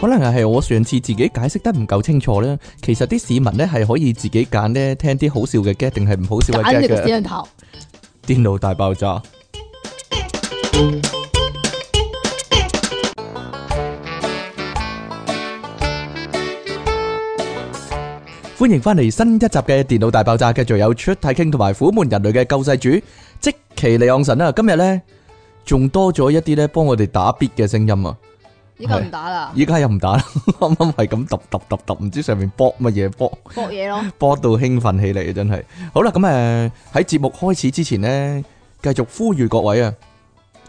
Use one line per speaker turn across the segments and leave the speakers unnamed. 係係我上次自己解釋得唔夠清楚咧？其實啲市民咧係可以自己揀咧，聽啲好笑嘅 get 定係唔好 笑嘅
揀
get
你個死
嘅。
人頭，
電腦大爆炸。歡迎翻嚟新一集嘅電腦大爆炸，繼續有出太傾同埋虎門人類嘅救世主即其利昂神啊！今日咧仲多咗一啲咧幫我哋打 bit 嘅聲音啊！
依家唔打啦，
依家又唔打啦， 啱啱係咁揼揼揼揼，唔知上面搏乜嘢搏，
搏嘢 咯，
搏到興奮起嚟啊！真係。好啦，咁誒喺節目開始之前呢，繼續呼籲各位啊，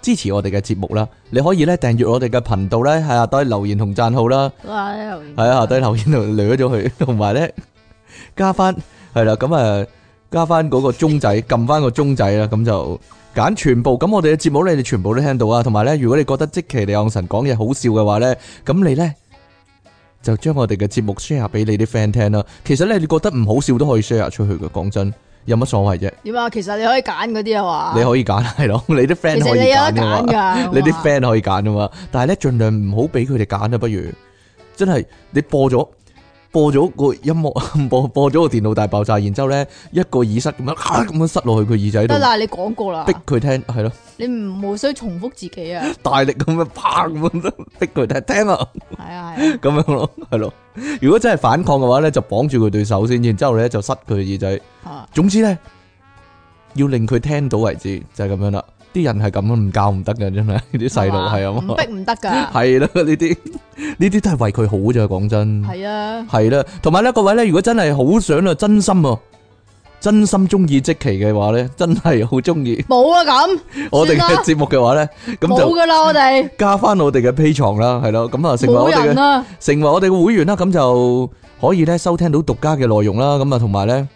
支持我哋嘅節目啦！你可以咧訂閱我哋嘅頻道咧，喺下低留言同讚好啦，
哇！呢度
喺下低留言度掠咗 佢，同埋咧加翻係啦，咁誒加翻嗰個鐘仔，撳翻個鐘仔啦，咁就。揀全部咁，我哋嘅節目你哋全部都聽到啊！同埋咧，如果你覺得即其利昂神講嘢好笑嘅話咧，咁你咧就將我哋嘅節目 share 俾你啲 friend 聽啦。其實咧，你覺得唔好笑都可以 share 出去嘅。講真，有乜所謂啫？
點啊？其實你可以揀嗰啲啊嘛，
你可以 揀係咯，你啲
其
friend
實
可以
你有
揀
得
啊
揀
嘛，
㗎，
你啲
好嘛
friend 可以揀啊嘛。但係咧，盡量唔好俾佢哋揀啊，不如真係你播咗播咗個音 樂，播播咗個電腦大爆炸，然之後咧一個耳塞咁樣啊咁樣塞落去佢耳仔
得
度，
啦，你講過啦
逼，佢聽係咯。
你唔冇需重複自己 啊，
大力咁樣啪咁樣逼佢聽聽啊，
係啊係啊，
咁樣咯，係咯。如果真係反抗嘅話咧，就綁住佢對手先，然之後咧就塞佢耳仔。
啊
總之咧，要令佢聽到為止，就係、咁樣啦。啲人係咁樣唔教唔得嘅，真 係
Ờ.
啲細路係
嘛唔
啊，
逼唔得 㗎，
係啦，呢啲 呢啲都係為佢好啫，講真。
係啊，
系啦，同埋咧，各位咧，如果真係好想啊，真心啊，真心中意即期嘅話咧，真係好中意
冇啊咁，
我哋
算
嘅
啦
節目嘅話咧，咁
冇
就
㗎啦，我哋
加翻我哋嘅 P 床啦，係咯，咁啊，成為我
冇
哋嘅
人。啊，
成為我哋嘅會員啦，咁就可以咧收聽到獨家嘅內容啦，咁啊同埋咧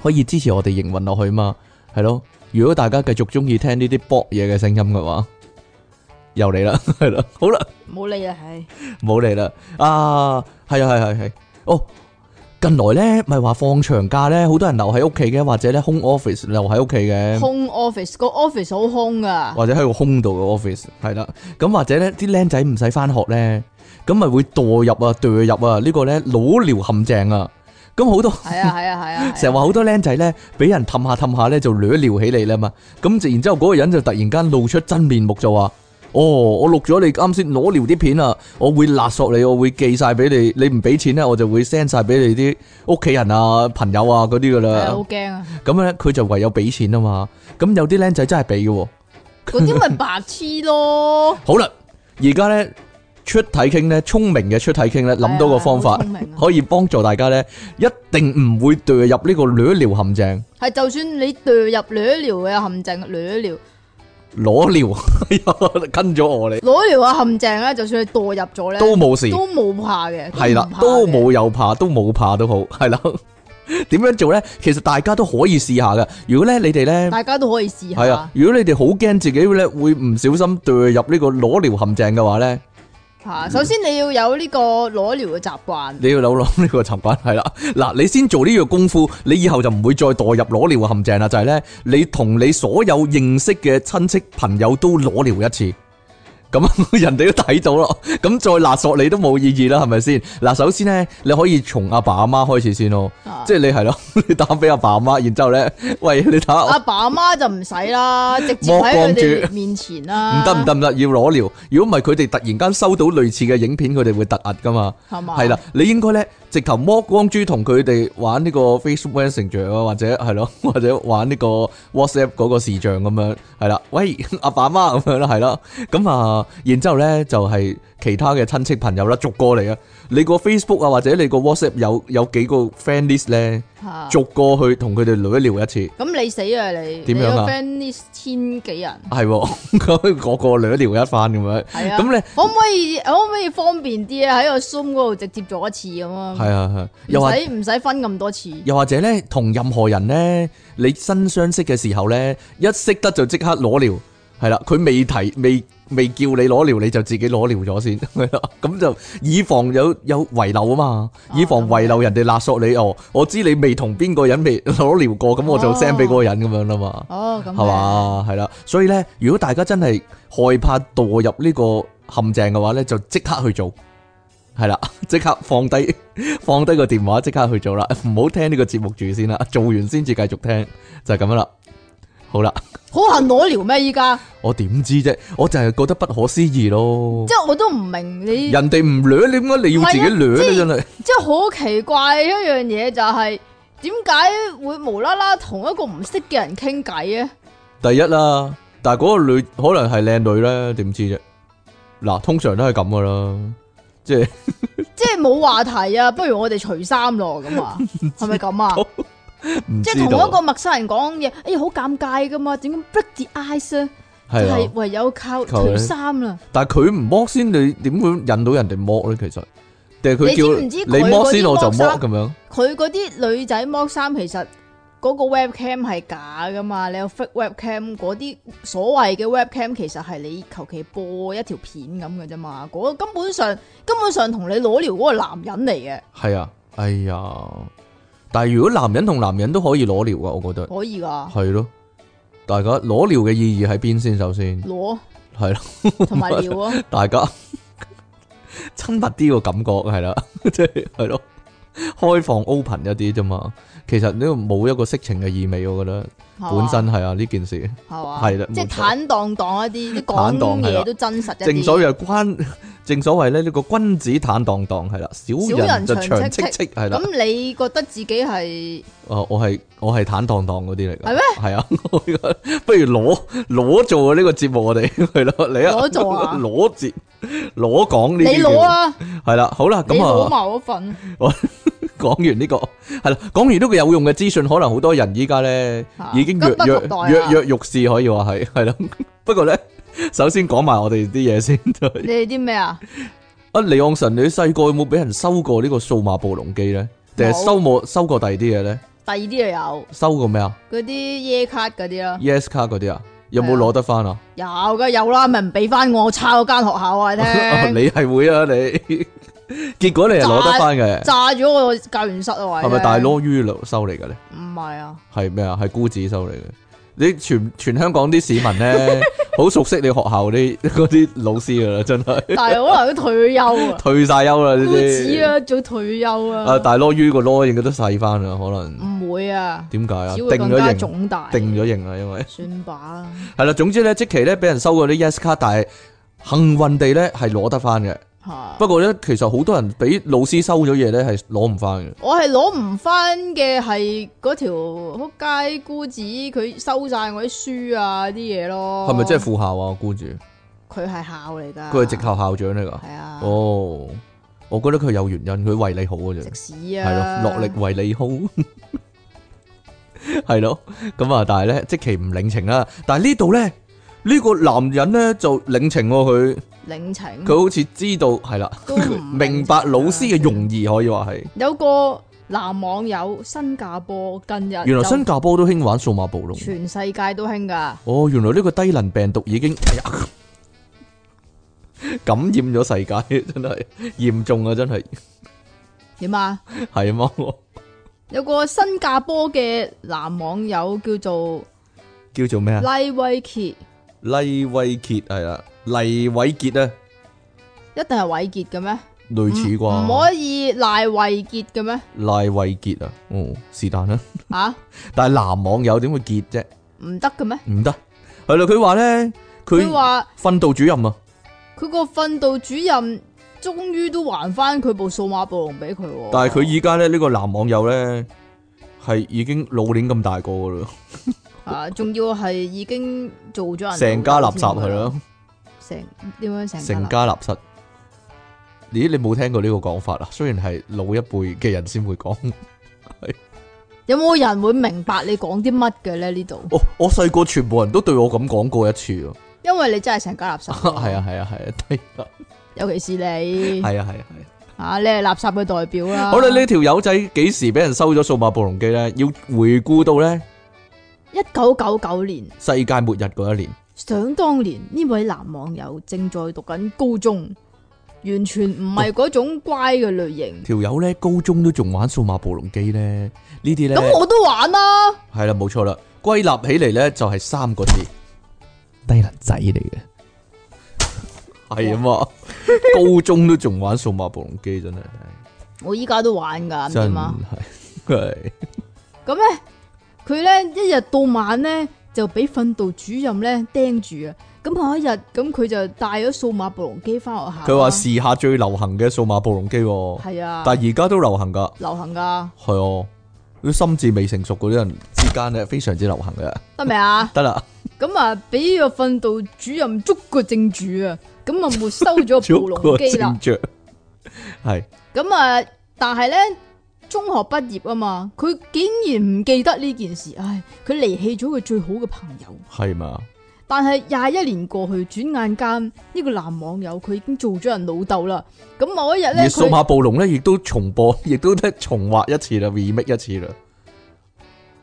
可以支持我哋營運落去嘛，係咯。如果大家繼續中意聽呢啲搏嘢嘅聲音嘅話，又嚟啦，係啦，好啦，
冇理啦，唉，
冇嚟啦，啊，係啊，係係係，哦，近來咧咪話放長假咧，好多人留喺屋企嘅，或者咧 home office 留喺屋企嘅。
空 office 個 office 好空㗎，
或者喺個空度嘅 office，係啦，咁或者咧啲僆仔唔使翻學咧，咁咪會墮入啊墮入啊呢個咧老聊陷阱啊，咁好多
係啊係啊係啊，
成日話好多僆仔咧俾人氹下氹下咧就掠撩起你啦嘛，咁就然之後嗰個人就突然間露出真面目就話。哦，我錄咗你啱先攞聊啲片啊，我會勒索你，我會寄晒俾你，你唔俾錢咧，我就會 send 晒俾你啲屋企人啊、朋友啊嗰啲噶
係啊
啦
好。驚啊，
咁咧佢就唯有俾錢啊嘛。咁有啲僆仔真係俾嘅喎。
嗰啲咪白痴咯，
好啦，而家咧出體傾咧，聰明嘅出體傾咧， 諗到個方法
係啊好，聰明啊
可以幫助大家咧，一定唔會墮入呢個裸聊陷阱。
係就算你墮入裸聊嘅陷阱，裸聊
裸聊，哎跟咗我你
裸聊嘅陷阱咧，就算你墮入咗咧，
都冇事，
都冇怕嘅，
係啦
唔，怕
都
嘅，
冇有怕，都冇怕都好，係啦。 點樣做咧？其實大家都可以試下噶。如果咧你哋咧。
大家都可以試
系啊
下，，
如果你哋好驚自己咧會唔小心墮入呢個裸聊陷阱嘅話咧，
吓，首先你要有呢個裸聊嘅習慣，
你要扭諗呢個習慣係啦，嗱，你先做呢個功夫，你以後就唔會再墮入裸聊嘅陷阱啊啦。就係、呢，咧，你同你所有認識嘅親戚朋友都裸聊一次，咁啊 人哋都睇到咯，咁再勒索你都冇意義啦，係咪先？嗱，首先咧，你可以從阿爸阿媽開始先咯，
啊
即係你係咯，你打俾阿爸阿媽，然之後咧，喂，你打我
阿爸阿媽就唔使 啦，直接
莫
喺佢
望
哋面前啦，
唔得唔，得唔得，要裸聊，如果唔係佢哋突然間收到類似嘅影片，佢哋會突兀噶嘛。
係嘛，
系啦，，你應該咧直頭剝光豬同佢哋玩呢個 Facebook Messenger 啊，或者係咯， 或者玩呢個 WhatsApp 嗰個視像咁樣，係啦，喂 阿爸阿媽咁樣啦，係啦，咁啊，然之後咧就係其他嘅親戚朋友啦，逐個嚟啊，你個 Facebook 啊或者你個 WhatsApp 有有幾個 friend list 咧，
吓，
逐個去同佢哋聊一聊一次。
咁你死啊你，
點
你
樣啊
個 friend 呢千幾人，
係喎， 咁個個聊一聊一番咁樣，
係啊，
咁咧
可唔可以可唔可以方便啲啊？喺個 Zoom 嗰度直接做一次咁啊，
係啊係，又
唔
或
使唔使分咁多次，
又或者咧，同任何人咧，你新相識嘅時候咧，一識得就即刻裸聊，係啦，佢未提未未叫你裸聊，你就自己裸聊咗先， 係啦，咁就以防有有遺漏啊嘛，
哦
以防遺漏人哋勒索你哦，我知你未同邊個人未 裸聊過，咁我就
哦
send 俾嗰個人咁樣啦嘛，
哦咁嘅
係？嘛，係啦，所以咧，如果大家真係害怕墮入呢個陷阱嘅話咧，就即刻去做，系啦， 即刻放低 放低个电话，即刻去做啦，唔好听呢个节目住先啦，做完先至继续听，就系咁样啦。好啦，
好恨攞聊咩？依家
我点知啫？我就系觉得不可思议咯
即。系我都唔明你，
人哋唔掠，你点解你要自己
唔係啊
掠
即係
咧？真系
即系好奇怪一样嘢就系点解会无啦啦同一个唔识嘅人倾偈咧？
第一啦，但系嗰个女可能系靓女咧，点知啫？嗱，通常都系咁噶啦，即系
即系冇话题啊，不如我哋除衫咯 咁啊，系咪咁啊？
唔
即系
知
同一个
道。啊
陌生人讲嘢，哎呀好尷尬噶嘛，點解 break the ice 咧？
系
就
啦，
係唯有靠
啊靠
除
你
衫啦。
但系佢唔剥先，你点会引到人哋剥咧？其实定系
你知
佢
唔
叫
知佢
你剥先，
嗰啲
我就剝
剝衫
咁样。
佢嗰啲女仔剝衫，其實嗰個 webcam 係假噶嘛，你有 fake webcam 嗰啲所謂嘅 webcam，其實係你求其播一條片咁嘅啫嘛。嗰、根本上根本上同你裸聊嗰個男人嚟嘅，
系啊，哎呀！但系如果男人同男人都可以裸聊啊，我覺得
可以噶
係咯。大家裸聊嘅意義喺邊先？首先
裸
係咯，
同埋聊啊，
大家 親密啲個感覺係啦， 即係係咯，開放 open 一啲啫嘛。其實呢個冇一個色情嘅意味，我覺得
係嘛
本身係啊呢件事。
係嘛，
係啦
即係
冇錯
坦蕩蕩一啲，啲
坦蕩
講
係啦
嘢都真實一啲。
正所謂關， 正所謂咧呢個君子坦蕩蕩係啦，小
小
人
人
就
長
長戚
戚戚
戚係啦。
咁你覺得自己係
哦，我係我系坦蕩蕩嗰啲嚟㗎，
係咩？
係啊， 我依家不如攞攞做啊呢個節目我哋 係咯，你啊
攞做啊
攞節攞講呢
你
啲
攞
叫
啊，
係啦，好啦，
你
咁
攞
啊
埋我份，
講完呢個係啦，講完呢個有用嘅資訊，可能好多人依家咧
啊
已經
急
躍
不及
躍
待啊
躍躍欲試，可以話係係咯。 不過咧，首先講埋我哋啲嘢先。就係
你哋啲咩啊？
啊，李昂臣，你細個有冇俾人收過呢個數碼暴龍機咧？定係
冇
收冇收過第二啲嘢咧？
第二啲又有
收過咩啊
嗰啲耶卡嗰啲啦，
？ES E 卡嗰啲啊，有冇
係啊
攞得翻啊？
有噶有啦，咪唔俾翻我，我抄間學校啊！ 你聽
你係會啊你， 結果你係攞得翻嘅，
炸咗我教員室啊！
係咪大？攞於收嚟嘅咧？
唔係啊，
係咩啊？係姑子收嚟嘅。你全全香港啲市民 咧，好熟悉你學校啲嗰啲老師噶啦，真係
但係可能都 退休啊，
退晒休啦呢
夫子
啲。
啊，做退休
啊，
啊，
大攞於個攞應該都細翻啦，可能
唔會啊，
點解啊？
只
定
會更加
咗型，
腫大，
定咗型啦，因為。
算吧啦，
系啦，總之咧，即期咧俾人收過啲 yes 卡，但係幸運地咧係攞得翻嘅。
嚇
不過咧，其實好多人俾老師收咗嘢咧係攞唔翻嘅。
我係攞唔翻嘅係嗰條撲街姑子，佢收晒我啲書啊啲嘢咯。
係咪即係副校啊？我估住
佢係校嚟㗎？
佢係直校校長嚟㗎。
係啊。
哦，我覺得佢有原因，佢為你好嘅啫
食。屎啊！
係咯，落力為你好。 係咯，咁啊，但係咧，即期唔領情啦。但係呢度咧，呢、個男人咧就領情喎、佢
領情。
佢好似知道係啦，
都唔
明白老師嘅用意可以話係。
有個男網友新加坡近日
原來
就
新加坡都興玩數碼暴龍。
全世界都興㗎，
哦，原來呢個低能病毒已經，哎呀， 感染咗世界， 真係嚴重啊！真係
點啊？
係啊，貓
有個新加坡嘅男網友叫做
叫做咩啊？
拉威杰，一
黎偉傑係啦，黎偉傑啊，
定係偉傑嘅咩？
類似
唔唔
啩？
可以賴慧傑嘅咩？
賴偉傑啊，哦，是但啦。
啊，
但係男網友點會傑啫？
唔得嘅咩？
唔得，係啦。佢話咧，
佢
佢
話
訓導主任啊，
佢個訓導主任終於都還翻佢部數碼暴龍俾佢喎。
但係佢依家咧呢個男網友咧係已經老年咁大個噶啦，
啊，仲要係已經做咗人
成家垃圾係
啦。
咯。
啊成點樣成
成
家
家立室。咦，你冇聽過呢個講法啊？雖然係老一輩嘅人先會講。
有冇人會明白你講啲乜嘅咧？呢度，
我我細個全部人都對我咁講過一次啊。
因為你真係成家垃圾。
係啊，係啊係啊，低能
尤其是你
係啊係啊係啊。
啊，你係垃圾嘅代表啊啦。
好啦，呢條友仔幾時俾人收咗數碼暴龍機咧？要回顧到咧
一九九九年，
世界末日嗰一年。
想當年呢位男網友正在讀緊高中，完全唔係嗰種乖嘅類型。
條友咧高中都仲玩數碼暴龍機咧，呢啲咧
咁我都玩啦，
係啦，冇錯啦。歸納起嚟咧就係三個字，低能仔嚟嘅。係啊嘛，高中都仲玩數碼暴龍機，真係
我依家都玩噶，唔知啊
真
嘛。
係係
咁咧，佢咧一日到晚咧就俾訓導主任咧盯住啊。咁有一日，咁佢就帶咗數碼暴龍機翻學校。啊
佢話時下最流行嘅數碼暴龍機喎，
係啊，
但係而家都流行㗎，
流行噶，
係啊，啲心智未成熟嗰啲人之間咧非常之流行嘅，？
得未啊
得啦，
咁啊，俾個訓導主任捉個正主啊，咁啊沒收 咗暴
逐個
龍機啦
正。着係
咁啊，但系咧，中學畢業啊嘛，佢竟然唔記得呢件事，唉，佢離棄咗佢最好嘅朋友。
係嘛？
但係廿一年過去，轉眼間呢、個男網友佢已經做咗人老豆啦。咁某一日咧，
而數
佢
碼暴龍咧，亦都重播， 亦都咧重畫一次啦，remake 一次啦，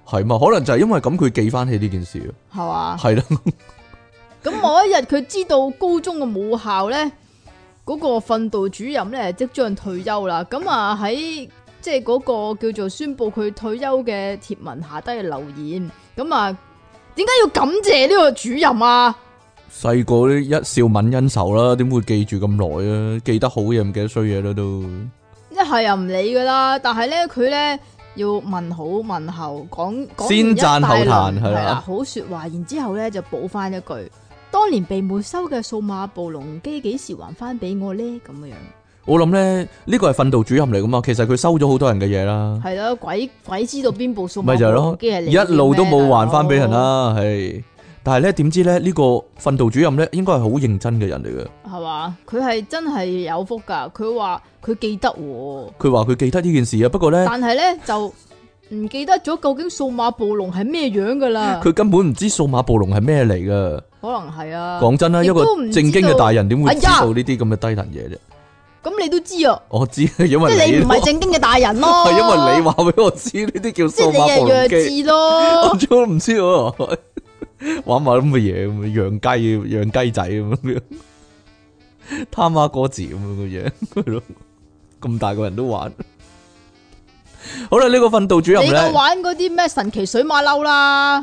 係嘛？可能就係因為咁，佢記翻起呢件事啊
係嘛？
係啦，
咁某一日佢知道高中嘅母校咧，嗰、個訓導主任咧即將退休啦。咁啊喺即係嗰個叫做宣布佢退休嘅貼文下低留言，咁啊點解要感謝呢個主任啊？
細個啲一笑泯恩仇啦，點會記住咁耐啊？記得好嘢唔記得衰嘢啦都，
一系又唔理噶啦，但系咧佢咧要問好問候，講講完
先讚後
一大輪
彈係啦
係啦，好说話，然之后咧就補翻一句：當年被沒收嘅數碼暴龍機幾時還翻俾我咧？咁樣
我諗咧呢個係訓導主任嚟噶嘛，其實佢收咗好多人嘅嘢啦，
係咯，鬼鬼知道邊部數
咪
碼
就係
暴
咯
龍機係你
一路都冇還翻俾人啊
嘅咩，
啦，係。但係咧點知咧呢個訓導主任咧應該係好認真嘅人嚟嘅，
大佬係嘛？佢係真係有福㗎，佢話佢記得喎，
佢話佢記得呢件事啊，不過咧。
但係咧就唔記得咗究竟數碼暴龍係咩樣㗎啦，
佢根本唔知數碼暴龍係咩嚟噶。
可能係啊。
講真啦，
亦
一個
都唔知道
正經嘅大人點會
哎
知
呀
道呢啲咁嘅低能嘢啫？
咁你都知啊，
我知， 因
即係
為
你唔係
係
正經嘅大人咯。
因為你話俾我知呢啲叫
即
數
係你
碼
係
暴
弱
龍機，
智
我都
咯，
唔知喎。玩埋咁嘅嘢咁樣，養雞養雞仔咁樣，貪媽哥字咁樣嘅嘢，係咯，咁大個人都玩。好啦，呢、個訓導主任
你
咧
夠，玩嗰啲咩神奇水馬騮啦，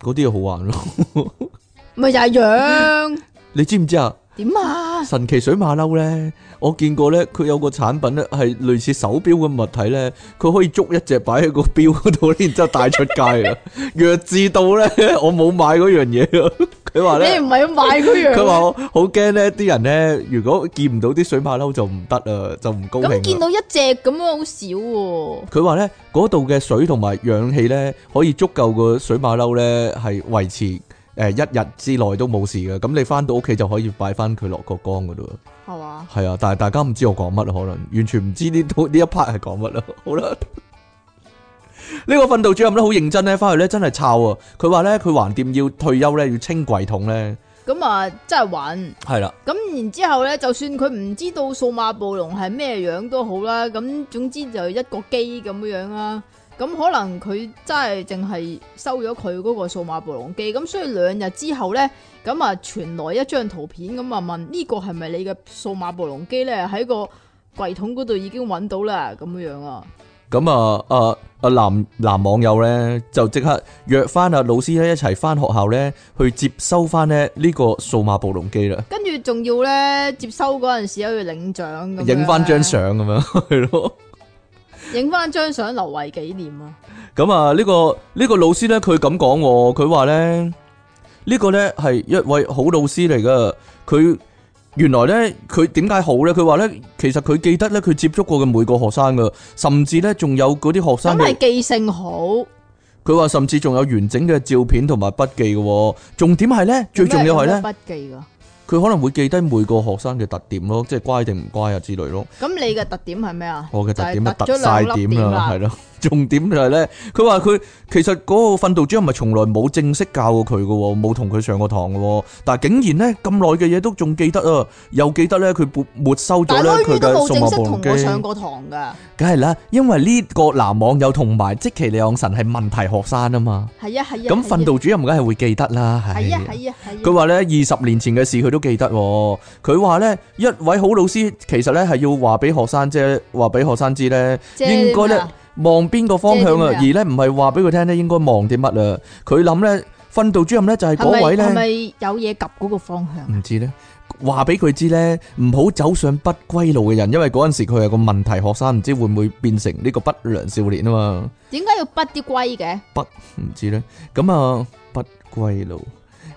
嗰啲嘢好玩咯。
咪就係樣
你知唔知啊？
點啊？
神奇水馬騮咧，我見過咧，佢有個產品咧係類似手錶咁物體咧，佢可以捉一隻擺喺個錶嗰度，然之後帶出街啊！ 弱智到咧，我冇買嗰樣嘢啊！ 佢話
你
咧，
唔係要買嗰
佢
樣
話
啊，
我好驚咧，啲人咧如果見唔到啲水馬騮就唔得啊，就唔高
咁
興
見
啦。
到一隻咁樣好少喎，
佢話咧，嗰度嘅水同埋氧氣咧，可以足夠個水馬騮咧係維持誒、呃一日之內都冇事嘅，咁你翻到屋企就可以擺翻佢落個缸嗰度啊。
係嘛？
系啊，但系大家唔知我講乜，可能完全唔知呢套 呢一 part 係講乜啦。好啦，呢個訓導主任咧好認真咧，翻去咧真係抄啊！佢話咧佢橫掂要退休咧，要清櫃桶咧，
咁啊，真係玩。
係啦，
咁然之後咧，就算佢唔知道數碼暴龍係咩樣都好啦，咁總之就一個機咁樣啦。咁可能佢真係淨係收咗佢嗰個數碼暴龍機，咁所以兩日之後咧，咁啊傳來一張圖片，咁啊問呢個係咪你嘅數碼暴龍機咧？喺個櫃桶嗰度已經揾到啦，咁樣啊，
咁啊啊啊男男網友咧就即刻約翻啊老師咧一齊翻學校咧去接收翻咧呢個數碼暴龍機啦，
跟住仲要咧接收嗰陣時有要領獎咁樣啊咧，
影翻張相咁樣 係咯。
影翻張相留為紀念啊！
咁啊，呢、個呢、個老師咧，佢咁講喎，佢話咧呢、呢個咧係一位好老師嚟噶。佢原來咧，佢點解好咧？佢話咧，其實佢記得咧，佢接觸過嘅每個學生噶，甚至咧仲有嗰啲學
咁
生嘅
係，記性好。
佢話甚至仲有完整嘅照片同埋筆記嘅喎。重點係咧，最重要係咧，
筆記㗎。
佢可能會記低每個學生嘅特點咯，即係乖定唔乖啊之類咯。
咁你嘅特點係咩啊？
我嘅特點
就
咪
係突
突晒
咗兩粒
點
點
啦，係 咯。重點就係咧，佢話佢其實嗰個訓導主任咪從來冇正式教過佢嘅喎，冇同佢上過堂嘅喎，但係竟然咧咁耐嘅嘢都仲記得啊，又記得咧佢沒沒收咗
但
咧
係
佢
佢都
嘅
冇
數
正
碼
式
暴
同
龍
我上
機，
過堂㗎，
梗係啦，因為呢個男網友同埋即其利昂神係問題學生啊嘛，
係啊係啊。
咁訓導主任梗係會記得啦，
係啊係啊係啊。
佢話咧二十年前嘅事佢都記得喎。佢話咧一位好老師其實咧係要話俾學生啫，話俾學生知咧
即係
應該
咩
咧
啊
望邊個方向啊，而
即
咧唔係話俾佢聽咧應該望啲乜啊。佢諗咧訓導主任咧就係
係咪
嗰位咧
係。咪有嘢及嗰個方向啊？
唔知呢，話俾佢知呢，唔好走上不歸路嘅人，因為嗰陣時佢係個問題學生，唔知會唔會變成呢個不良少年啊嘛？
點解要畢啲龜嘅？
唔知呢。咁啊不歸路，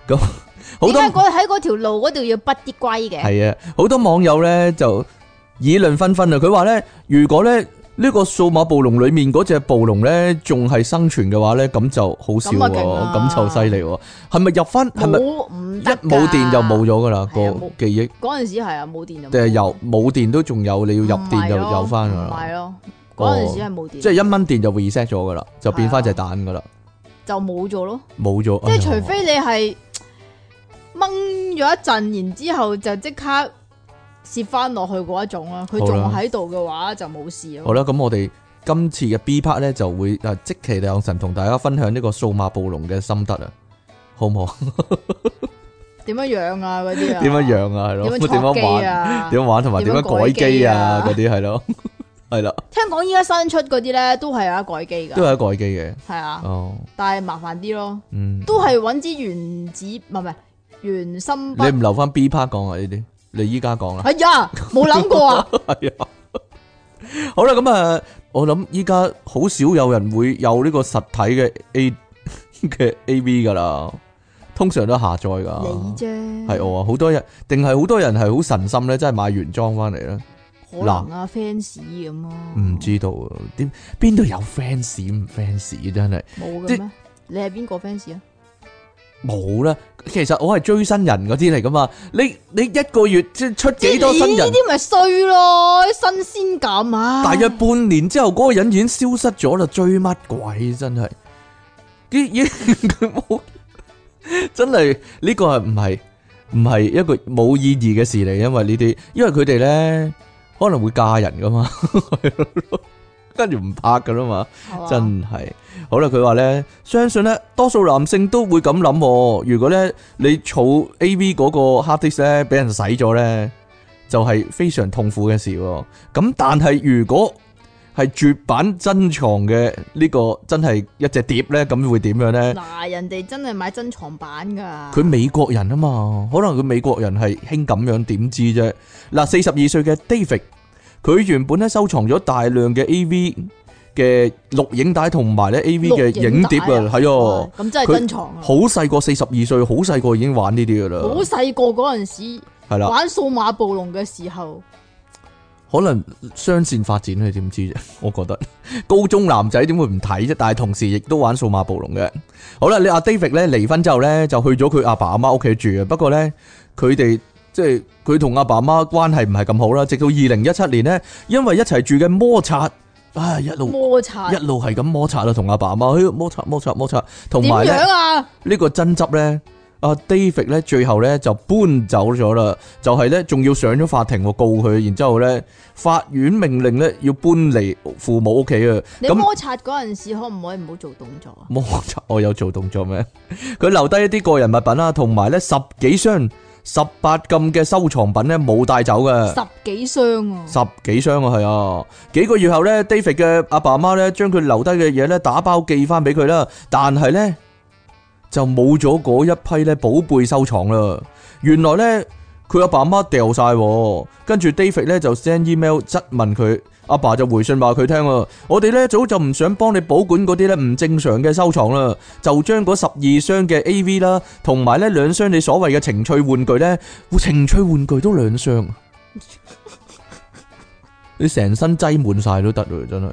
咁好
點
多
解嗰喺嗰條路嗰度要畢啲龜嘅？
係啊，好多網友呢就議論紛紛啊。佢話呢，如果呢呢個數碼暴龍裡面嗰只暴龍呢仲係生存嘅話呢，咁就好少
咁啊
喎，
勁啊
咁就犀利喎。係咪入翻？係咪
冇唔
一
得㗎
冇電就冇咗㗎啦？
係啊
個
冇
記憶。
嗰陣時係啊，冇電就冇
定係油冇電都仲有，你要入電就有翻噶
啊唔係
啦，哦
咯，嗰陣時係冇電，
即係一蚊電就 reset 咗噶啦，就變翻隻蛋噶啦，
就冇咗咯。
冇咗。
即係
哎呀
除非你係掹咗一陣，然之後就即刻攝翻落去嗰一種啦。佢仲
好啦
喺度嘅話就冇事
好
咯。
啦，咁我哋今次嘅 B part 咧就會啊即期兩神同大家分享呢個數碼暴龍嘅心得啊，好唔好？啊
點樣樣啊？嗰啲啊？
點樣？樣啊？係咯，
點樣
點
戳
樣
機
玩？
啊？
點樣玩同埋點
點
樣
樣
改
改
機
機
啊
啊？
嗰啲係咯， 係啦，
聽講依家新出嗰啲咧都係有得改機
都
㗎，
係改機嘅。
係啊，
哦，
但係麻煩啲咯，
嗯，
都係揾支原子唔係唔係原心
你
筆。
唔啊留翻 B part 講啊？呢啲你依家講啦。
哎呀，冇諗過 啊！
系啊。好啦，咁啊，我谂依家好少有人会有呢个实体嘅 A 嘅 A V 噶啦，通常都下载噶。
你啫，
系啊我啊，好多人，定系好多人系好神心咧，真系买原装翻嚟咧，
可能啊 fans 咁咯，
唔知道啊，点边度有 fans 唔 fans 真系
冇
即
嘅咩？你係邊個 fans 啊？
冇啦。其实我系追新人嗰啲嚟噶嘛，你你一个月即係出几多新
即係
人
呢？啲咪衰咯，新鮮感啊！
大約半年之後，嗰、個人已經消失咗啦，追乜鬼真係？啲已經佢冇，真係呢、個係唔係唔係一個冇意義嘅事嚟？因為呢啲，因為佢哋咧可能會嫁人噶嘛， 跟住唔拍噶啦嘛。
係嘛
真係好啦，佢話呢，相信呢，多數男性都會咁諗喎。如果呢，你儲 A V 嗰個 hard disk 咧，俾人洗咗呢，就係、非常痛苦嘅事喎。咁但係如果係絕版珍藏嘅呢、個真係一隻碟呢，咁會點樣呢？
嗱，人哋真係買珍藏版㗎。
佢美國人啊嘛，可能佢美國人係興咁樣，點知啫？嗱，四十二歲嘅 David，佢原本咧收藏咗大量嘅 A.V. 嘅錄影帶同埋咧 A.V. 嘅
錄
影碟啊，係
哇
哦，
咁真係
佢
珍藏啊！
好細個，四十二歲，好細個已經玩呢啲噶
好
啦，
細個嗰陣時
係啦，
玩數碼暴龍嘅時候，
可能雙線發展你點知啫？ 我覺得高中男仔點會唔睇啫？但係同時亦都玩數碼暴龍嘅。好啦，你阿 David 咧離婚之後咧，就去咗佢阿爸阿媽屋企住啊。不過咧，佢哋即係佢同阿爸阿媽關係唔係咁好啦。直到二零一七年咧，因為一齊住嘅摩擦，唉，一路
摩擦
一路係咁摩擦啦，同阿爸阿媽，哎摩擦摩擦摩擦，同
點
埋咧。
樣啊？
呢個爭執呢，阿 David 咧最後呢就搬走咗啦，就係呢，仲要上咗法庭喎告佢，然之後呢，法院命令呢要搬離父母屋企啊，
你
咁
摩擦嗰陣時可唔可以唔好做動作啊？
摩擦 我有做動作咩？佢留低一啲個人物品啦，同埋呢十幾箱十八禁嘅收藏品呢冇帶走嘅。
十幾箱啊！
十幾箱啊，係啊！幾個月後呢 d a v i d 嘅阿爸阿媽呢，將佢留低嘅嘢呢打包寄翻俾佢啦，但係呢，就冇咗嗰一批呢寶貝收藏啦。原來呢，佢阿爸阿媽掉晒喎，跟住 David 呢就 send email 質問佢，阿爸就回信話佢聽啊，我哋呢早就唔想幫你保管嗰啲呢唔正常嘅收藏啦，就將嗰十二箱嘅 AV 啦，同埋呢兩箱你所謂嘅情趣玩具呢，情趣玩具都兩箱。啊 你成身擠滿晒都得嘞，真係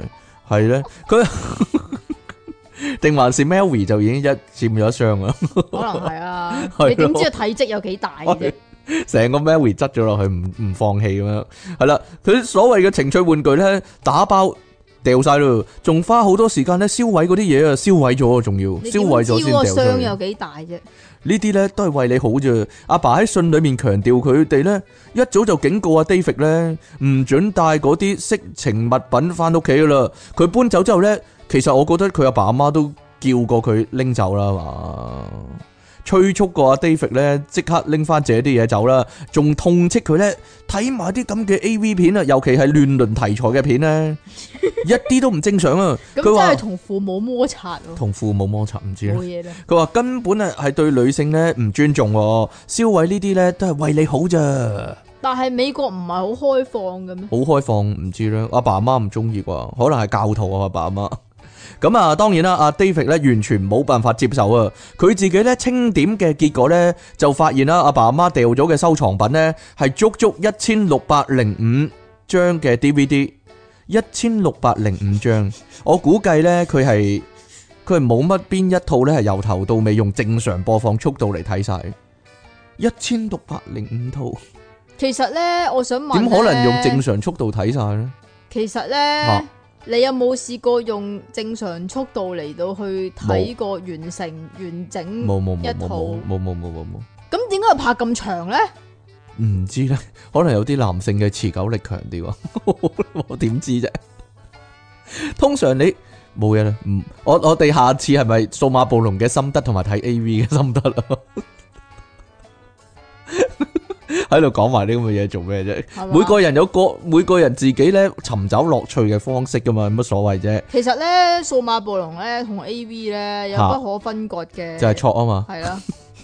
係咧，佢 定還是 Melvy 就已經一佔咗一箱啦，
可能係啊
係咯，哎
你點知個體積有幾大嘅啫？
成個 Melvy 執咗落去，唔唔放棄咁樣，係啦，佢所謂嘅情趣玩具咧，打包掉晒咯，仲花好多時間咧燒毀嗰啲嘢啊，燒毀咗啊，仲要
你
燒
點
毀咗
知
先
個
掉出
箱
去
有幾大啫？
呢啲咧都係為你好啫。阿爸喺信裏面強調佢哋咧一早就警告阿 David 咧唔准帶嗰啲色情物品翻屋企噶啦。佢搬走之後咧，其實我覺得佢阿爸阿媽都叫過佢拎走啦係嘛。催促過阿 David 咧，即刻拎翻自己啲嘢走啦，仲痛斥佢咧睇埋啲咁嘅 A.V. 片啊，尤其係亂倫題材嘅片咧，一啲都唔正常啊！
咁
佢
真
話
係同父母摩擦喎，
同啊父母摩擦唔知咧
冇。嘢啦。
佢話根本啊係對女性咧唔尊重喎，燒毀呢啲咧都係為你好咋，好
但係美國唔係好開放嘅咩？
開放唔知啦。阿爸阿媽唔中意啩，可能係教徒啊阿爸阿媽。 咁啊，當然啦，阿 David 咧完全冇辦法接受啊！佢自己咧清點嘅結果咧，就發現啊啦，阿爸阿媽掉咗嘅收藏品咧，係足足一千六百零五張嘅 DVD，一千六百零五張。我估計咧，佢係佢係冇乜邊一套咧係由頭到尾用正常播放速度嚟睇晒，一千六百零五套，
其實咧，我想問
點可能用
呢
正常速度睇晒咧？
其實
啊
咧，你有冇試過用正常速度嚟到去睇個完成完整？
冇冇冇
一
冇
套
冇冇冇冇冇冇。
咁點解要拍咁長咧？
唔知咧， 可能有啲男性嘅持久力強啲喎， 我點知啫？通常你冇嘢啦，唔，我我哋下次係咪數碼暴龍嘅心得同埋睇 A V 嘅心得啊？ 喺度講埋啲咁嘅嘢做咩啫？
係嘛
每個人有個每個人自己咧尋找樂趣嘅方式噶嘛，有乜所謂啫？
其實咧，數碼暴龍咧同 A V 咧有
嚇
不可分割嘅，
就係錯啊嘛。
係 啦，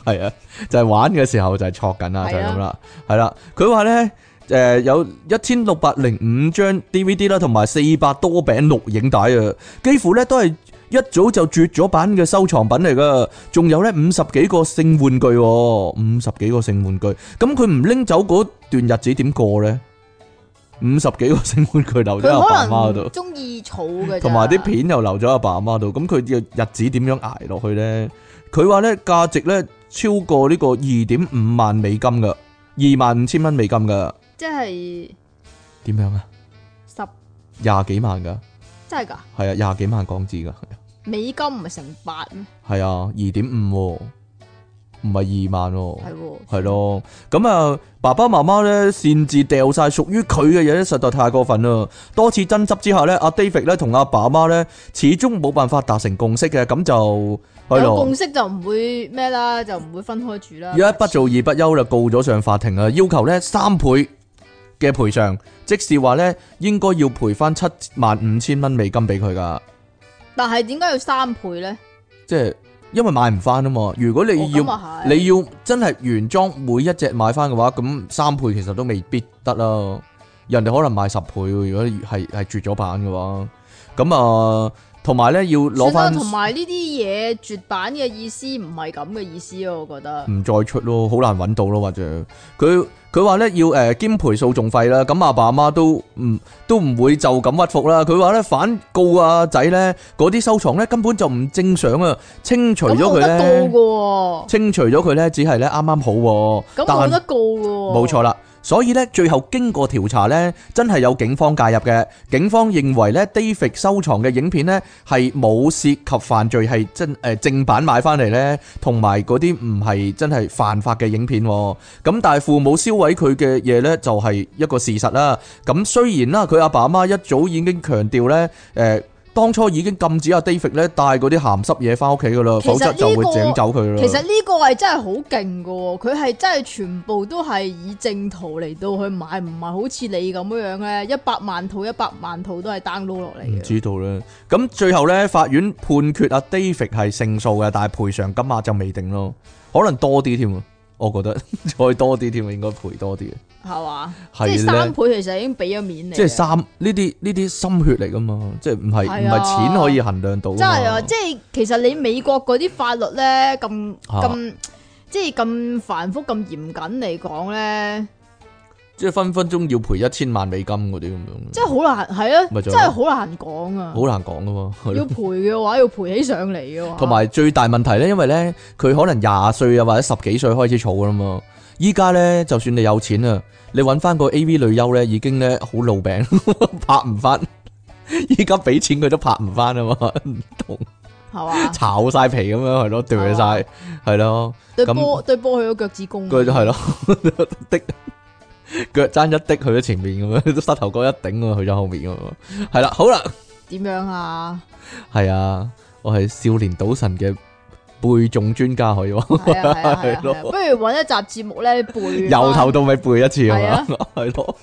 系啊，就係玩嘅時候就係錯緊啦，
係啊
就係咁啦，係啦。佢話咧，诶、有一千六百零五張 DVD 啦，同埋四百多餅錄影帶啊，幾乎咧都係一早就絕咗版嘅收藏品嚟噶。仲有咧五十幾個性玩具喎，五十幾個性玩具，咁佢唔拎走嗰段日子點過咧？五十幾個性玩具留咗阿爸
佢
阿媽
可
嗰度
能。中意儲嘅咋，
同埋啲片又留咗阿爸阿媽度，咁佢嘅日子點樣捱落去呢？佢話呢價值呢超過呢個二點五萬美金噶，二萬五千蚊美金噶，
即係
點樣啊？
十
廿幾萬噶，
真係㗎
係啊，廿幾萬港紙噶，
美金唔係成八咩？
係啊，二點五喎，唔係二萬喎。
係喎，
系咯，咁啊，爸爸媽媽咧擅自掉晒屬於佢嘅嘢咧，實在太過分啦！多次爭執之下咧，阿 David 咧同阿爸媽咧始終冇辦法達成共識嘅，咁就係
有
咯
共，識就唔會咩啦，就唔會分開住啦。
一不做二不休就告咗上法庭啊，要求咧三倍嘅賠償，即是話咧應該要賠翻七萬五千蚊美金俾佢噶，
但係點解要三倍哦咧？
即
即
係因為買唔翻啊嘛。如果你要
啊
你要真係原裝每一隻買翻嘅話，咁三倍其實都未必得啦。人哋可能賣十倍喎，如果係係絕咗版嘅話，咁啊，同埋咧要攞
算
翻
啦同埋呢啲嘢絕版嘅意思唔係咁嘅意思咯，我覺得。
唔再出咯，好難揾到咯，或者佢佢話咧要誒、呃兼賠訴訟費啦，咁阿爸阿媽都唔都唔會就咁屈服啦。佢話咧反告阿仔咧嗰啲收藏咧根本就唔正常啊，清除
咁
咗
冇
佢
得
咧，
告嘅
清除咗佢咧只係咧啱啱好喎，
喎，咁
但
冇得告嘅喎。
冇錯啦。所以咧，最後經過調查咧，真係有警方介入嘅。警方認為咧，David 收藏嘅影片咧係冇涉及犯罪，係真誒、呃正版買翻嚟咧，同埋嗰啲唔係真係犯法嘅影片喎。咁但係父母燒毀佢嘅嘢咧，就係一個事實啦。咁雖然啦，佢阿爸阿媽一早已經強調咧，誒、呃、當初已經禁止阿 David 咧帶嗰啲鹹濕嘢翻屋企噶啦，
其實
否則就會
呢個
整走佢啦。
其實呢個係真係好勁嘅喎，佢係真係全部都係以正途嚟到去買，唔係好似你咁樣樣咧，一百萬套一百萬套都係啊 download 落
唔
嚟嘅。
知道咧，咁最後咧，法院判決阿 David 係勝訴嘅，但係賠償金額就未定咯，可能多啲添啊，我覺得 再多啲添啊，應該賠多啲嘅，
係嘛？即
係
係
呢
三倍其實已經俾咗面你。
即係三呢啲呢啲心血嚟噶嘛，即係唔係唔
係啊
係錢可以衡量到㗎嘛，
真係啊！即係其實你美國嗰啲法律咧咁
啊
咁，即係咁繁複咁嚴謹嚟講咧，
即係分分鐘要賠一千萬美金嗰啲咁樣，
真係好難係啊！
咪就係
真係好難講啊！
好難講噶嘛，係咯
要賠嘅話，要賠起上嚟嘅話，
同埋最大問題咧，因為咧佢可能廿歲啊或者十幾歲開始儲噶啦嘛，依家咧就算你有錢啊，你揾翻個 A.V. 女優咧已經咧好老餅， 拍唔翻。依家俾錢佢都拍唔翻啊嘛，唔同
係 嘛？
炒晒皮咁樣係咯，掉晒係咯，
對
咁
波對波去咗腳趾公，
佢係咯 的腳踭一的去咗前面咁樣，膝 頭哥一頂咁樣去咗後面咁樣，係啦，好啦，
點樣啊？
係啊，我係少年賭神嘅背誦專家可以話，
系啊系啊系 啊，
係咯
不如搵一集節目咧背返
由頭到尾背一次係嘛， 係咯。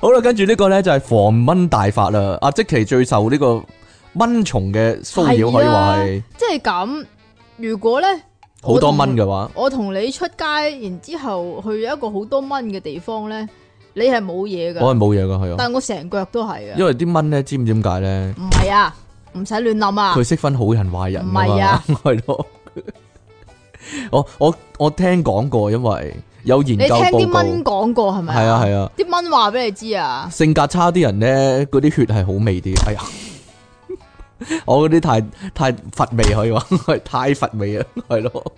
好啦，跟住呢個咧就係防蚊大法啦。阿即其最受呢個蚊蟲嘅騷擾，可以話係
即係咁。如果咧
好多蚊嘅話，
我同你出街，然之后去一個好多蚊嘅地方咧，你係冇嘢噶，
我係冇嘢噶，係啊。
但我成腳都係嘅。
因為啲蚊咧，知唔知點解咧？
唔係啊，唔使亂諗啊
佢。識分好人壞人㗎嘛
唔係啊，
係咯。我我我聽講過，因為有研
你
究
聽
報
啲
告，
蚊講過係咪
係啊係啊，
啲蚊話俾你知啊，
性格差啲人咧，嗰啲血係好味啲。 哎呀，我嗰啲太太乏味可以話， 係太乏味啊，係咯。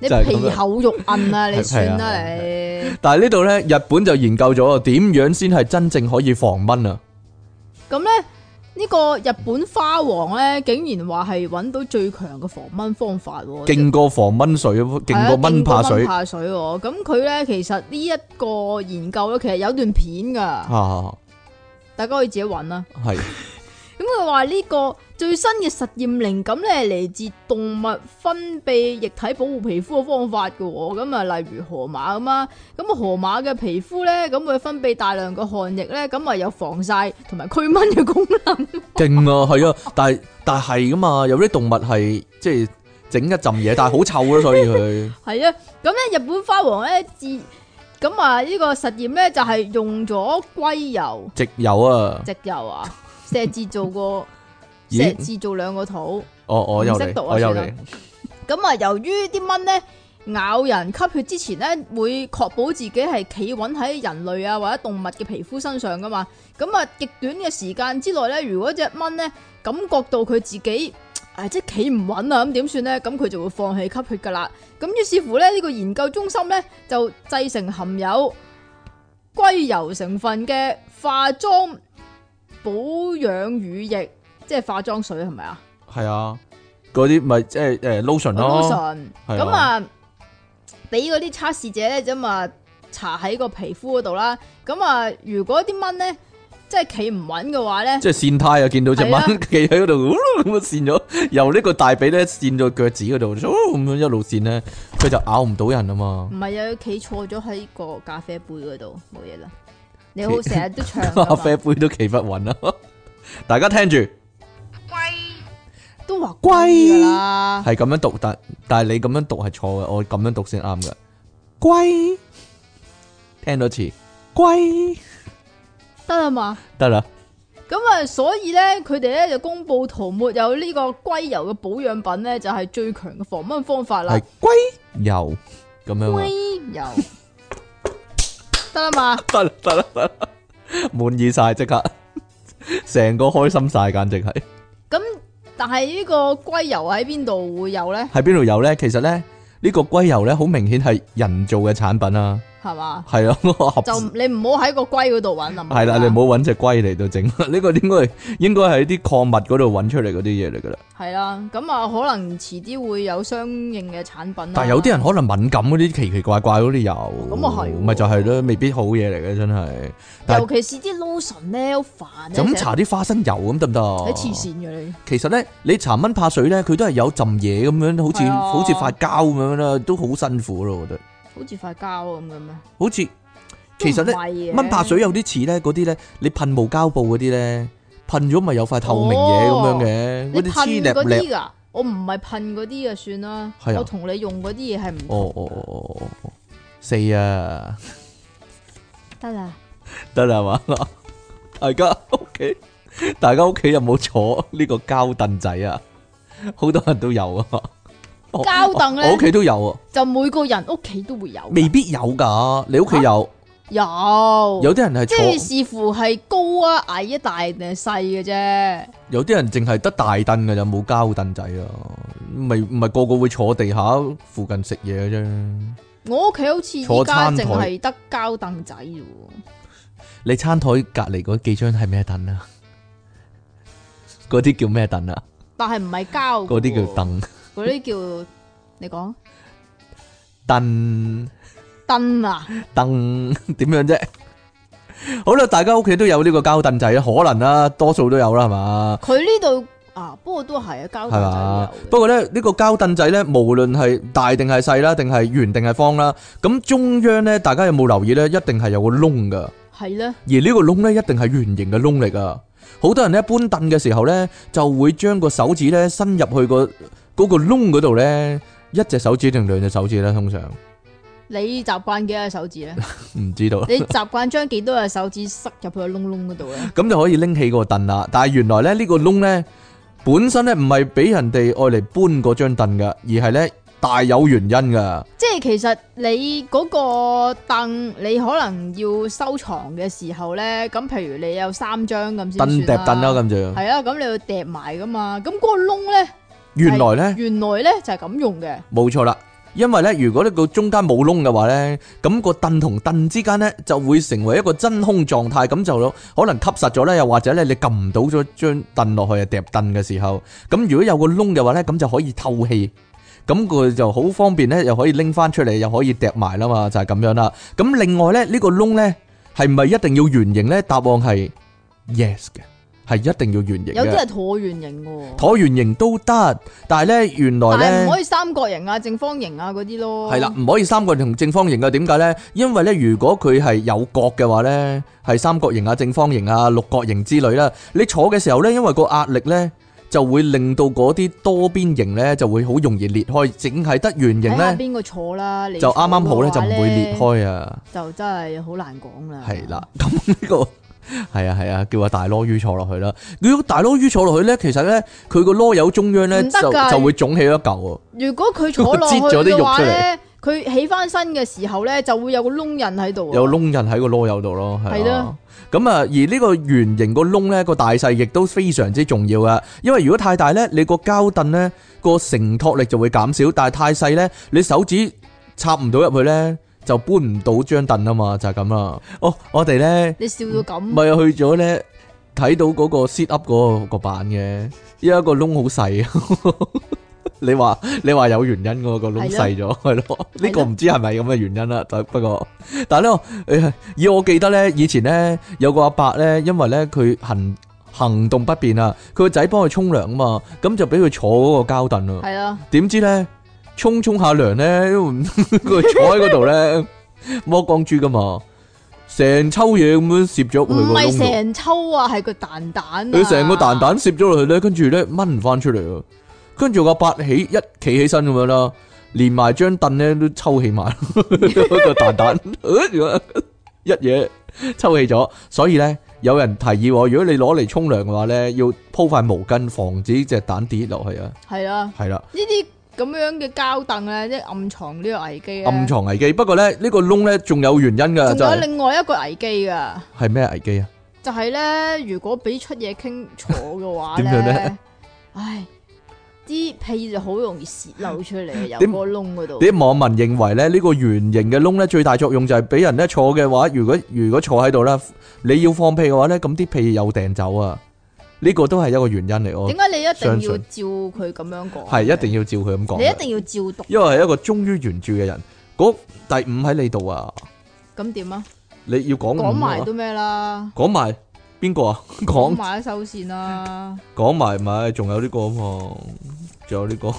你
就係咁
皮
樣
厚肉 韌啊，你算
係
啦
啊
你。
但係呢度咧，日本就研究咗點樣先係真正可以防蚊啊！
咁咧呢個日本花王咧，竟然話係揾到最強嘅防蚊方法喎，
勁過防蚊水，勁過蚊怕
係啊勁過蚊
水
怕水喎。咁佢咧其實呢一個研究咧，其實有段片噶，
啊，
大家可以自己揾啦。
係
咁佢話呢個最新嘅實驗靈感咧，係嚟自動物分泌液體保護皮膚嘅方法嘅喎。咁啊，例如河馬咁啊，咁啊河馬嘅皮膚咧，咁會分泌大量嘅汗液咧，咁啊有防曬同埋驅蚊嘅功能。
勁啊， 係啊，但係但係噶嘛，有啲動物係即係整一浸嘢，但係好臭啊咯，所以 佢
係啊，咁咧日本花王咧自咁啊呢個實驗咧就係用咗硅油、
直油啊，
植油啊、石字做個
咦
石字做兩個土。
哦我又
唔識讀
嚟，
啊
我又
算
嚟
啦，咁啊，由於啲蚊咧咬人吸血之前咧，會確保自己係企穩喺人類啊或者動物嘅皮膚身上噶嘛。咁啊，極短嘅時間之內咧，如果只蚊咧感覺到佢自己唉即係企唔穩啊，咁點算咧？咁佢就會放棄吸血噶啦。咁於是乎咧，呢、個研究中心咧就製成含有硅油成分嘅化妝保養乳液，即係化妝水係咪啊？
係啊，嗰啲咪即係誒 lotion 咯，
lotion，
係
咁啊，俾嗰啲測試者咧咁啊，搽喺個皮膚嗰度啦。咁啊，如果啲蚊咧，即係企唔穩嘅話咧，
即係跣胎啊，見到隻
係啊
蚊 企喺嗰度，咁啊跣咗，由呢個大髀咧跣到腳趾嗰度， 咁樣一路跣咧，佢就咬唔到人啊嘛
唔。係啊，企錯咗喺個咖啡杯嗰度，冇嘢啦。你好，
企
成日都唱
咖
㗎嘛
啡杯都企不穩啊！ 大家聽住係
都話龜㗎啦，
咁樣讀，但但係你咁樣讀係錯嘅，我咁樣讀先啱嘅。龜，聽多次，龜
得啦嘛。
得啦，
咁啊，所以咧，佢哋咧就公布塗抹有呢個硅油嘅保養品咧，就係最強嘅防蚊方法啦
係。龜油咁樣啊
硅，油得啦嘛。
得啦得啦得啦，滿意晒即刻，成個開心晒，簡直係。
咁但系呢個龜油喺邊度會有咧？
喺邊度有咧？其實咧，呢、個龜油咧，好明顯係人造嘅產品啦，
係嘛？
係啊， 合
就你唔好喺個龜嗰度揾啊！
係啦，你唔好揾只龜嚟到整， 呢個應該係應該係啲礦物嗰度揾出嚟嗰啲嘢嚟噶啦。
好係啦。咁啊，可能遲啲會有相應嘅產品啊啦。
但係有啲人可能敏感嗰啲奇奇怪怪嗰啲油，
咁啊係喎
咪就係咯，未必好嘢嚟嘅真係。但
尤
係
其是啲 lotion 咧，好煩啊
就咁
成日
搽啲花生油咁得唔得啊？
你黐線嘅你，
其實咧，你搽蚊怕水咧，佢都係有浸嘢咁樣，好似
係啊
好似發膠咁樣啦，都好辛苦咯，我覺得。
好似塊膠咁嘅咩？
好似其實咧。
咧
蚊怕水有啲似咧，嗰啲咧，你噴霧膠布嗰啲咧，噴咗咪有塊透明嘢咁樣嘅，
哦你
嗰啲
噴
黐
嗰
粒粒。
啲㗎，我唔係噴嗰啲就算啦。
係啊
我同你用嗰啲嘢係唔
哦
同
哦哦哦哦哦，四啊，
得啦。
得啦嘛， 大家屋企，大家屋企有冇坐呢個膠凳仔啊？好多人都有啊，我
膠凳呢
我屋企都有啊，
就每個人屋企都會有㗎，
未必有噶，你屋企有，
有
有啲人係
即
坐，
系視乎係高啊、矮啊、大定係細嘅啫。
有啲人淨係得大凳噶就冇膠凳仔啊，咪唔係個個會坐地下附近食嘢嘅啫。
我屋企好似依
坐
家
餐台
淨係得膠凳仔啫喎，
你餐台隔離嗰幾張係咩凳啊？嗰啲叫咩凳啊？
但係唔係膠嘅喎
嗰啲叫，凳
嗰啲叫你講
凳
凳啊，
凳點樣啫？好啦，大家屋企都有呢個膠凳仔啊，可能啦，多數都有啦，係嘛？
佢呢度啊，不過都係啊，交
系
代
嘛
就？
不
有
過
嘅。
咧，呢個膠凳仔咧，無論係大定係細啦，定係圓定係方啦，咁中央咧，大家有冇留意咧？一定係有個窿噶，而
係咧，
呢個窿咧，一定係圓形嘅窿嚟噶。好多人咧搬凳嘅時候咧，就會將個手指咧伸入去個嗰個窿嗰度咧，一隻手指定兩隻手指咧，通常
你習慣幾多隻手指 咧？
唔知道。
你習慣將幾多隻手指塞入去個窿窿嗰度咧？
咁就可以拎起個凳啦。但係原來咧呢個窿咧本身咧唔係俾人哋愛嚟搬嗰張凳噶，而係咧大有原因噶。
即係其實你嗰個凳，你可能要收藏嘅時候咧，咁譬如你有三張咁先
凳
算
疊凳啦，咁就。
係啊，咁你要疊埋噶嘛，咁嗰個窿 咧，
原來咧
原來咧就係咁用嘅，
冇錯啦，因為咧如果呢個中間冇窿嘅話咧，咁、個凳同凳之間咧就會成為一個真空狀態，咁就可能吸實咗咧，又或者咧你撳唔到咗張凳落去啊，疊凳嘅時候，咁如果有個窿嘅話咧，咁就可以透氣。咁佢就好方便咧，又可以拎翻出嚟，又可以疊埋啦嘛，就係、咁樣啦。咁另外咧，呢、個窿咧係咪一定要圓形咧？答案係 yes 嘅，係一定要圓形
有啲
嘅。
係橢圓形嘅喎，
橢圓形都得，但係咧原來
但
咧
係唔。可以三角形啊、正方形啊嗰啲咯。
系啦，，唔可以三角形同正方形嘅，點解呢？因為呢，如果佢係有角嘅話呢，係三角形啊、正方形啊、六角形之類啦。你坐嘅時候呢，因為個壓力呢，就會令到嗰啲多邊形呢就會好容易裂開，淨係得圓形
睇下
呢，
邊個坐啦，你
就啱啱好呢，
呢，
就唔會裂，開啊。
就真係好難講啦。
係啦，咁呢、個係啊係啊，叫阿大啰魚坐落去啦。如果大啰魚坐落去呢，其實呢，佢個啰柚中央呢，
唔得
就
㗎
就會腫起一嚿喎。
如果佢坐落
擠咗啲
去
肉
嘅話
出嚟
咧，佢起翻身嘅時候咧，就會有個窿印喺度啊。
有窿印喺個啰柚度咯，係
係
啦
咯。
咁啊，而呢個圓形個窿咧，個大細亦都非常之重要噶。因為如果太大咧，你個膠凳咧個承托力就會減少；但係太細咧，你手指插唔到入去咧，就搬唔到張凳啊嘛，就係咁啦。哦，我哋咧
你笑到咁，
咪去咗咧睇到嗰個 sit up 嗰個個版嘅，依家個窿好細。 你話你話有原因嗰個窿細咗，係咯？呢個唔知係咪咁嘅原因啦。但不過，但係咧，誒以我記得咧，以前咧有個阿伯咧，因為咧佢行行動不便啊，佢個仔幫佢沖涼啊嘛，咁就俾佢坐嗰個膠凳啊。
係啊，
點知咧沖沖下 涼咧，佢坐喺嗰度 咧摸光珠噶嘛，成抽嘢咁樣攝咗入
唔
去個
係
窿度。
成抽啊，係個蛋蛋啊。
佢成個蛋蛋攝咗落去咧，跟住咧掹唔翻出嚟啊！跟住個八起一企起身咁樣啦，連埋張凳咧都抽起埋 個蛋 蛋，一嘢抽起咗。所以咧，有人提議我，如果你攞嚟沖涼嘅話咧，要鋪塊毛巾防止只蛋跌落去啊！
係啦，
係啦，
呢啲咁樣嘅膠凳咧，即係暗藏呢個危機啊。
暗藏危機。不過咧，呢個窿咧仲有原因呃噶，就
仲有
係
另外一個危機噶，
係咩危機啊？
就係咧，如果俾出嘢傾坐嘅話
點樣呢
咧，唉，啲屁就好容易泄漏出 嚟，由
點
個窿嗰度。
啲網民認為咧，呢個圓形嘅窿咧，最大作用就係俾人咧坐嘅話，如果如果坐喺度咧，你要放屁嘅話咧，咁啲屁有掟走啊！呢個都係一個原因嚟，我
點解你一定
相
要
信
照佢咁樣講？
係一定要照佢咁講
你一
嘅，
定要照讀，
因為係一個忠於原著嘅人。嗰第五喺你度啊，
咁點啊？
你要講五
講埋
啊
都咩啦？
講埋邊個啊？
講
講
埋收線啦，
講埋咪，仲有呢個啊嘛，仲有呢個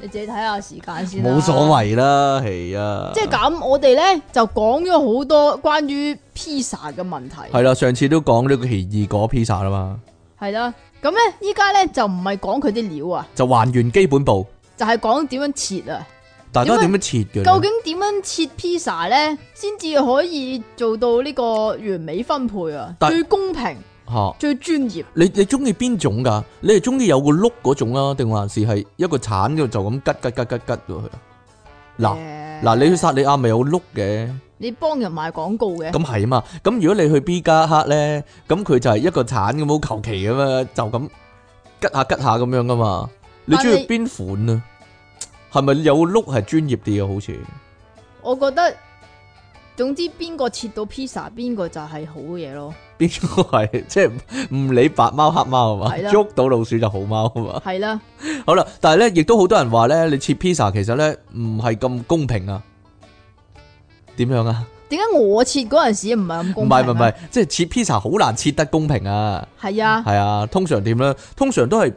你自己睇下時間先啦
冇所。謂啦，係啊，
即係咁，我哋咧就講咗好多關於 pizza 嘅問題，
係啦，上次都講呢個奇異果披薩啦啊嘛，
係啦。咁咧，依家咧就唔係講佢啲料啊，
就還原基本步。
就係講點樣切啊。
大家點樣切嘅咧？
究竟點樣切 pizza 咧，先至可以做到呢個完美分配啊？
但
最公平、
吓，
最專業。
你你中意邊種㗎？你係中意有個碌嗰種啊，定還是係一個鏟嘅就咁吉吉吉吉吉咗佢啊？嗱嗱，
嗱
你去薩利亞咪有碌嘅，
你幫人賣廣告嘅，
咁係啊嘛。咁如果你去 B 加克咧，咁佢就係一個鏟咁好求其咁啊，就咁吉下吉下咁樣噶嘛。你中意
但
邊款啊？係咪有個碌係專業啲嘅？好似
我覺得總之邊個切到 pizza，邊個就係好嘢咯。
邊個係即係唔理白貓黑貓啊
係
嘛？
啦
捉到老鼠就好貓啊嘛？
係啦，
好啦，但系咧，亦都好多人話咧，你切 pizza 其實咧唔係咁公平啊。點樣啊？
點解我切嗰陣時唔係咁
唔
公平啊？
係唔係唔係，即係切 pizza 好難切得公平啊！
係啊，
係啊，通常點咧？通常都係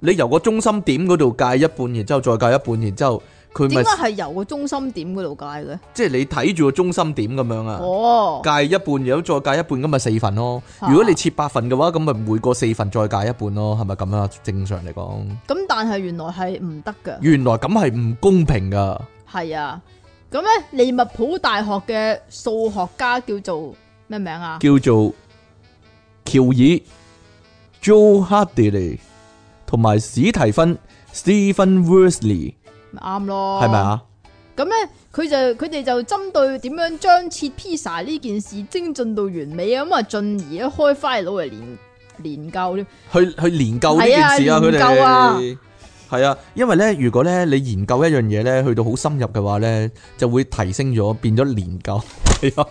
你由個中心點嗰度界一半，然之後再界一半，然之後佢咪
點解係由個中心點嗰度界嘅？
即係你睇住個中心點咁樣啊？
哦，
界一半，然後再界一半，咁咪四份咯。
啊
如果你切八份嘅話，咁咪每個四份再界一半咯，係咪咁啊？正常嚟講，
咁但係原來係唔得嘅。
原來咁係唔公平噶。
係啊，咁咧利物浦大學嘅數學家叫做咩名啊？
叫做喬爾 Joe Hadley 同埋史提芬 Stephen Worsley
咪啱咯，
係咪？啊？
咁咧，佢就佢哋就針對點樣將切 pizza 呢件事精進到完美啊，咁啊，進而咧開啊 file 嚟研研究添。
去去研究呢件事啊，佢
係啊研究啊
哋係啊，因為咧，如果咧你研究一樣嘢咧，去到好深入嘅話咧，就會提升咗，變咗研究。 係啊，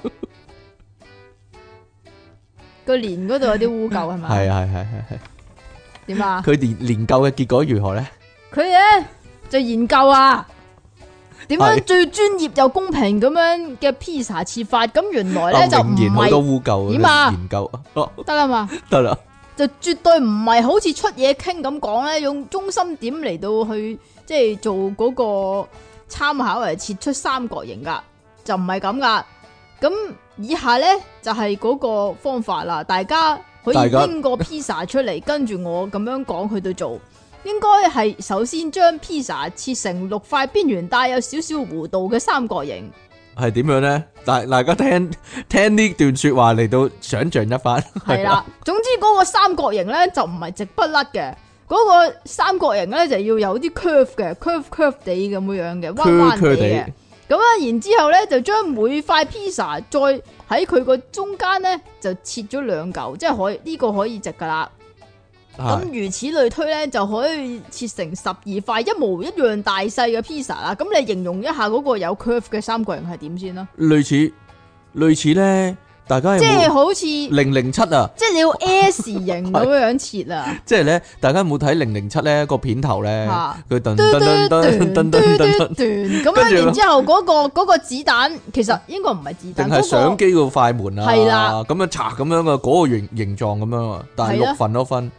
個連嗰度有啲污垢係咪？
係啊，係係係係。
點啊？
佢研研究嘅結果如何咧？
佢哋咧就研究啊，點樣
係
最專業又公平咁樣嘅 pizza 切法。咁原來
啊
咧就唔
仍然好多
係
污垢
點
啊！
啊
研究哦
得啦嘛，
得啦，
就絕對唔係好似出嘢傾咁講咧，用中心點嚟到去即係做嗰個參考嚟切出三角形噶，就唔係咁噶。咁以下咧就係、嗰個方法啦，大家可
大
以
家
拎個 pizza 出嚟，跟住我咁樣講去到做。應該係首先將 pizza 切成六塊邊緣帶有少少弧度嘅三角形，
係點樣咧？大大家聽聽呢段說話嚟到想象一番，
係啊啦。總之嗰個三角形咧就唔係直不甩嘅，嗰、個三角形咧就要有啲 curve 嘅，curve curve 地咁樣嘅，彎
係啊，
彎
佢
地
佢
嘅
哋。
咁啊，然之後咧就將每塊 pizza 再喺佢個中間咧就切咗兩嚿，即係可以呢、個可以直噶啦。
係
咁如此類推咧，就可以切成十二塊一模一樣大細嘅 pizza 啦。咁你形容一下嗰個有 curve 嘅三角形係點先啦？
類似類似咧，大家有
即係
冇
好似即
零零七啊？
係你要 S 型咁樣樣切啊！
即係咧，大家有冇睇零零七咧個片頭咧
啊？
佢噔
嘟
噔
嘟
噔噔
嘟嘟
噔噔
嘟
噔
嘟
噔，
嘟咁
跟住
樣，然之後嗰個嗰個子彈其實應該唔係子
定
彈，
係
嗰
相
個
機個快門啊？
係啦
咁樣查咁樣嘅嗰個形形狀咁樣啊，但係
係啊
六份咯分。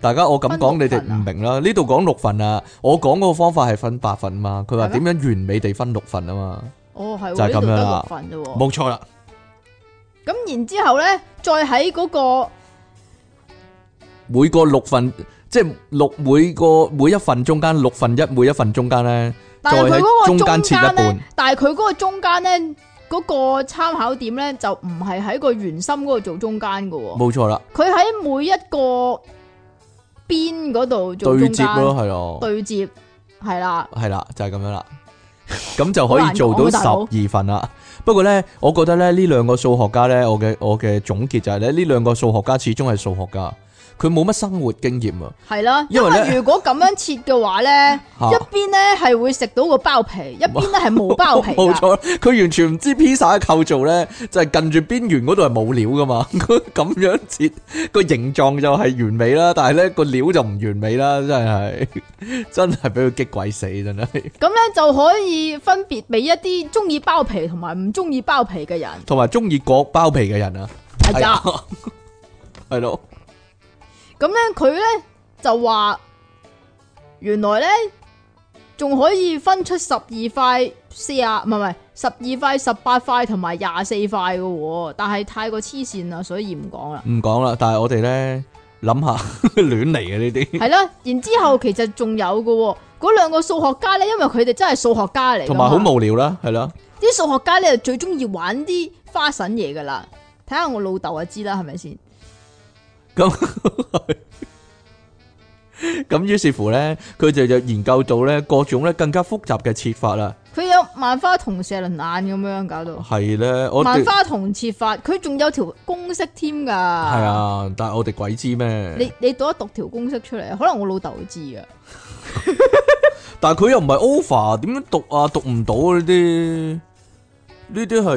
大家我咁講，
分
你
六
哋
份啊
唔明啦。呢度講六份啊，我講嗰個方法係分八份嘛。佢話
係
點樣完美地分六份啊嘛，
哦係
就係
喎，呢度
咁樣
得
啦
六份啫喎。
冇錯啦。
咁然之後咧，再喺嗰個
每個六份，即係六每個每一份中間六份一，每一份中間咧，
但係佢嗰
再喺
個
中間
中
切一
間
半
咧，但係佢嗰個中間咧嗰個參考點咧就唔係喺個圓心嗰度做中間嘅喎，
冇錯啦，
佢喺每一個邊嗰度做
對
中
接
間
咯，係咯。
對接係啦，
系啦，就係咁樣啦。咁就可以做到
好
十
難講啊大佬
二份啦。不過呢，我覺得咧呢兩個數學家呢，我嘅我嘅總結就係咧呢兩個數學家始終係數學家，佢冇乜生活經驗啊。
係啦，
因
因
為呢
為如果咁樣切嘅話咧。
嚇
一邊咧係會食到個包皮，一邊咧係冇包皮啊
冇
㗎。
錯，佢完全唔知 pizza 嘅構造呢，就係近住邊緣嗰度係冇料噶嘛。 佢咁樣切個形狀就係完美啦，但係呢個料就唔完美啦，真係真係 俾佢激鬼死真係。
咁咧就可以分別俾一啲中意包皮同埋唔中意包皮嘅人。
同埋中意割包皮嘅人啊，
係哎呀，
係咯。
咁咧佢咧就話，原來咧仲可以分出十二塊四啊，唔係唔係十二塊、十八塊同埋廿四塊嘅喎。但係太過黐線啦，所以唔講啦。
唔講啦，但係我哋咧諗下 亂嚟嘅呢啲，
係啦，然之後其實仲有嘅喎，嗰兩個數學家咧，因為佢哋真係數學家嚟㗎嘛，
同埋好無聊啦，係啦，
啲數學家咧就最中意玩啲花神嘢噶啦，睇下我老豆就知啦，係咪先？
咁咁於是乎咧，佢就就研究到咧各種咧更加複雜嘅設法啦，
佢有萬花筒射輪眼咁樣搞到，
係咧，我
萬
哋係
花筒切法，佢仲有條公式添噶。係，
啊，但係我哋鬼知咩？
你你讀一讀條公式出嚟，可能我老豆會知啊噶。
但係佢又唔係 over，點樣讀啊？讀唔到啊呢啲，呢啲係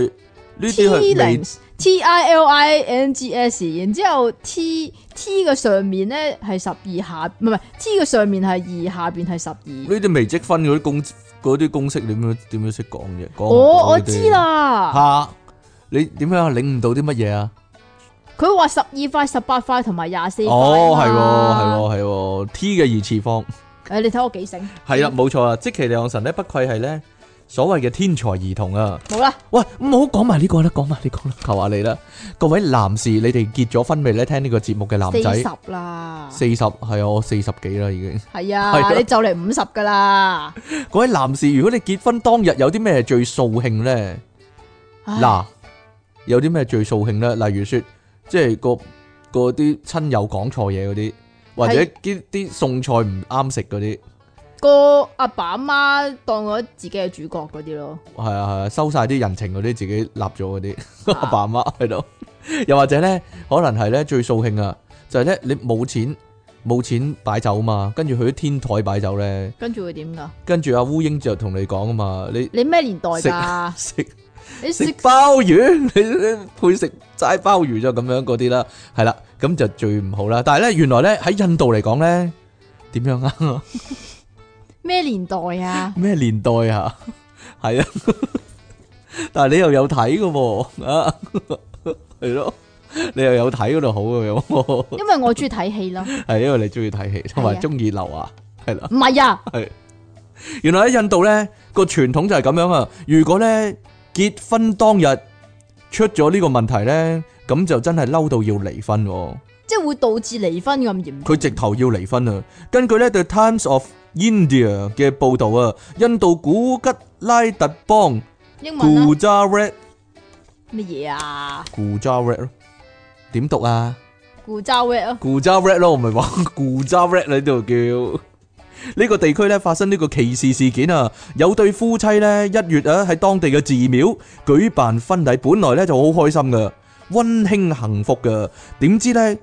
呢啲係未
T links T I L I N G S，然之後 T T 嘅上面咧係十二下，唔係唔係 T 嘅上面係二，下邊係十二。
呢啲微積分嗰啲公嗰啲公式點樣點樣識講啫？講唔
我
到
我
呢啲
知啦，
吓，你點樣領悟到啲乜嘢啊？
佢話十二塊、十八塊同埋廿四塊啊
哦，係
嘛
喎，係喎，係喎，T 嘅二次方。
誒哎你睇我幾醒，
係啦，冇錯啊！即其利昂神咧，不愧係咧所謂嘅天才兒童啊！
冇啦，
喂，唔好講埋呢個啦，講埋呢個啦，求下你啦！各位男士，你哋結咗婚未咧？聽呢個節目嘅男
四
仔，
十啦，
四十係啊，我四十幾啦已經。
係
係啊
啊，你就嚟五十噶啦，
各位男士，如果你結婚當日有啲咩最掃興咧？
唉
嗱，有啲咩最掃興咧？例如說，即係個個啲親友講錯嘢嗰啲，或者
係
啲啲餸菜唔啱食嗰啲，
個阿爸阿媽當我自己係主角嗰啲咯，
係啊係啊，收晒啲人情嗰啲，自己立咗嗰啲。阿
啊
爸阿媽喺度，又或者咧，可能係咧最掃興啊，就係咧你冇錢冇錢擺酒嘛，跟住去啲天台擺酒咧，
跟住會點噶？
跟住阿烏蠅就同你講啊嘛，你
你咩年代
食
㗎？
食
你
食
食
鮑魚， 你你配食齋鮑魚就咁樣嗰啲啦，係啦，咁就最唔好啦。但係咧，原來咧喺印度嚟講咧，點樣啊？
咩年代啊？
咩年代啊？ 係啊，但係你又有睇嘅喎，啊， 係咯，你又有睇嗰度好嘅喎。
因為我中意睇戲咯，
系因為你中意睇戲，同
係
埋
啊
中意流啊，係啦，
唔係啊，
係。原來喺印度咧個傳統就係咁樣啊，如果咧結婚當日出咗呢個問題咧，咁就真係嬲到要離婚喎。
即係會導致離婚咁嚴重。
佢直頭要離婚啊！根據呢 The Times of India 嘅報導啊，印度古吉拉特邦
英文啊，
古扎 red
乜嘢啊？
古扎 red 咯，點讀啊？
固州 w 啊，
古渣 red 咯，我 咪話古渣 red 喺度叫。呢個地區咧發生呢個歧視事件啊，有對夫妻咧一月啊喺當地嘅寺廟舉辦婚禮，本來咧就好開心噶，温馨幸福噶，點知咧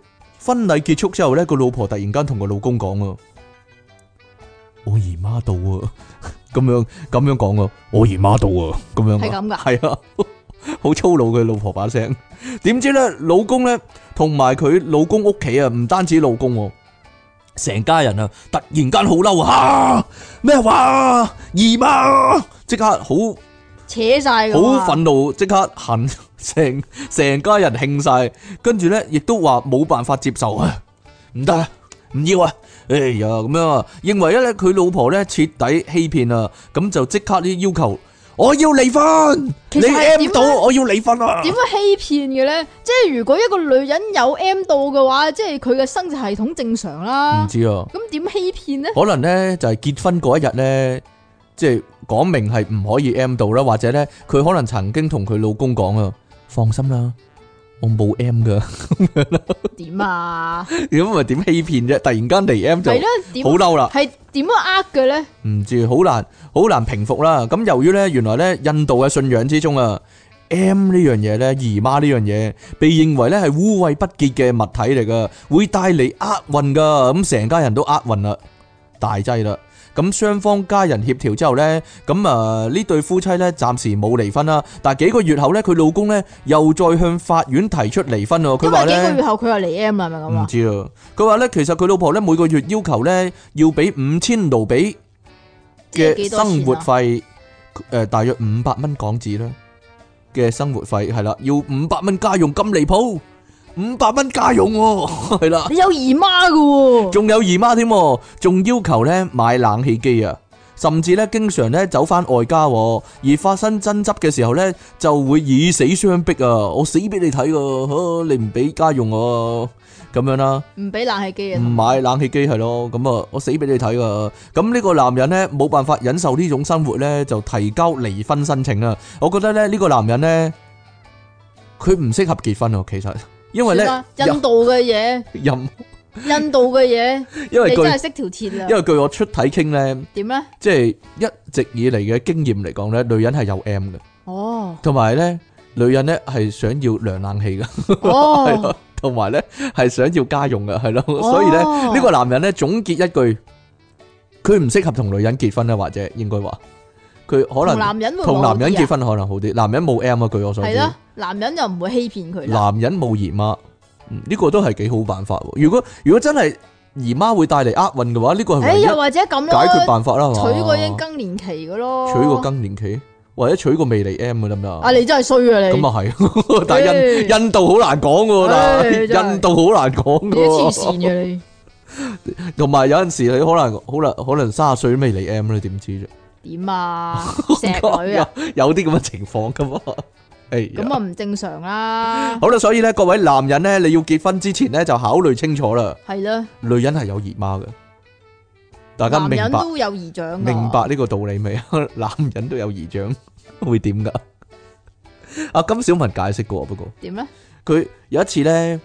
婚禮結束之後咧，個老婆突然間同個老公講啊，我姨媽到 啊，咁樣咁樣講啊，我姨媽到啊，咁樣啊
係咁㗎
係啊，好粗魯佢老婆把聲。點知咧老公咧同埋佢老公屋企啊，唔單止老公喎。成家人啊，突然間好嬲啊！咩話姨媽？即刻好
扯晒㗎嘛
好憤怒，即刻恨 成成家人興晒，跟住咧亦都話冇辦法接受啊！唔得啊，唔要啊！哎呀咁樣啊，認為咧佢老婆咧徹底欺騙啊，咁就即刻啲要求我要離婚，
其
你
實係
M
點
到
咧
我要離婚啊！
點會欺騙嘅咧？即係如果一個女人有 M 到嘅話，即係佢嘅生殖系統正常啦
唔。知啊。
咁點欺騙呢？
可能咧就係結婚嗰一日咧，即係講明係唔可以 M 到啦，或者咧佢可能曾經同佢老公講啊，放心啦，我冇 M 噶，
點 啊？
咁咪點欺騙啫？突然間嚟 M 就
係咧？點
好啊嬲啦，
係點樣呃嘅咧？
唔知好難好難平復啦。咁由於咧原來咧印度嘅信仰之中啊，M 呢樣嘢咧姨媽呢樣嘢被認為咧係污穢不潔嘅物體嚟噶，會帶嚟厄運噶，咁成家人都厄運啦，大劑啦。咁雙方家人協調之後呢，咁啊呢對夫妻呢暫時冇離婚啦，但係幾個月後呢，佢老公呢又再向法院提出離婚喎。佢
因
話
為
呢。
幾個月後佢又嚟 M 啦，係咪咁
唔
啊？
知啊，佢話咧，其實佢老婆咧每個月要求咧要俾五千盧比
即係
嘅
幾多錢啊
生活費，誒、大約五百蚊港紙啦嘅生活費係啦，要五百蚊家用咁離譜，五百蚊家用喎、 係啦，
你有姨媽嘅喎，
仲有姨媽添喎，仲要求咧買冷氣機啊，甚至咧經常咧走翻外家喎，而發生爭執嘅時候咧就會以死相逼啊，我死俾你睇㗎，呵你唔俾家用我、咁樣啦、
唔俾冷氣機
唔
啊！
買冷氣機係咯，咁啊，我死俾你睇噶。咁呢個男人呢，冇辦法忍受呢種生活呢，就提交離婚申請啊。我覺得咧呢個男人呢，佢唔適合結婚啊，其實，因為
算
呢
啦，啊印度嘅嘢，
任
印度嘅嘢，
因為
你
據
真係識條鐵
因
啦。
為據我出體傾呢，
點咧？
即係一直以嚟嘅經驗嚟講呢，女人係有 M 嘅，
哦
同埋呢，女人呢係想要涼冷氣嘅，係
哦，
咯，同埋呢係想要家用嘅，係咯，所以呢。
哦
呢個男人咧總結一句，佢唔適合同女人結婚啊，或者應該話佢可
同
能
男人會
同男人
好啲啊
結婚可能好啲，男人冇 M 啊，據我所
係
知，
啦，男人又唔會欺騙佢啦。
男人冇姨媽，嗯呢個都係幾好辦法喎。如果如果真係姨媽會帶嚟厄運嘅話，呢個係
誒，
唯一
哎
解
又或者咁
決
咯，
辦法啦，係
娶
嘛
個應更年期嘅咯，
娶個更年期，或者取個魅力 M 嘅得唔得啊
啊，你真係衰啊你
咁！啊係， 但係印印度好難講嘅喎，但
唉真
係
係
印度好難講
你
嘅
都黐線
喎，
嘅你，
同埋有陣時你可能可能可能卅歲都未嚟 M 你點知啫？
點啊？石女啊，
有啲咁嘅情況噶 嘛？哎呀
咁啊唔正常 啦，
好啦，所以咧，各位男人咧，你要結婚之前咧就考慮清楚啦，
係啦，
女人係有姨媽嘅，大家
男
明
人
白
都有異啊長噶，
明白呢個道理未 啊？男人都有姨丈， 會點噶？阿金小文解釋過，不過。
點咧？
佢有一次咧，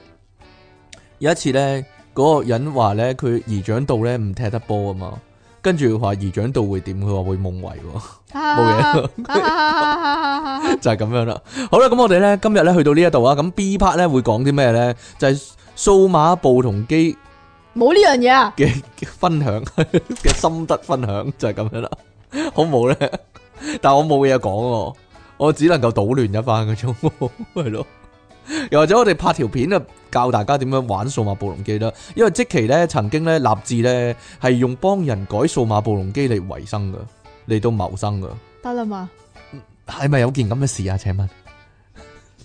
有一次咧，嗰、個人話咧，佢姨丈道咧唔踢得波啊嘛，跟住話姨丈道會點？佢話會夢遺喎， 冇
嘢。
就係咁樣啦。好啦，咁我哋咧今日咧去到呢一度啊，咁 B part 咧會講啲咩咧？就係、數碼暴同機
冇呢樣嘢啊！
嘅分享 嘅心得分享就係咁樣啦，好冇咧？但我冇嘢講喎，我只能夠搗亂一番嘅啫， 係咯。又或者我哋拍條片啊，教大家點樣玩數碼暴龍機啦。因為即期咧曾經咧立志咧係用幫人改數碼暴龍機嚟維生噶，嚟到謀生噶。
得 啦嘛，
係咪有件咁嘅事啊？請問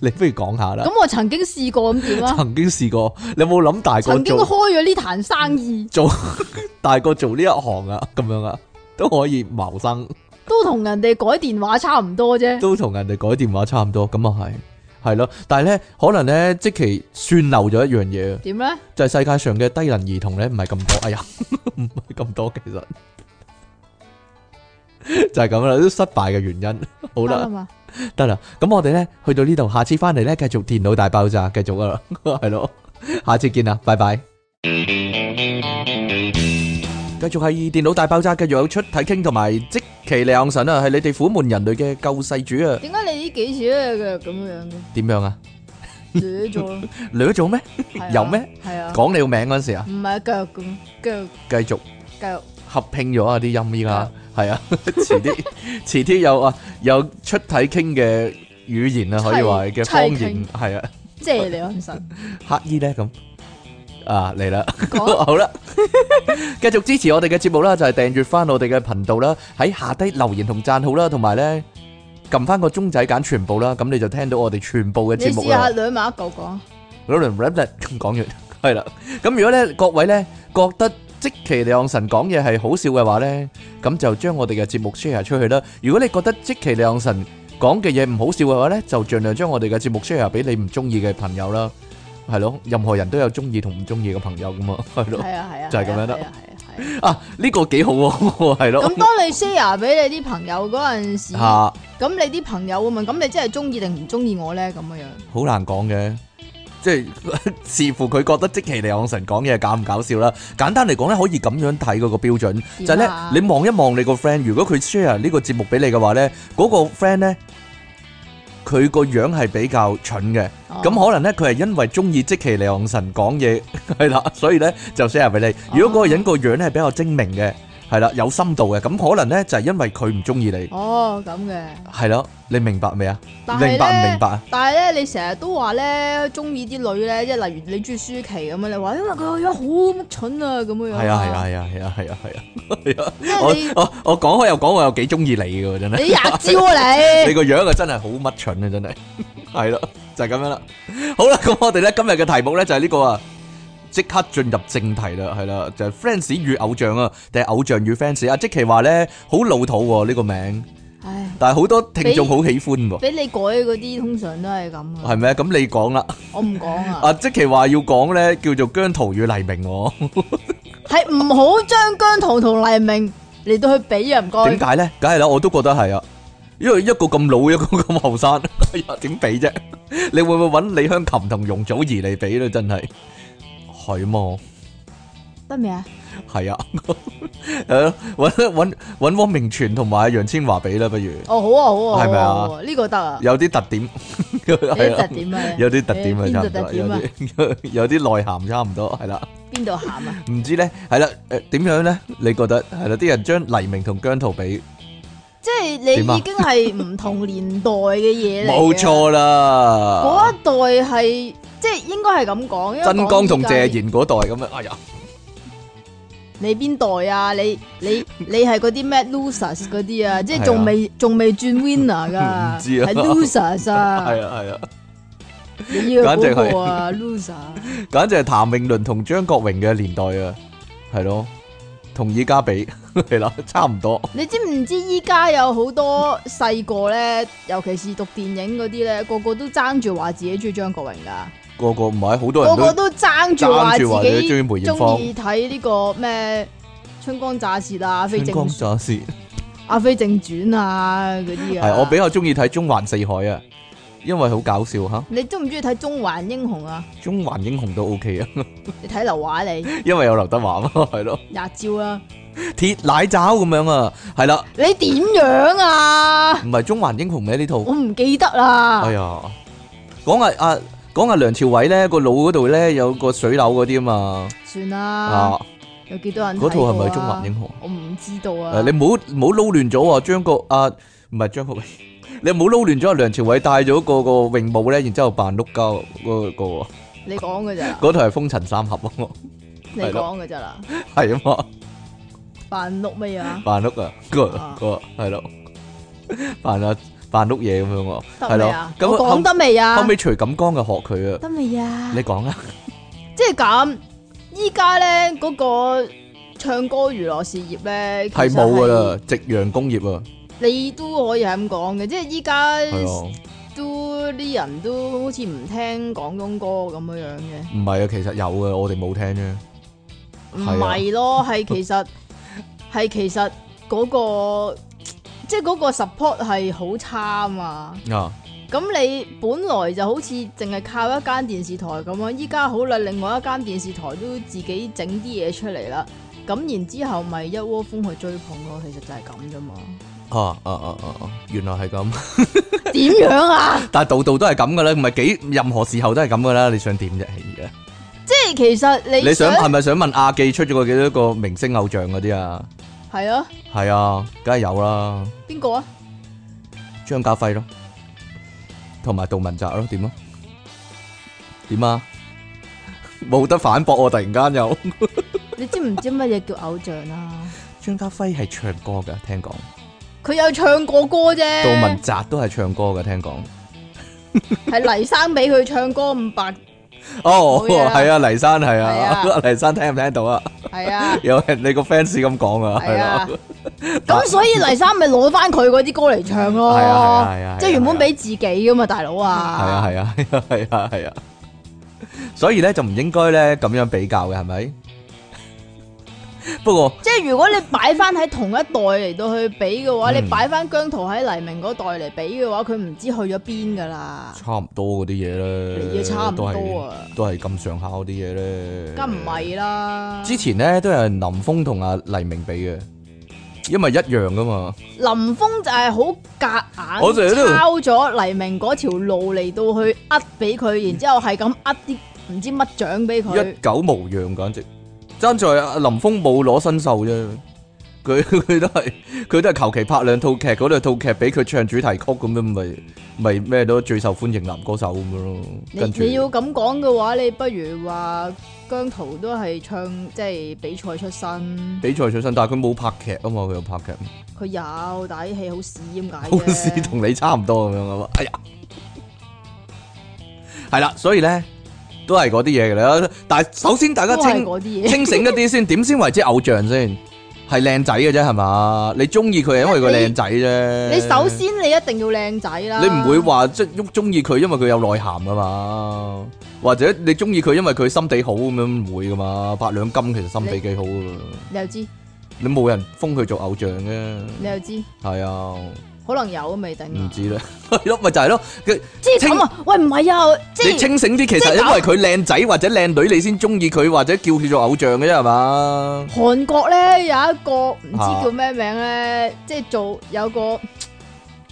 你不如講下啦。
咁我曾經試過咁 點啊？
曾經試過，你有冇諗大個
曾經開
做
咗呢壇生意，
大個做呢一行啊？咁樣啊，都可以謀生。
都同人哋改電話差唔多 啫。
都同人哋改電話差唔多，咁啊係，係咯。但係咧，可能咧，即其算漏咗一樣嘢，
點咧？
就係、世界上嘅低能兒童咧，唔係咁多。哎呀， 唔係咁多，其實 就係咁啦，都失敗嘅原因。 好
得啦
啦，
嘛，
得啦，咁我哋咧去到呢度，下次翻嚟咧繼續電腦大爆炸，繼續啊， 係咯，下次見啦，拜拜。繼續係電腦大爆炸，繼續有出體傾同埋即其良神啊，係你哋苦悶人類嘅救世主啊！
點解你呢幾次咧嘅咁樣 嘅
點樣啊？
攣咗咯？
掠咗咩？
係啊
有咩？
係啊，
講你個名嗰陣時啊，
唔係腳咁腳
繼續
腳
合拼咗啊啲音依家，係 啊，遲啲遲啲有啊有出體傾嘅語言啊，可以話
砌
嘅方言係啊，
借你眼神
乞衣咧咁啊嚟啦。
講
好啦，繼續支持我哋嘅節目啦，就係訂閱翻我哋嘅頻道啦，喺下低留言同讚好啦，同埋咧撳翻個鐘仔揀全部啦，咁你就聽到我哋全部嘅
你
節
試
目啊啦。
下兩馬一嚿講，
講完 係啦。咁如果咧各位咧覺得即其亮神講嘢係好笑嘅話咧，咁就將我哋嘅節目 share 出去啦。如果你覺得即其亮神講嘅嘢唔好笑嘅話咧，就盡量將我哋嘅節目 share 俾你唔中意嘅朋友啦。係咯，任何人都有中意同唔中意嘅朋友噶嘛， 係咯。
係啊係 啊，
就係
係
咁樣啦
係啊係啊係啊。
啊，呢個幾好喎， 係咯
咁。當 你 share 俾你啲朋友嗰陣時，咁
嚇，
你啲朋友會問：咁你真係中意定唔中意我咧？咁樣樣。
好難講嘅。即係 視乎佢覺得即其亮神講嘢搞唔搞笑啦。簡單嚟講咧，可以咁樣睇嗰個標準。就係
點
咧
啊，
你望一望你個 friend，如果佢 share 呢個節目俾你嘅話咧，嗰、個 friend 咧，佢個樣係比較蠢嘅，
哦
咁、可能咧佢係因為中意即其利昂神講嘢係啦，所以咧就 share 俾你。如果嗰個人個樣咧係比較精明嘅， 係啦，有深度嘅，咁可能咧就係、因為佢唔中意你，
哦咁嘅，
係咯，你明白未啊？
但係
明白唔
咧
明白啊？
但係咧，你成日都話咧，中意啲女咧，即係例如你中意舒淇咁啊樣，你話因哎為佢個樣好乜蠢啊咁樣樣。
係啊係啊，係啊係啊係啊係啊係啊！
因為你
我我我講開又講，我又幾中意你嘅喎，真係。
你廿招 啊
你
你，
個樣啊真係好乜蠢啊，真係 係咯，就係、咁樣啦。好啦，咁我哋咧今日嘅題目咧就係呢個啊，即刻進入正題啦，係啦，就係、fans 與偶像啊，定係偶像與 fans 啊？即其話咧好老土喎、呢、個名，
唉，
但係好多聽眾好喜歡喎、
俾你改嗰啲通常都係咁
係
啊，
咪？咁你講啦，
我唔講啊，
啊即其話要講咧叫做姜濤與黎明喎、
係唔好將姜濤同黎明嚟到去比啊，唔該
點。解咧？梗係啦，我都覺得係啊，因為一個咁老，一個咁後生，哎呀，點比 啫？你會唔會揾李香琴同容祖兒嚟比咧？真係係嘛，
得未啊？
係啊，係咯，揾揾揾汪明荃同埋楊千嬅比啦，不如
哦好啊好啊，
係咪啊
好好好呢個得啊，
有啲特點，
有
係
啲特
啊，
點啊，
有啲特點啊，
邊
差
度
唔
特
多，有
點啊？
啲 有啲內涵差唔多，係啦。
邊度鹹啊？
唔知咧，係啦，誒點樣咧？你覺得係啦？啲人將黎明同姜濤比，
即係你
點啊
已經係唔同年代嘅嘢嚟嘅。
冇錯啊啦。
嗰一代係即係應該係咁講，因為啊
真光同謝
講依
賢嗰代咁樣，哎呀，
你邊代啊？你你你係嗰啲咩 losers 嗰啲啊？即係仲未仲未轉 winner 噶，
唔知啊
係 losers 啊！
係啊係啊，
你要
簡直
嗰
係
個啊 loser，
簡直係譚詠麟同張國榮嘅年代啊，係咯，同依家比 係啦，差唔多。
你知唔知依家有好多細個咧，尤其是讀電影嗰啲咧，個個都爭住話自己中意張國榮噶，
個個唔係好多
個
人都
個都爭住話
爭住話
自
自己
己
中意梅艷
中
芳、
意睇呢個咩春光乍泄啊、阿飛
春
正
光乍泄。
阿飛正傳啊嗰啲啊。
係我比較中意睇《中環四海》啊，因為好搞笑吓，
你中唔中意睇《中環英雄》啊？
《中環英雄》都 OK 啊，
你睇劉華你
因為有劉德華嘛， 係咯，
廿招啦，
鐵奶爪咁樣啊，係啦，
啊你點樣啊？
唔係《中環英雄》咩呢套？
我唔記得啦。
哎呀，講下啊，講下梁朝偉咧個腦嗰度咧有個水瘤嗰啲啊嘛，
算啦，
啊，
有幾多人睇過
嗰
啊
套係咪《中環英？雄》？
我唔知道
诶，
啊。
你唔好唔好撈亂咗啊！張國啊，唔係張國榮，你唔好撈亂咗啊！梁朝偉戴咗個個泳帽咧，然之後扮碌膠嗰個喎，
你講嘅咋？
嗰套係《風塵三俠》 啊，
你講嘅咋啦？
係啊嘛，
扮碌咩啊？
扮碌啊，個
啊
個係咯，扮啊扮碌嘢咁樣喎，
得
係
未
咯
啊？，
咁
我
後
講得未啊？
後尾徐錦江就學佢啊，
得未啊？
你講啦，
即係咁，依家咧嗰個唱歌娛樂事業咧，
係冇噶啦，，夕陽工業啊，
你都可以係咁講嘅，即係依家
係啊。
都啲人都好似唔聽廣東歌咁樣樣嘅，
唔係啊，其實有嘅，我哋冇聽啫。
唔
係啊
係咯，係其實係其實嗰、個即係嗰個 support 係好差啊嘛。
啊，
咁你本來就好似淨係靠一間電視台咁樣，依家好啦，另外一間電視台都自己整啲嘢出嚟啦。咁然之後咪一窩蜂去追捧咯，其實就係咁啫嘛。
啊啊啊啊啊，原來係 咁。
點樣啊？
但係度度都係咁噶啦，唔係幾任何時候都係咁噶啦。你想點啫？係啊
即係其實你
你想係咪想問阿記出咗個幾多個明星偶像嗰啲啊？
係啊？
係啊，梗係有啦，
邊個啊？
張家輝咯，同埋杜汶澤咯，點咯？點啊？冇得反駁我，突然間又
你知唔知乜嘢叫偶像啊？
張家輝係唱歌噶，聽講
佢有唱過歌啫，
杜汶澤都係唱歌噶，聽講。
係黎生俾佢唱歌五百，
哦，
冇嘢啦
係啊，黎山係 啊，
係
黎山聽唔聽到啊？，
係啊
有人你個 fans 咁講啊，
係
係
啊
咯，。
咁所以黎生咪攞翻佢嗰啲歌嚟唱咯，
係啊係啊係啊係啊
即係原本俾自己噶嘛，大佬
係
啊，
啊，係啊， 係啊，係啊，係啊，所以咧就唔應該咧咁樣比較嘅，係咪？ 不過
即係如果你擺翻喺同一代嚟到去比嘅話，
嗯
你擺翻姜濤喺黎明嗰代嚟比嘅話，佢唔知去咗邊噶啦，
差唔多嗰啲嘢
你
咧，
嘢差唔
都
多
係
啊，
都係咁上下嗰啲嘢咧，
梗唔係啦。
之前咧都有人林峰同阿黎明比嘅，因為一樣噶嘛，
林峰就係好夾硬，
我成日都
抄咗黎明嗰條路嚟到去呃俾佢，然之後係咁呃啲唔知乜獎俾佢
一，狗無樣，簡直爭在阿林峰冇攞新秀啫。佢 佢都係佢都係求其拍兩套劇，嗰兩套劇俾佢唱主題曲咁樣，咪咪咩都最受歡迎男歌手咁樣咯。
你
跟住
你要咁講嘅話，你不如話姜濤都係唱即係比賽出身，
比賽上身，但係佢冇拍劇啊嘛，佢有拍劇，
佢有，但係啲戲好屎咁解啫
好似同你差唔多咁樣啊嘛。哎呀，係啦，所以咧都係嗰啲嘢嘅啦。但係首先大家
都係
清
嗰啲嘢。
清醒一啲先，點先為之偶像先？係靚仔嘅啫，係嘛？你中意佢係因為佢靚仔啫。
你首先你一定要靚仔啦，
你唔會話即係喐中意佢，因為佢有內涵噶嘛？或者你中意佢，因為佢心地好咁樣唔會噶嘛？八兩金其實心地幾好噶嘛？
你又知，
你冇人封佢做偶像嘅，
你又知，
係啊，
可能有都未定啊
唔知啦，係咯，咪就係咯。佢
即係咁啊！喂，唔係啊，即
你
係
清醒啲，其
即
實
係
因為佢靚仔或者靚女，你先中意佢，或者叫佢做偶像嘅啫，係嘛？
韓國咧有一個唔
啊
知叫咩名咧，即係做有個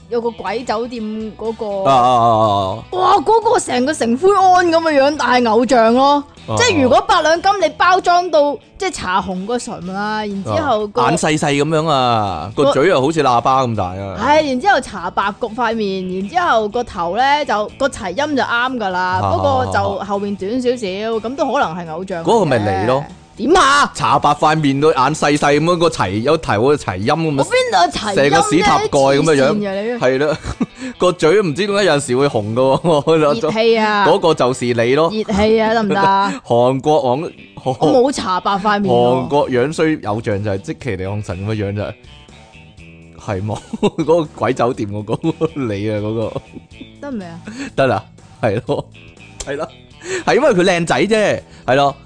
有個鬼酒店嗰
啊
個，
啊啊啊！
哇！嗰個成個成灰安咁嘅樣，但係偶像咯。
啊
即係如果八兩金你包裝到即係茶紅個唇啦，然之
啊
後個
眼細細咁樣啊，個
個
嘴又好似喇叭咁大啊，
唉，然之後搽白焗塊面，然之後個頭咧就個齊音就啱噶啦，
啊
不過就後面短少少，咁都可能係偶像嚟嘅。
嗰個咪你咯
點啊？
搽白塊面個眼細細咁樣個齊有頭個齊音咁
我
樣，
邊度齊
成個屎塔蓋咁嘅樣
樣
係啦，個嘴唔知點解有陣時會紅 噶
熱
喎，
氣啊，
嗰個就是你咯。
熱氣啊，得唔 得啊？
韓國往韓
我冇搽白塊面
韓
喎，
國樣衰偶像就係即其尼昂神咁嘅樣就係係冇 嗰個鬼酒店嗰、個 你啊嗰、個
得未啊？
得啦，係咯，係咯，係因為佢靚仔啫，係咯。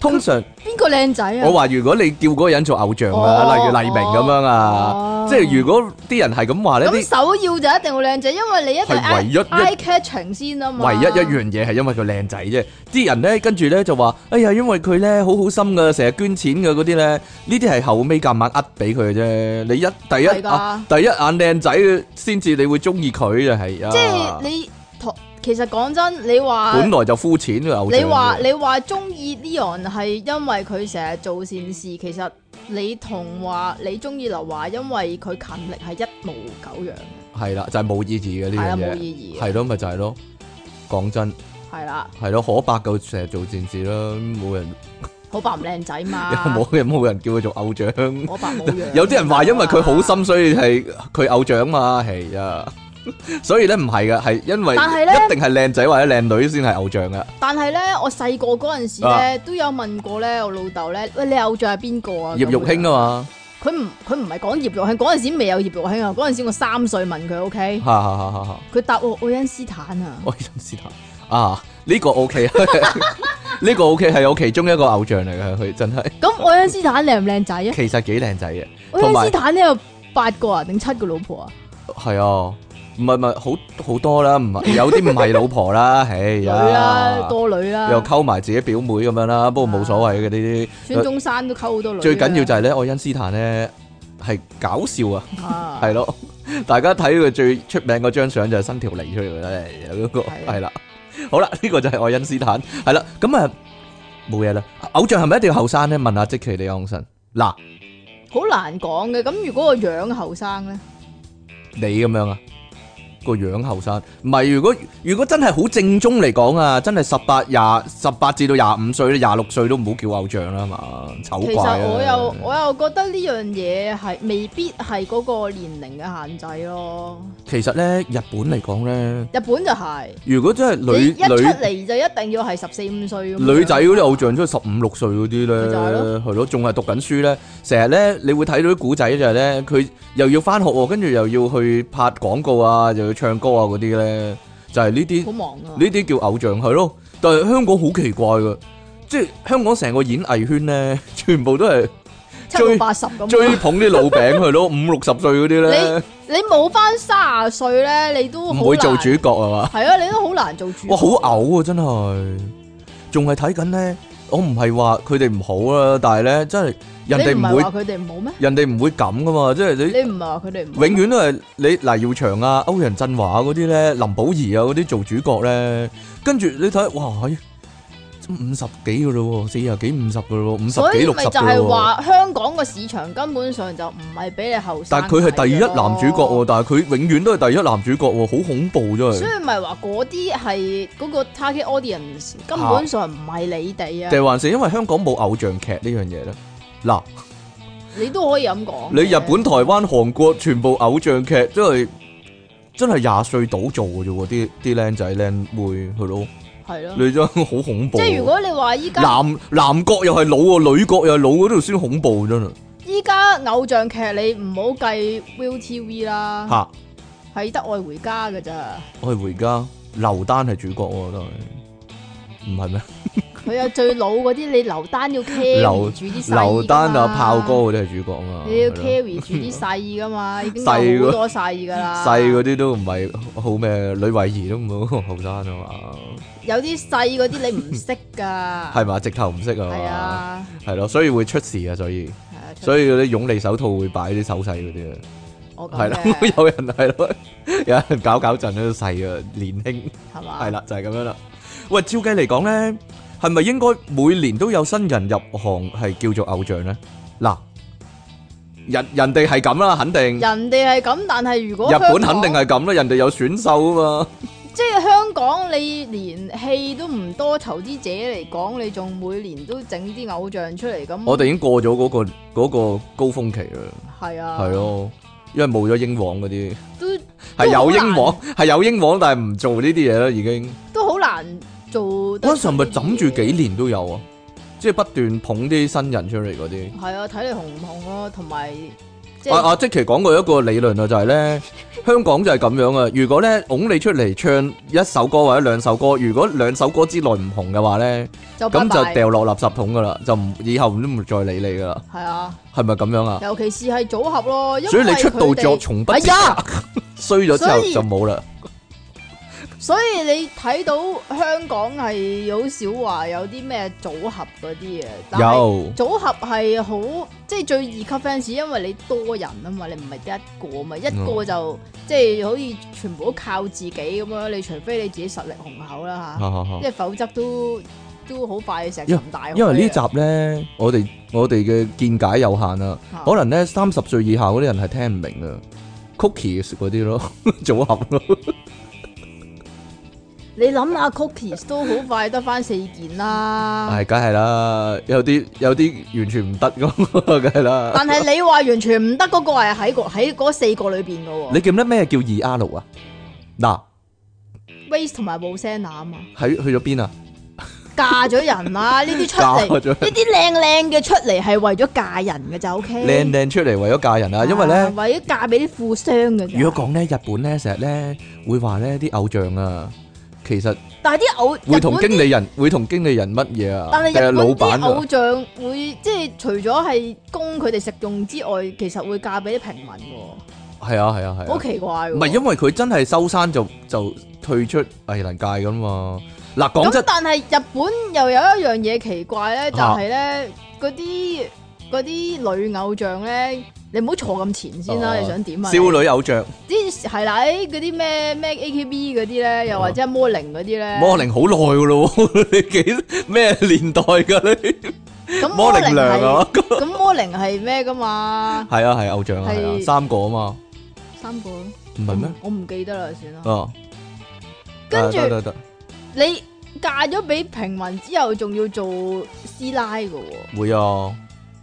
通常
邊個靚仔啊？
我話如果你叫嗰個人做偶像啊，
哦
例如黎明咁樣啊，
哦
即係如果啲人係咁話咧，
咁啊
啲
首要就一定會靚仔，因為你一定
係唯一一
eye catching 先啊嘛。
唯一一樣嘢係因為佢靚仔啫，啲人咧跟住咧就話：哎呀，因為佢咧好好心噶，成日捐錢嘅嗰啲咧，呢啲係後尾夾硬呃俾佢嘅啫。你一第一
係㗎
啊第一眼靚仔先至，你會中意佢就係啊。
即係你同其實講真，你話
本來就膚淺嘅偶像。
你話你話中意 Leon 係因為佢成日做善事，其實你同話你中意劉華，因為佢勤力係一模九樣嘅，
係啦，就係冇意義嘅
係
呢樣
啦冇
嘢，
意啊義嘅，
係咯，咪就係咯。講真，
係啦，
係咯，可伯就成日做善事啦，冇人
好白唔靚仔 嘛，
冇人冇人叫佢做偶像。
好白啊冇 樣。
有啲人話因為佢好，心，所以係佢偶像嘛，係啊， 所以咧唔係噶，係因為
但係呢哦
一定係靚仔或者靚女先係偶像噶。
但係咧我細個嗰陣時
啊
咧都有問過咧我老豆咧，喂你偶像係邊個啊？
葉玉卿
啊，
啊
佢唔佢唔係講葉玉卿，嗰陣時未有葉玉卿啊，嗰陣時我三歲問佢，OK，
嘛，哈哈哈哈 哈！
佢答我愛因斯坦啊，
愛因斯坦啊，呢個 OK，呢個 OK 係我其中一個偶像嚟嘅，佢真 係
咁愛因斯坦靚唔靚仔啊？
其實幾靚仔嘅，
愛
同
因
埋
斯坦呢有八個啊，定七個老婆啊？
係啊，唔係唔係好好多啦，唔係有啲唔係老婆啦，唉
女
呀
啦，，多啊女啦，
又溝埋自己表妹咁樣啦，不過冇所謂嘅呢啲。
孫中山都溝好多女㗎。啊
最緊要就係咧，愛因斯坦咧係搞笑啊，
啊
係咯， 大家睇佢最出名嗰張相就係伸條脷出嚟啦，有嗰個
係啊
係啦，好啦，呢個就係愛因斯坦，係啦，咁啊冇嘢啦，偶像係咪一定要後生咧？問下即其李昂臣，嗱
好難講嘅。咁如果個樣後生咧，
你咁樣啊，個樣後生，唔係如果如果真係好正宗嚟講啊，真係十八廿十八至到廿五歲咧，廿六歲都唔好叫偶像啦嘛，醜
其
怪啊
實我又我又覺得呢樣嘢係未必係嗰個年齡嘅限制咯。
其實咧日本嚟講咧。
日本就係
如果真係
你
女
一出
女
嚟就一定要係十四五歲咁樣。
女仔嗰啲偶像都係十五六歲嗰啲
咪就係
咧，
咯
係咯，仲係讀緊書咧，成日咧你會睇到啲古仔就係咧，佢又要翻學喎，跟住又要去拍廣告啊，又要唱歌啊嗰啲咧，就係呢啲
好忙啊
呢，啲叫偶像係咯。但係香港好奇怪嘅，即係香港成個演藝圈咧， 全部都係
七到
追
八十咁
追
樣。
捧啲老餅 係咯，五六十歲嗰啲咧，
你冇翻卅歲咧，你都
唔會做主角係嘛？
係啊，你都好難做主角。
哇，好嘔啊，真係，仲係睇緊咧。我唔係話佢哋唔好啦，但係咧，真係人哋
你唔
唔
係
會
話，佢哋唔好咩？
人哋唔會咁噶嘛，即係你
你唔係話佢哋唔好
永遠都係你黎耀祥啊、歐陽振華嗰啲咧、林保怡啊嗰啲做主角咧，跟住你睇哇，係五十幾噶咯喎，四廿幾五十噶咯喎，五
所
十幾
以
六
咪
十
就
噶
係
咯喎。
話香港個市場根本上就唔係俾你後生。
但係佢係第一男主角喎，，但係佢永遠都係第一男主角喎，好恐怖真
所
係。
以咪話嗰啲係嗰個 target audience 根本上唔係你哋啊，
定還是因為香港冇偶像劇呢樣嘢咧？嗱。
你都可以咁講嘅。
你日本、台灣、韓國全部偶像劇真係真係廿歲到做嘅啫喎，啲啲僆仔僆妹係咯，
係咯，
你真係好恐怖
即
喎。
係如果你話依家
男男角又係老喎，女角又係老嗰度先恐怖真係
依家偶像劇你唔好計 Will TV 啦，
嚇！
係得愛回家㗎咋，
我係回家，劉丹係主角喎，真係唔係咩？
佢有最老嗰啲，你劉丹要 carry 住啲細㗎嘛
劉丹啊，炮哥。嗰啲係主角啊嘛，
你要
係咯
carry 住啲細 噶嘛，已經
細
有
嗰
好多細噶啦。
細嗰啲都唔係好咩，呂慧儀都唔好後生啊嘛，
有啲細嗰啲你唔識噶。
係嘛？直頭唔識啊
係
嘛，
啊，
係咯，所以會出事啊，所以。
係啊
所以嗰啲擁利手套會擺啲手勢嗰啲啊，
我
係
係
啦
啦，，
有人係咯， 有人搞搞震都細啊，年輕
係嘛？
係啦，就係咁樣啦。喂，照計嚟講咧，係咪應該每年都有新人入行係叫做偶像咧？嗱，人人哋係咁啦，肯定日
人哋係咁，但係如果
本
香港
肯定係咁啦，人哋有選秀啊嘛，
即係香港，你連戲都唔多，投資者嚟講，你仲每年都整啲偶像出嚟咁。
我哋已經過咗嗰、個嗰個高峰期啦，
係啊，
係，咯，因為冇咗英皇嗰啲，
都
係
都好
有
難
英皇，係有英皇，但係唔做呢啲嘢啦，已經。
都好難做得
嗰陣時
出
係
呢啲嘢。
咪枕住幾年都有啊，即係不斷捧啲新人出嚟嗰啲。
係啊，睇你紅唔紅咯，同埋即
阿
係
阿啊即奇講過一個理論啊，就係咧，香港就係咁樣啊。如果咧拱你出嚟唱一首歌或者兩首歌，如果兩首歌之內唔紅嘅話咧，
就哦拜
咁就
拜。
掉落垃圾桶噶啦，就唔以後都唔再理你噶啦，
係啊，
係咪咁樣啊？
尤其是係組合咯，因為
所以你出道
佢哋
作從不啊
哎呀。
衰咗之後
所以
就冇啦。
所以你睇到香港係好少話有啲咩組合嗰啲嘅，但係
有
組合係好即係最二級 fans，因為你多人啊嘛，你唔係得一個嘛，一
嗯
個就、即係好似全部都靠自己咁樣，你除非你自己實力雄厚啦
啊
嚇，即係否則都都好快石沉大海啊。
因為呢集咧，我哋我哋嘅見解有限啊，
啊
可能咧三十歲以下嗰啲人係聽唔明啊，cookies 嗰啲咯， 組合咯。
你諗下 Cookies 都好快得翻四件啦。
系，梗系啦，有啲有啲完全唔得 噶，梗系啦。
但係你話完全唔得嗰個係喺個喺嗰四個裏邊嘅喎。
你記唔記得咩叫二 R 啊？嗱，
Waste 同埋冇聲啊嘛，
喺去咗邊啊？
嫁咗人 啦，呢啲出
嫁
嚟，
咗人
呢啲靚靚嘅出嚟係為咗嫁人嘅就 O K。
靚靚出嚟為咗嫁人啊！因為
啊
咧，
為咗嫁俾啲富商嘅咋。
如果講咧日本咧，成日咧會話咧啲偶像啊，其實
但係啲偶
會同
日本
經
啲
理人會同經理人乜嘢啊？
但係
定係
日
老闆
本啲
啊
偶？像會即係除咗係供佢哋食用之外，其實會嫁俾啲平民嘅
係啊係啊
喎，
係
好
啊。
奇怪喎。
唔係因為佢真係收山就就退出藝能界噶嘛。嗱，講
咁
真，
但係日本又有一樣嘢奇怪咧，就
嚇
係咧嗰啲嗰啲女偶像咧，你唔好坐咁前先啦，
哦
你想點啊？
少女偶像
啲係啦，喺嗰啲咩咩 AKB 嗰啲咧，又或者係魔靈嗰啲咧，
魔靈好耐噶 咯喎，你幾咩年代噶你？
咁
魔力
靈
量啊
係， 咁魔靈係咩噶嘛？
系啊系偶像啊，系啊
係
三個啊嘛，
三個唔
唔係咩？？
我唔記得啦，算啦。
啊，
跟住
得得得，
你嫁咗俾平民之後，仲要做師奶噶喎，
會啊，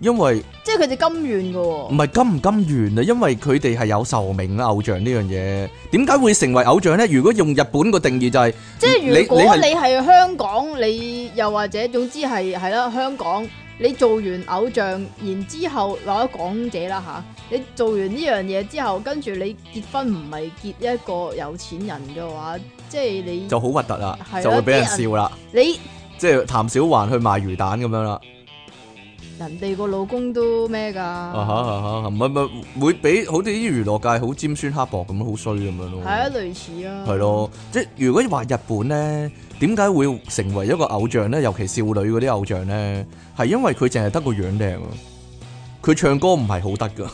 因為
即係佢哋甘願噶
唔
喎。
係甘唔甘願啊，因為佢哋係有壽命啊，偶像呢樣嘢，點解會成為偶像咧？如果用日本個定義就係
即係
你
如果
你係
你係香港，你又或者總之係係啦，香港你做完偶像，然之後或者港姐啦吓，你做完呢樣嘢之後，跟住你結婚唔係結一個有錢人嘅話，即係你
就好核突啦
係，啊
就會俾人
啲人
笑啦，
你
即係譚小環去賣魚蛋咁樣啦，
人哋個老公都咩㗎？
啊哈啊哈，唔係唔係會俾好似啲娛樂界好尖酸刻薄咁樣，好衰咁樣咯。
係啊，類似啊，
係，咯，即係如果話日本咧，點解會成為一個偶像咧？尤其少女嗰啲偶像咧，係因為佢淨係得個樣靚啊，佢唱歌唔係好得噶，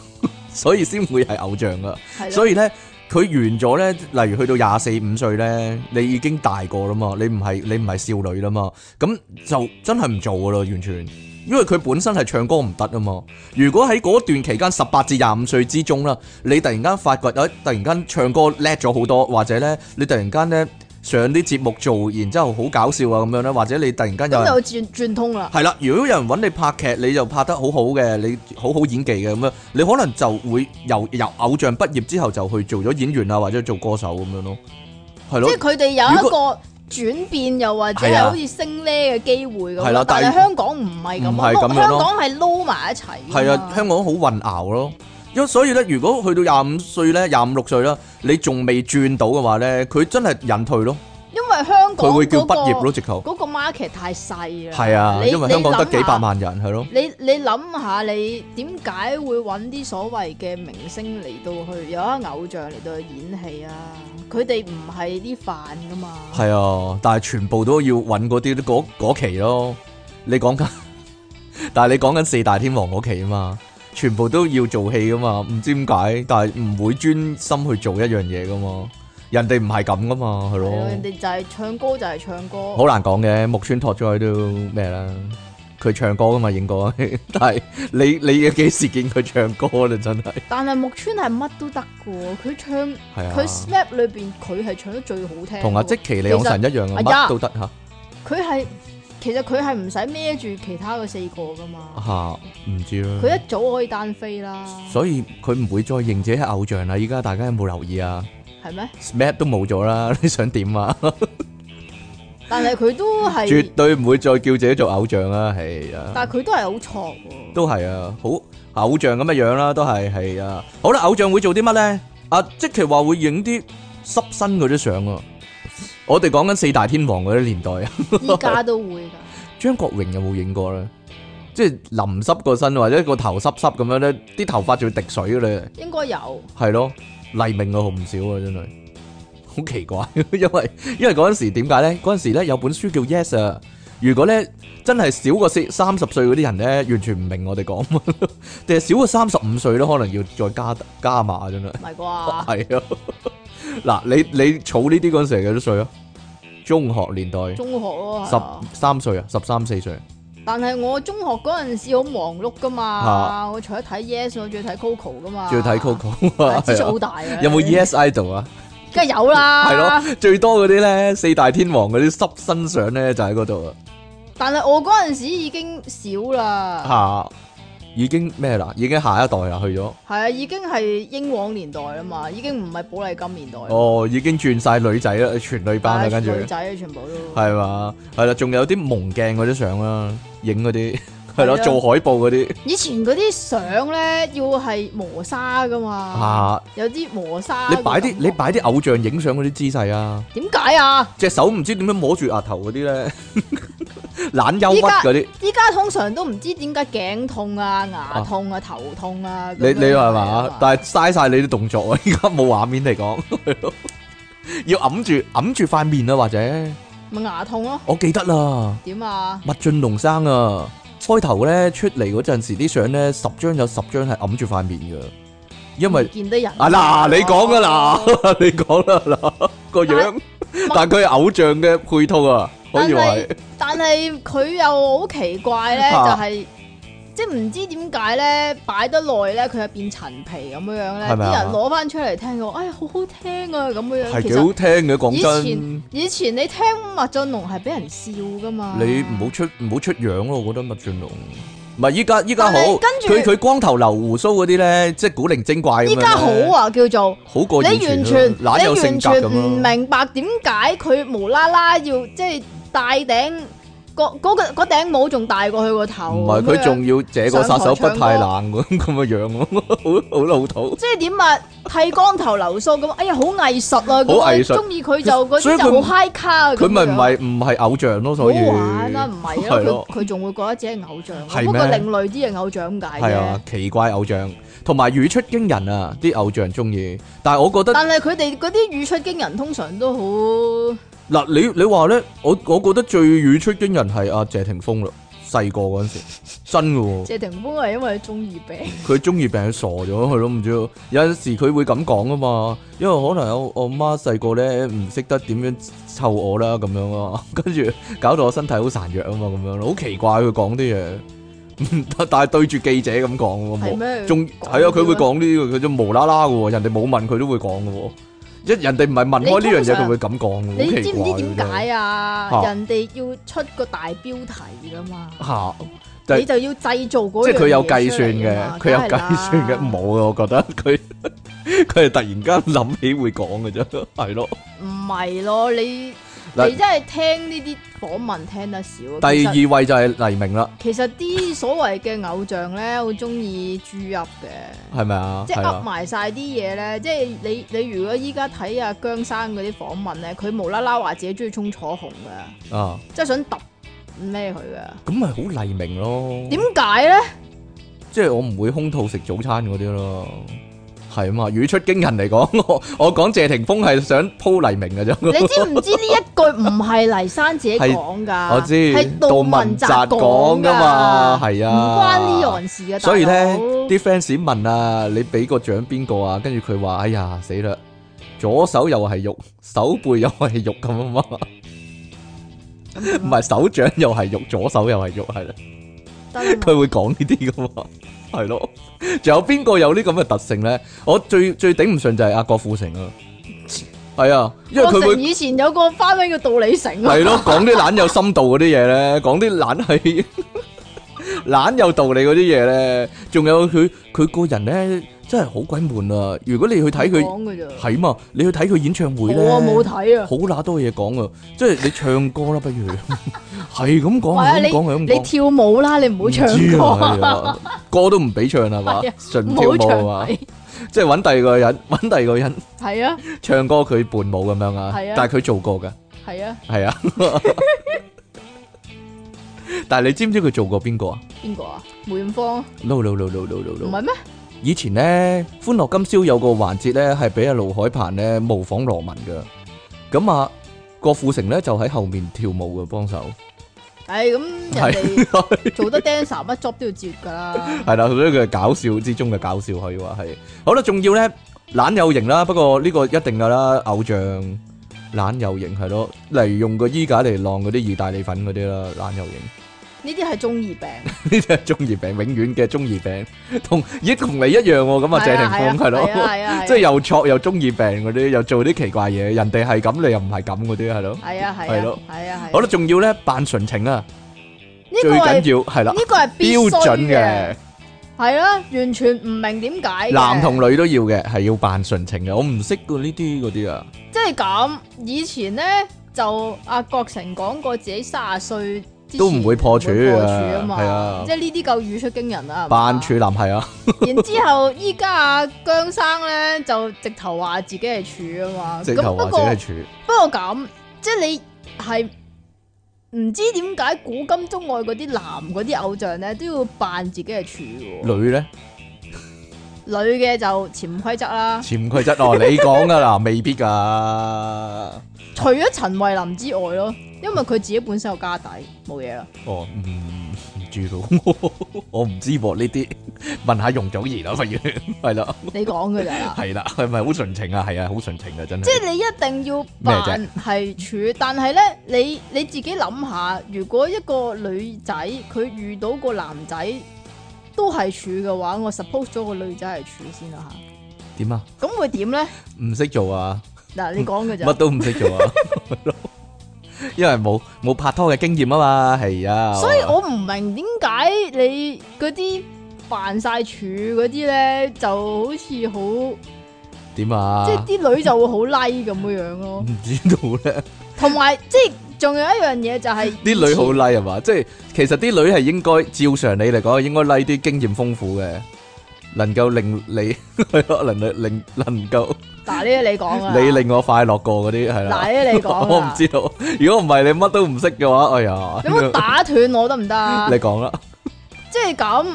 所以先會係偶像噶。
係咯
所以咧，佢完咗咧，例如去到廿四五歲咧，你已經大個啦嘛，你唔係你唔係少女啦嘛，咁就真係唔做噶啦，完全。因為佢本身係唱歌唔得啊嘛，如果喺嗰段期間十八至廿五歲之中啦，你突然間發掘啊，突然間唱歌叻咗好多，或者咧你突然間咧上啲節目做，然之後好搞笑啊咁樣啦，或者你突然間有
咁
人
就轉轉通啦。
係啦，如果有人揾你拍劇，你就拍得好好嘅，你好好演技嘅咁樣，你可能就會由由偶像畢業之後就去做咗演員啊，或者做歌手咁樣咯，係
即
咯
係，佢哋有
如
一個轉變，又或者
係
係
啊
好似升呢嘅機會咁
係啦
咯。但
但係
係香港唔係
唔
咁
係
啊，
咁樣咯
香港係撈埋一齊㗎嘛。
係啊，香港好混淆咯。因所以咧，如果去到廿五歲咧，廿五六歲啦，你仲未轉到嘅話咧，佢真係隱退咯，
因為香港
佢會叫
嗰個
畢業咯，直頭。
嗰個 market 太細啦。
係啊，
你
因為香港得
你諗
幾
下
百萬人係咯，
你你諗下，你點解會揾啲所謂嘅明星嚟到去有一偶像嚟到去演戲啊？佢哋唔係啲飯噶嘛。
係啊，但係全部都要揾嗰啲嗰嗰期咯。你講緊， 但係你講緊四大天王嗰期啊嘛，全部都要做戲噶嘛，唔知點解，但係唔會專心去做一樣嘢噶嘛。人哋唔係咁噶嘛，係
係
咯，
咯，人哋就係唱歌就係唱歌。
好難講嘅。木村拓哉都咩啦，佢唱歌噶嘛，應該。 但係你你幾時見佢唱歌咧？真係
但係木村係乜都得嘅喎，佢唱
係
佢
啊，
Snap 裏邊佢係唱得最好聽。
同阿即其李昂臣一樣啊，
其實哎呀
乜都得吓
佢係其實佢係唔使孭住其他嗰四個噶嘛，
吓，唔知啦。
佢一早可以單飛啦，
啊所以佢唔會再認自己係偶像啊啦。依家大家有冇留意啊
係咩？
？Snap 都冇咗啦， 你想點啊？
但係佢都係
絕，對唔會再叫自己做偶像啦，係啊。
但係佢都係好挫喎。
都係啊，好偶像咁嘅樣啦，都係係啊。好啦，偶像會做啲乜咧？啊，即其話會影啲濕身嗰啲相啊。我哋講緊四大天王嗰啲年代啊，
依家都會㗎，
張國榮有冇影過咧？即係淋濕個身或者個頭濕濕咁樣咧，啲頭髮就會滴水嘅咧，
應該有。
係咯。黎明啊，好唔少啊，真係好奇怪， 因為因為嗰陣時點解咧？嗰陣時咧有本書叫 Yes 啊。如果咧真係少過四三十歲嗰啲人咧，完全唔明我哋講乜， 定係少過三十五歲咧，可能要再加加碼真係。
唔係啩？
係啊，嗱，你你儲呢啲嗰陣時係幾多歲啊？中學年代，
中學咯，係啊
十三歲啊，十三四歲。
但係我中學嗰陣時好忙碌噶嘛，
啊
我除咗睇 Yes，我仲要睇 Coco 噶嘛，
仲要睇 Coco
係
啊，
資
係
助好
啊
大 啊！
有冇 Yes Idol 啊？
梗係有啦，
係咯，最多嗰啲咧，四大天王嗰啲濕身相咧，就喺嗰度
但係我嗰陣時已經
啊，
少啦，
吓已經咩啦？已經下一代啦，去咗，
係啊，已經係英皇年代啦嘛，已經唔係寶麗金年代啦。
哦，已經轉晒女仔啦，全女班啦，跟住
女仔啊全部都
係嘛，係啦，仲有啲蒙鏡嗰啲相啦，影嗰 啲係咯，
係啊
做海報嗰啲
以前嗰啲相咧，要係磨砂噶嘛，
啊，
有啲磨砂
你
嘅感覺。
擺啲你擺啲偶像影相嗰啲姿勢啊，
點解啊？
隻手唔知點樣摸住額頭嗰啲 咧，懶憂鬱嗰啲，
依家通常都唔知點解頸痛啊、牙痛啊、頭痛啊。 咁
你
樣
你話係
係啊
嘛
嘛？
但係嘥晒你啲 動作啊！依家冇畫面嚟講，係咯要揞住揞住塊面啊，或者
咪牙痛咯？
我記得啦，
點啊？
麥浚龍生啊，開頭咧出嚟嗰陣時啲相咧，十張有十張係揞住塊面嘅，因為
唔見得人
啊嗱， 你講噶啦，你講啦嗱個樣，但係佢係偶像嘅配套啊，可以話係。
但係佢又好奇怪咧，
啊
就係即係唔知點解咧，擺得耐咧，佢又變陳皮咁樣樣咧，
係咪啊
啲人攞翻出嚟聽嘅話，哎呀好好聽啊咁樣樣。
係
其
幾
實
好聽嘅，講
以
真
前。以前你聽麥浚龍係俾人笑噶嘛，
你唔好出唔好出樣咯，我覺得麥浚龍。唔係依家依家好
但係，跟
佢
住
佢光頭留胡鬚嗰啲咧，即係古靈精怪咁樣
依
咧
家好，啊叫做。
好過以
你
前
完
咯
全你
懶有性
完
格
全
咁啊
唔
咯。
明白點解佢無啦啦要即係戴頂嗰嗰個嗰頂帽仲大過佢個頭，
唔係
咁
佢
樣
仲要這個殺手不太冷咁咁嘅樣咯， 好好老土。
即係點啊？剃光頭留鬚咁，哎呀好藝術啊！咁
好藝術
我中意佢就嗰
所以
啲
佢
就好 high 卡啊！
佢咪唔
咁樣
係唔係偶像咯，所以
好玩啦，唔係
係
啦
咯，
佢佢仲會覺得自己係偶像，
係咩
不過另類啲嘅偶像咁解
係啊
啫。，
奇怪偶像，同埋語出驚人啊！啲偶像中意，但係我覺得
但係佢哋嗰啲語出驚人，通常都好
嗱，你你話咧，我我覺得最語出驚人係阿謝霆鋒啦，細個嗰陣時真嘅喎。
謝霆鋒係因為中意病，
佢中意病佢傻咗佢咯，唔知道有陣時佢會咁講噶嘛，因為可能我我媽細個咧唔識得點樣湊我啦咁樣啊， 跟住搞到我身體好孱弱啊嘛，咁樣咯好奇怪佢講啲嘢， 但但係對住記者咁講喎，
係
冇
咩？
仲係啊，佢會講呢個佢就無啦啦嘅喎，人哋冇問佢都會講嘅喎，一人哋唔係問開呢樣
你通
嘢
常啊
佢會咁講嘅，
你
好
知
奇
唔知
怪
點解啊？
嚇
人哋要出個大標題噶嘛，
嚇？就係
你就要製造嗰
即係佢有計
計
算
啊
嘅，佢有計算嘅，冇啊！我覺得 佢佢係突然間諗起會講嘅啫，係咯。
唔係咯，你
嗱
你真係聽呢啲訪問聽得少。啊
第
其實
二位就係黎明啦，
其實啲所謂嘅偶像咧，好中意注入嘅，
係咪啊？
即係
係
噏
啊，
埋晒啲嘢咧。即係你你如果依家睇阿姜生嗰啲訪問咧，佢無啦啦話自己中意沖楚紅嘅，
啊，
即係想揼咩佢
咁
嘅。
咪好黎明咯。
點 解咧？
即係我唔會空肚食早餐嗰啲咯。係啊嘛，語出驚人嚟講，我我講謝霆鋒係想鋪黎明嘅啫。
你知唔知呢一句唔係黎生自己講㗎？
我知
係杜汶澤
杜汶澤講
㗎
㗎嘛係
唔
啊
關呢樣事嘅。
所以
大
咧，
佬
啲 fans à, 問啊，你俾個獎邊個啊？跟住佢話：哎呀，死啦！左手又係肉，手背又係肉咁啊嘛，唔係手掌又係肉，左手又係肉，係啦。
得啦嘛
佢會講呢啲噶嘛，係咯。仲有邊個有呢咁嘅特性咧？我最最頂唔順就係阿郭富城啊，係啊，因為
郭
佢會
城以前有個花名叫杜理成啊，
係咯，講啲懶有深度嗰啲嘢 咧，講啲懶係 懶有道理嗰啲嘢咧，仲有佢佢個人咧真係好鬼悶啊！如果你去睇佢
講嘅咋，
係嘛，你去睇佢演唱會咧，
哦我啊冇睇啊，
好乸多嘢講啊！即係你唱歌啦，不如 係咁講，
唔係啊
係咁講，係
你
咁
你
講。
跳舞啦，你唔好唱
唔知
歌
啊係
啊，
啊歌都唔俾唱係嘛
係啊，
純
唔
跳
好
舞
唱
啊嘛，
係
即係揾第二個人， 揾第二個人
係啊
唱歌佢伴舞咁樣啊
係啊，
但係佢做過㗎，
係啊，
係啊。但係你知唔知佢做過邊個啊
邊個啊？梅艷芳
？no no no no no no
唔
no！
係咩？
以前咧《歡樂今宵》有個環節咧係俾阿盧海鵬咧模仿羅文㗎，咁啊郭富城咧就喺後面跳舞嘅幫手。
唉，咁人 哋做得 dancer 乜 job 都要接㗎啦，
係啦，所以佢係搞笑之中嘅搞笑，可以話係。好啦，仲要咧懶有型啦，不過呢個一定噶啦，偶像懶有型係咯，例如用個衣架嚟晾嗰啲意大利粉嗰啲啦，懶有型呢
呢啲係中二病，
啲係 中二病，永遠嘅中二病，同咦同你一樣喎，咁啊謝
係
霆鋒係
係啊
咯，
係啊，
即係又挫又中二病嗰啲，又做啲奇怪嘢，人哋係咁，你又唔係咁嗰啲係咯。
係啊係
係
啊
咯
係啊係啊，
好啦，仲要咧扮純情啊，
呢個
最緊
係
要係啦，
呢個係必須
標準嘅
嘅。。係啦，完全唔明點解嘅
男同女都要嘅，係要扮純情嘅。我唔識噶呢啲嗰啲啊，
即係咁，以前呢，就阿郭成講過自己卅歲之前
都唔會破處
唔會破處啊嘛，
係啊
即係呢啲夠語出驚人啊啦，係嘛
扮處。男係啊，
然之後依家阿姜生呢，就直頭話自己係處啊嘛，
直
咁
頭
不
或者
過
係處，
不過咁，即係你係。唔知點解古今中外嗰啲男嗰啲偶像呢，都要扮自己係處嘅喎，
女咧
女嘅就潛規則啦，
潛規則哦，你講噶啦，未必噶。
除咗陳慧琳之外咯，因為佢自己本身有家底，冇嘢啦。
哦，唔唔知道，我唔知喎呢啲，問下容祖兒啦，不如係啦，
你講 嘅咋？
係啦，係咪好純情啊？係啊，好純情啊，真
即
係。
係你一定要
咩
扮
啫
係處，但係咧，你你自己諗下，如果一個女仔佢遇到個男仔都係處嘅話，我 suppose 咗個女仔係處先啦
點啊？
吓，咁會點咧？
唔識做啊，
嗱，你講嘅
乜
咋？
都唔識做啊，係咯因為冇冇拍拖嘅經驗啊嘛，係啊。
所以我唔明點解你嗰啲扮晒處嗰啲咧，就好似好、
點啊？
即係啲女就會好 like 咁樣樣咯。
唔知道咧。
同埋即係仲有一樣嘢就係
啲女好 like 係嘛？即係其實啲女係應該照常理嚟講，應該 like 啲經驗豐富嘅，能夠令你係咯，能令能夠
嗱呢啲你講啊，
你令我快樂過嗰啲係啦。
嗱呢啲你講啊
我唔知道，如果唔係你乜都唔識嘅話，哎呀，？
你冇打斷我得唔得 啊
你講啦，
即係咁，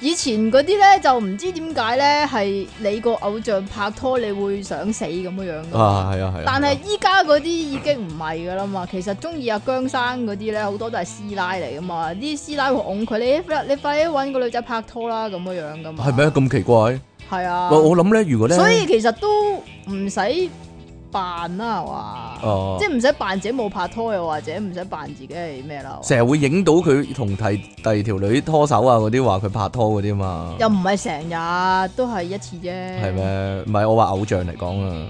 以前嗰啲咧就唔知點解咧係你個偶像拍拖你會想死咁樣樣噶。
啊係啊係啊，
但係依家嗰啲已經唔係噶啦嘛，其實中意阿姜生嗰啲咧，好多都係師奶嚟噶嘛，啲師奶會㧬佢，你你快啲揾個女仔拍拖啦咁樣樣噶嘛。
係咪？咁奇怪？
係啊。
我我諗咧，如果咧，
所以其實都唔使扮啦，係嘛？
哦
即係唔使扮自己冇拍拖，又或者唔使扮自己係咩啦，係嘛
成日會影到佢同第第二條女拖手啊嗰啲，話佢拍拖嗰啲嘛，
又唔係成日都係一次啫。
係？咩？唔係我話偶像嚟講啊，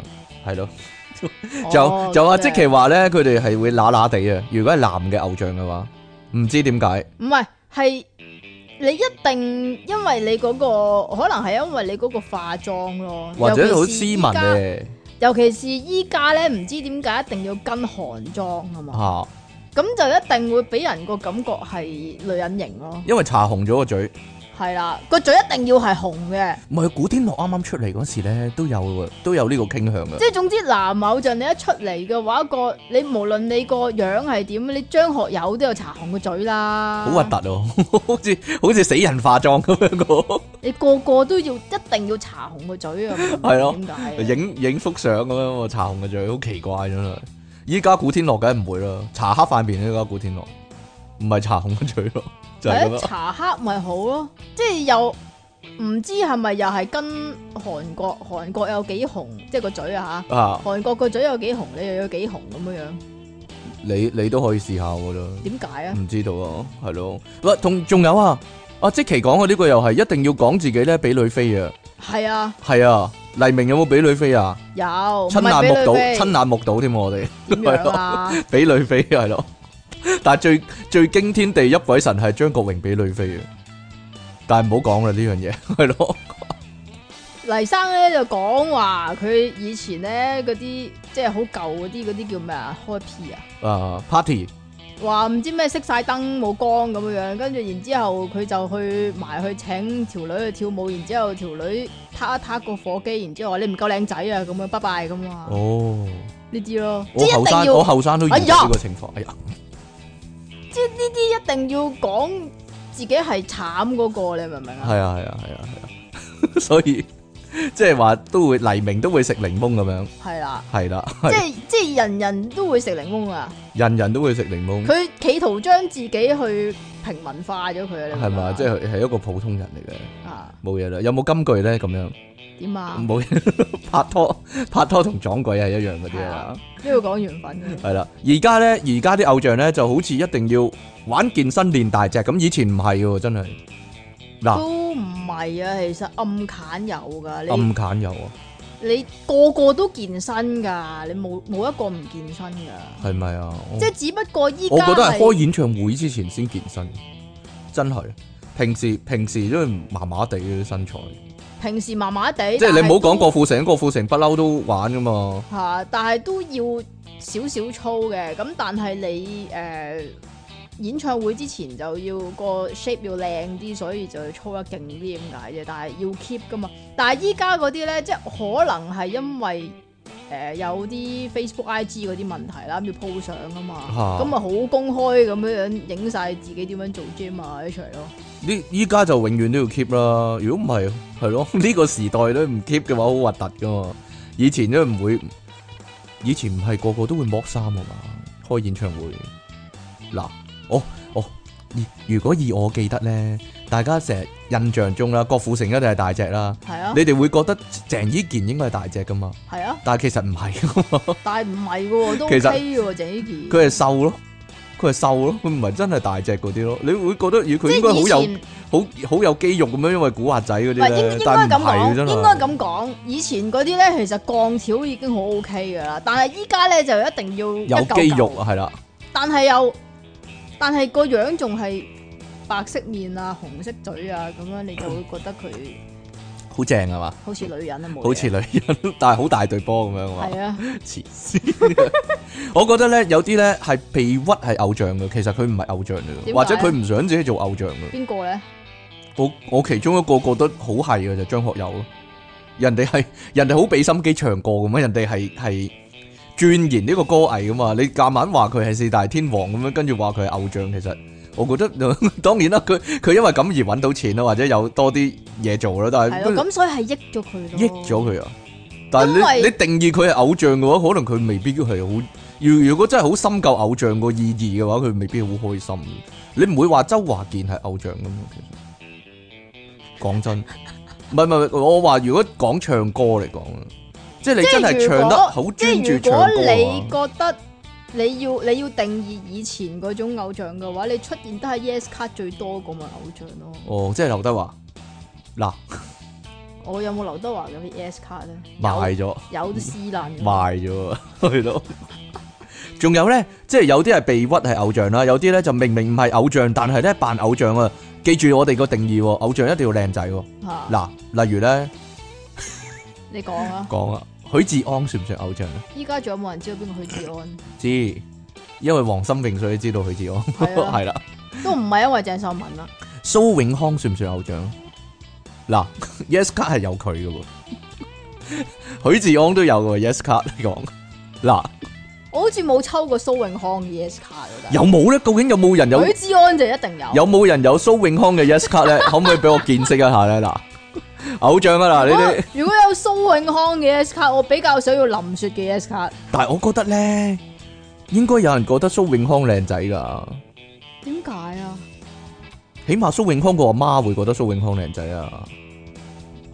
係咯。
哦
就就阿
咁樣
即其話咧，佢哋係會乸乸地啊！如果係男嘅偶像嘅話，唔知點解
唔係係你一定因為你嗰、個可能係因為你嗰個化妝咯，
或者好
尤
斯
其是
文
依家，
嘅
尤其是依家咧，唔知點解一定要跟韓妝啊嘛，
吓，
咁就一定會俾人個感覺係女人型咯，
因為搽紅咗個嘴。
係啦，個嘴一定要係紅嘅。
唔係古天樂啱啱出嚟嗰時咧，都有喎都有呢個傾向嘅。
即係總之男偶像你一出嚟嘅話，個你無論你個樣係點，你張學友都有搽紅個嘴啦，
好核突哦， 好似好似死人化妝咁樣個，
你個個都要一定要搽紅個嘴啊！
係咯
唔知點解啊？
影影幅相咁樣喎，搽紅個嘴，好奇怪真係。依家古天樂梗係唔會啦，搽黑塊面啦依家古天樂，唔係搽紅個嘴咯， 就係咁
係
啦
啊，。搽黑咪好咯，即係又唔知係咪又係跟韓國韓國有幾紅，即係個嘴啊
啊
吓，，韓國個嘴有幾紅，你又有幾紅咁樣樣，
你你都可以試下我覺得。
點解啊？
唔知道啊，係咯。喂，同仲有啊，阿即奇講嘅呢個又係一定要講自己咧俾女飛啊，
係啊，
係啊。黎明有冇俾女飛啊？
有
親
親
眼目睹，親眼目睹添喎，我哋
點樣啊？
俾女飛係咯。 但係最最驚天地泣鬼神係張國榮俾女飛嘅，但係唔好講啦呢樣嘢 係咯。
黎生咧就講話佢以前咧嗰啲即係好舊嗰啲嗰啲叫咩啊？開 P 啊？
啊，party
話唔知咩熄晒燈冇光咁樣樣，跟住然之後佢就去埋去請條女去跳舞，然之後條女撻一撻個火機，然之後話你唔夠靚仔啊咁樣，拜拜咁啊
哦，
呢啲咯，即
我
係
後
一定
生
要
我後生都遇
哎呀
到呢個情況，哎呀，
即係呢啲一定要講自己係慘嗰個，你明唔明啊？
係啊係啊係啊 係啊，所以 即係話都會黎明都會食檸檬咁樣，
係啦，
係啦，
即
係
係即係人人都會食檸檬啊！
人人都會食檸檬，
佢企圖將自己去平民化咗佢啊，你明
係
唔明
嘛？
啊？
即係係一個普通人嚟嘅，
啊
冇嘢啦。有冇金句咧？咁樣
點啊？
冇嘢 拍拖拍拖同撞鬼係一樣嗰啲
係
啊
啊。都要講緣分嘅，
系啦，而家咧，而家啲偶像咧就好似一定要玩健身練大隻，咁以前唔係喎，真係嗱
都唔係啊，其實暗砍有㗎，你
暗砍有啊，
你個個都健身㗎，你冇冇一個唔健身㗎，
係咪啊？我
即係只不過依家
我覺得係
係
開演唱會之前先健身，真係。平時平時都麻麻地嘅啲身材，
平時麻麻地，
即係你唔好講
過
郭富城，郭富城不嬲都玩噶嘛，
嚇，但係都要少少操嘅，咁但係你誒、呃演唱會之前就要個 shape 要靚啲，所以就要操得勁啲咁解啫，但係要 keep 㗎嘛，但係依家嗰啲咧，即係可能係因為。誒、有啲 Facebook、IG 嗰啲問題啦，要 po 相啊嘛，
嚇
咁咪好公開咁樣樣影晒自己點樣做 gym 啊一出嚟咯。
呢依家就永遠都要 keep 啦。如果唔係，係咯， 呢、個時代都唔 keep 嘅話，好核突噶嘛。以前都唔會，以前唔係個個都會剝衫啊嘛。開演唱會嗱，我我如如果以我記得咧，大家成日印象中啦，郭富城一定係大隻啦。
係啊，
你哋會覺得鄭伊健應該係大隻噶嘛？
係啊，
但係其實唔係㗎嘛，
但係唔係喎，都
其
OK
實
喎，鄭伊健。
佢係瘦咯，佢係瘦咯，佢唔係真係大隻嗰啲咯。你會覺得，咦，佢應該好
即係以
有。
前，
好好有肌肉咁樣，因為古惑仔嗰啲
唔係應
咧
應，該
但
咁
係唔係嘅
講，
真係。
應該咁講。以前嗰啲咧，其實鋼條已經好 OK 噶啦，但係依家咧就一定要一
有
嚿
肌
嚿
肉，啊，係啦，
但係又但係個樣仲係白色面啊、紅色嘴啊咁樣，你就會覺得佢
好正係嘛，
好似女人啊冇嘢。
好似女人， 但係好大對波咁樣啊嘛，
係啊，
黐線。我覺得咧有啲咧係被屈係偶像嘅，其實佢唔係偶像嚟嘅，
點解
或者佢唔想自己做偶像嘅。
邊個咧？
我我其中一個覺得好係嘅就張學友咯，人哋係人哋好俾心機唱歌咁啊，人哋係係鑽研呢個歌藝噶嘛，你夾硬話佢係四大天王咁樣，跟住話佢係偶像，其實我覺得 當然啦，佢佢因為咁而揾到錢啦，或者有多啲嘢做啦，但
係咯，
係
咁所以係益咗佢咯。
益咗佢啊！但
因
係
為
你你定義佢係偶像嘅話，可能佢未必係好。如如果真係好深究偶像個意義嘅話，佢未必好開心。你唔會話周華健係偶像咁嘛？其實講真，唔係唔係唔係，我話如果講唱歌嚟講啊，即係你真係唱得好專注唱
即
歌
係如
啊！
果你覺得你要你要定義以前嗰種偶像嘅話，你出現得係 Yes 卡最多咁嘅偶像咯。
哦，即係劉德華嗱
我有冇劉德華嗰啲 Yes 卡咧？
賣咗。
有有啲撕爛。
賣咗啊， 去到。仲有咧，即係有啲係被屈係偶像啦，有啲咧就明明唔係偶像，但係咧扮偶像啊！記住我哋個定義喎，偶像一定要靚仔喎。
嚇！
嗱，例如咧
你講啊！
講啊，許志安算唔算偶像咧？
依家仲有冇人知道邊個許志安？
知，因為黃心穎所以知道許志安
係啊
係啦。
都唔係因為鄭秀文啊啦，
蘇永康算唔算偶像？嗱 ，Yes 卡係有佢嘅喎， 許志安都有嘅喎 Yes 卡你講嗱，
我好似冇抽過蘇永康嘅 Yes 卡㗎。
有冇咧？究竟有冇人有
許志安就一定有。
有冇人有蘇永康嘅 Yes 卡咧？ 可唔可以俾我見識一下咧？嗱，偶像啊嗱，
如
呢
果
啲，
如果有蘇永康嘅 Yes 卡，我比較想要林雪嘅 Yes 卡。
但係我覺得咧，應該有人覺得蘇永康靚仔噶，
點解啊？
起碼蘇永康個阿媽會覺得蘇永康靚仔啊，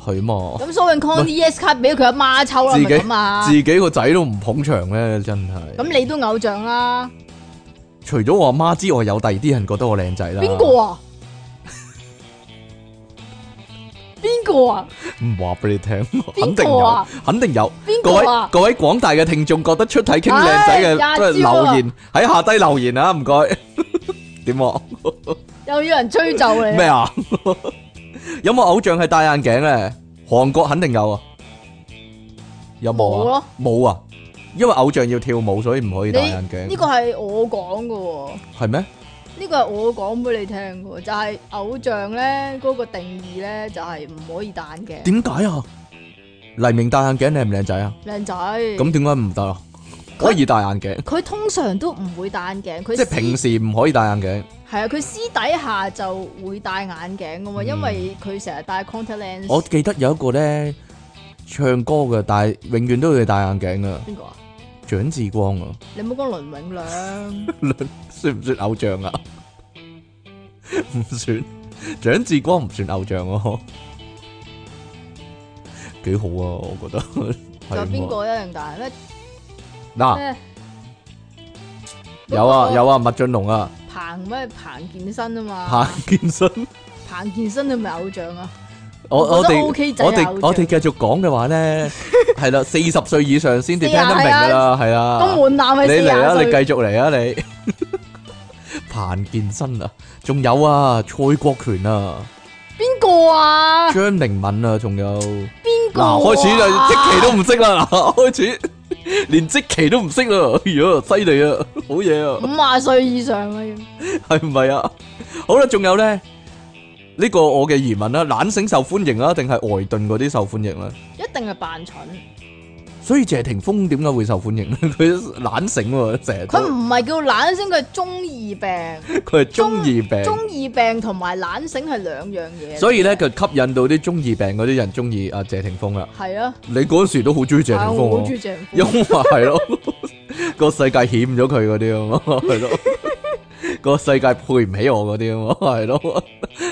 係嘛？
咁蘇永康啲 Yes 卡俾佢阿媽抽啦，
啊自
咪
己
咁啊？
自己個仔都唔捧場咧，真係啊
咁你都偶像啦，
除咗我阿媽之外，有第二啲人覺得我靚仔啦。
邊 個啊？邊個啊？
唔話俾你聽，肯
邊
定
個
有
啊，
肯定有。
邊
各位
個啊？
各位廣大嘅聽眾覺得出體傾靚仔
唉
嘅，
廿
都係
招啊
留言喺下低留言啊，唔該。 點啊？
又要人追就你
咩
啊？
啊？ 有冇偶像係戴眼鏡咧？韓國肯定有啊。有冇
冇
啊
咯？
冇啊，因為偶像要跳舞，所以唔可以戴眼
你呢
鏡。
個係我講嘅喎。
係咩？
呢個係我講俾你聽嘅喎，就係、偶像咧嗰、個定義咧就係唔可以戴眼鏡，
點解啊？黎明戴眼鏡靚唔靚仔啊？
靚仔。
咁
咁
點解唔得啊？可以戴眼鏡，
佢通常都唔會戴眼鏡，佢
即係
私
平時唔可以戴眼鏡。
係啊，佢私底下就會戴眼鏡嘅嘛，
嗯
因為佢成日戴 contact lens。
我記得有一個咧唱歌嘅，但係永遠都要戴眼鏡噶，
邊個啊？
蔣志光啊，
你唔好講倫永亮，
算唔算偶像啊？ 唔算，蔣志光唔算偶像咯、幾好啊，我覺得。
仲有
係
邊
喎？啊
個一樣戴咩？
嗱，
咩
有啊有
啊，
啊，麥浚龍啊，
彭咩彭健身啊嘛，
彭健身。
彭健身係咪偶像啊？
我
我
我
覺得
哋
OK 仔啊
我哋
偶像
我哋繼續講嘅話咧，係啦，四十歲以上先至聽
四啊
得明噶啦，係啊。
咁門檻係
你
四
嚟
廿
啊！你
歲，
繼續嚟啊！ 你彭健身啊，仲有啊，蔡國權啊，
邊個啊？
張寧敏啊，仲有
邊個啊？
嗱，開始啦，即期都唔識啦，嗱，開始連即期都唔識啦，哎呀，犀利啊，好嘢啊，
五廿歲以上啊要。
係唔係啊？好啦，仲有咧，呢個我嘅疑問啦，懶醒受歡迎啊，定係呆頓嗰啲受歡迎咧？
一定係扮蠢，
所以謝霆鋒點解會受歡迎 咧？佢懶醒喎，成日
佢
都
唔係叫懶醒，佢係中二
佢係中二病
病。。中二病同埋懶醒係啊兩樣嘢。
所以咧，佢吸引到啲中二病嗰啲人中意阿謝霆鋒啦。
係啊，
你嗰陣時都好中意謝霆
係啊我好中
鋒
意
喎，
謝霆
因
鋒。
為係咯， 個世界欠咗佢嗰啲啊嘛，係咯，個世界配唔起我嗰啲啊嘛，係咯，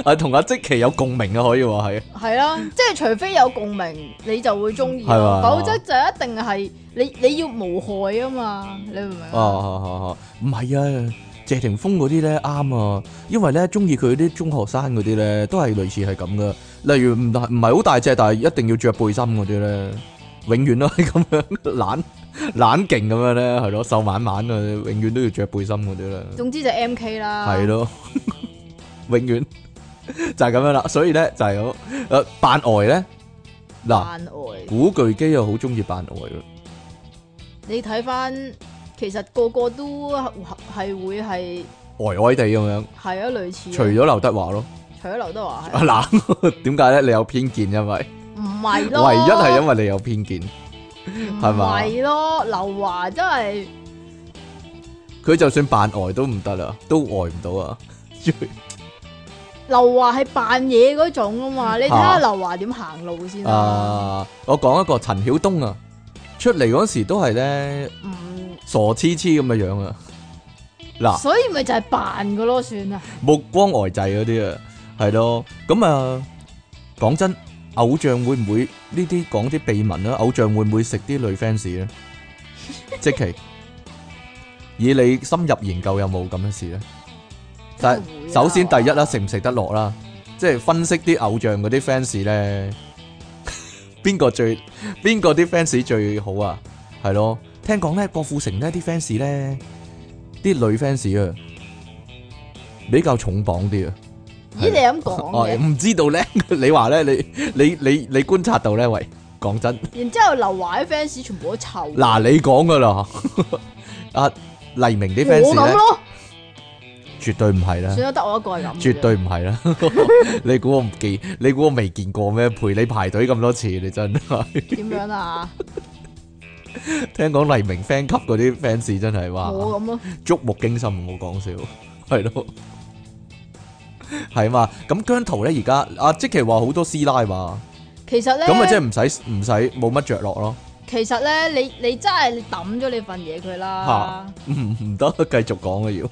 啊同阿積淇有共鳴啊，可以話係。
係啊，即係除非有共鳴，你就會中意
係啊
咯，
嘛
否則就一定係你你要無害啊嘛，你明唔明
哦
啊？
哦哦，唔係啊，謝霆鋒嗰啲咧啱啊，因為咧中意佢啲中學生嗰啲咧，都係類似係咁噶。例如唔大唔係好大隻，但係一定要着背心嗰啲咧，永遠都係咁樣懶懶勁咁樣咧，係咯，瘦蜢蜢啊，永遠都要着背心嗰啲咧，
總之就 M K 啦，
係咯， 永遠就係咁樣啦。所以咧就係咁，誒扮呆咧，嗱，
扮呆。
古巨基又好中意扮呆咯，
你睇翻，其實個個都係會係
呆呆地咁樣，
係啊，類似啊。
除咗劉德華咯。
除咗劉德華係，
啊嗱， 點解咧？你有偏見，因為
唔係咯。
唯一係因為你有偏見，係
係
嘛
係咯，劉華真係
佢就算扮呆都唔得啦，都呆唔到啊！
劉華係扮嘢嗰種啊嘛，你睇下劉華點行路先啦，
嗯啊，我講一個陳曉東啊，出嚟嗰時都係咧
嗯，
傻痴痴咁嘅樣啊，嗱，
所以咪就係扮噶咯，算啦，
目光呆滯嗰啲啊，係咯，咁啊，講真，偶像會唔會呢啲講啲秘聞啊？偶像會唔會食啲女 fans 咧？即其以你深入研究有冇咁嘅事咧？但
真係會啊
首先第一啦，食唔食得落啦，即係分析啲偶像嗰啲 fans 咧，邊個最 邊個啲 fans 最好啊？係咯，聽講咧郭富城呢啲 fans 咧，啲女 fans 啊比較重磅啲啊。
咦你咁講
哦
嘅，
唔知道咧，你話咧，你你你你觀察到咧，喂，講真，
然之後劉華啲 fans 全部都臭，
嗱你講噶啦，阿黎明啲 fans
我咁
咧，
咯，
絕對唔係啦
算。啦，得我一個係咁，
絕對唔係啦！你估我唔記？你估我未見過咩？陪你排隊咁多次，你真係
點樣啊？
聽講黎明 fan 級嗰啲 fans 真係哇，
我咁咯，
觸目驚心，唔好講笑，係咯，係嘛？咁姜濤咧而家阿即其話好多師奶嘛，
其實咧，
咁啊咪即係唔使唔使冇乜着落咯，
其實咧，你你真係抌咗你份嘢佢啦
嚇。唔唔得，繼續講啊要。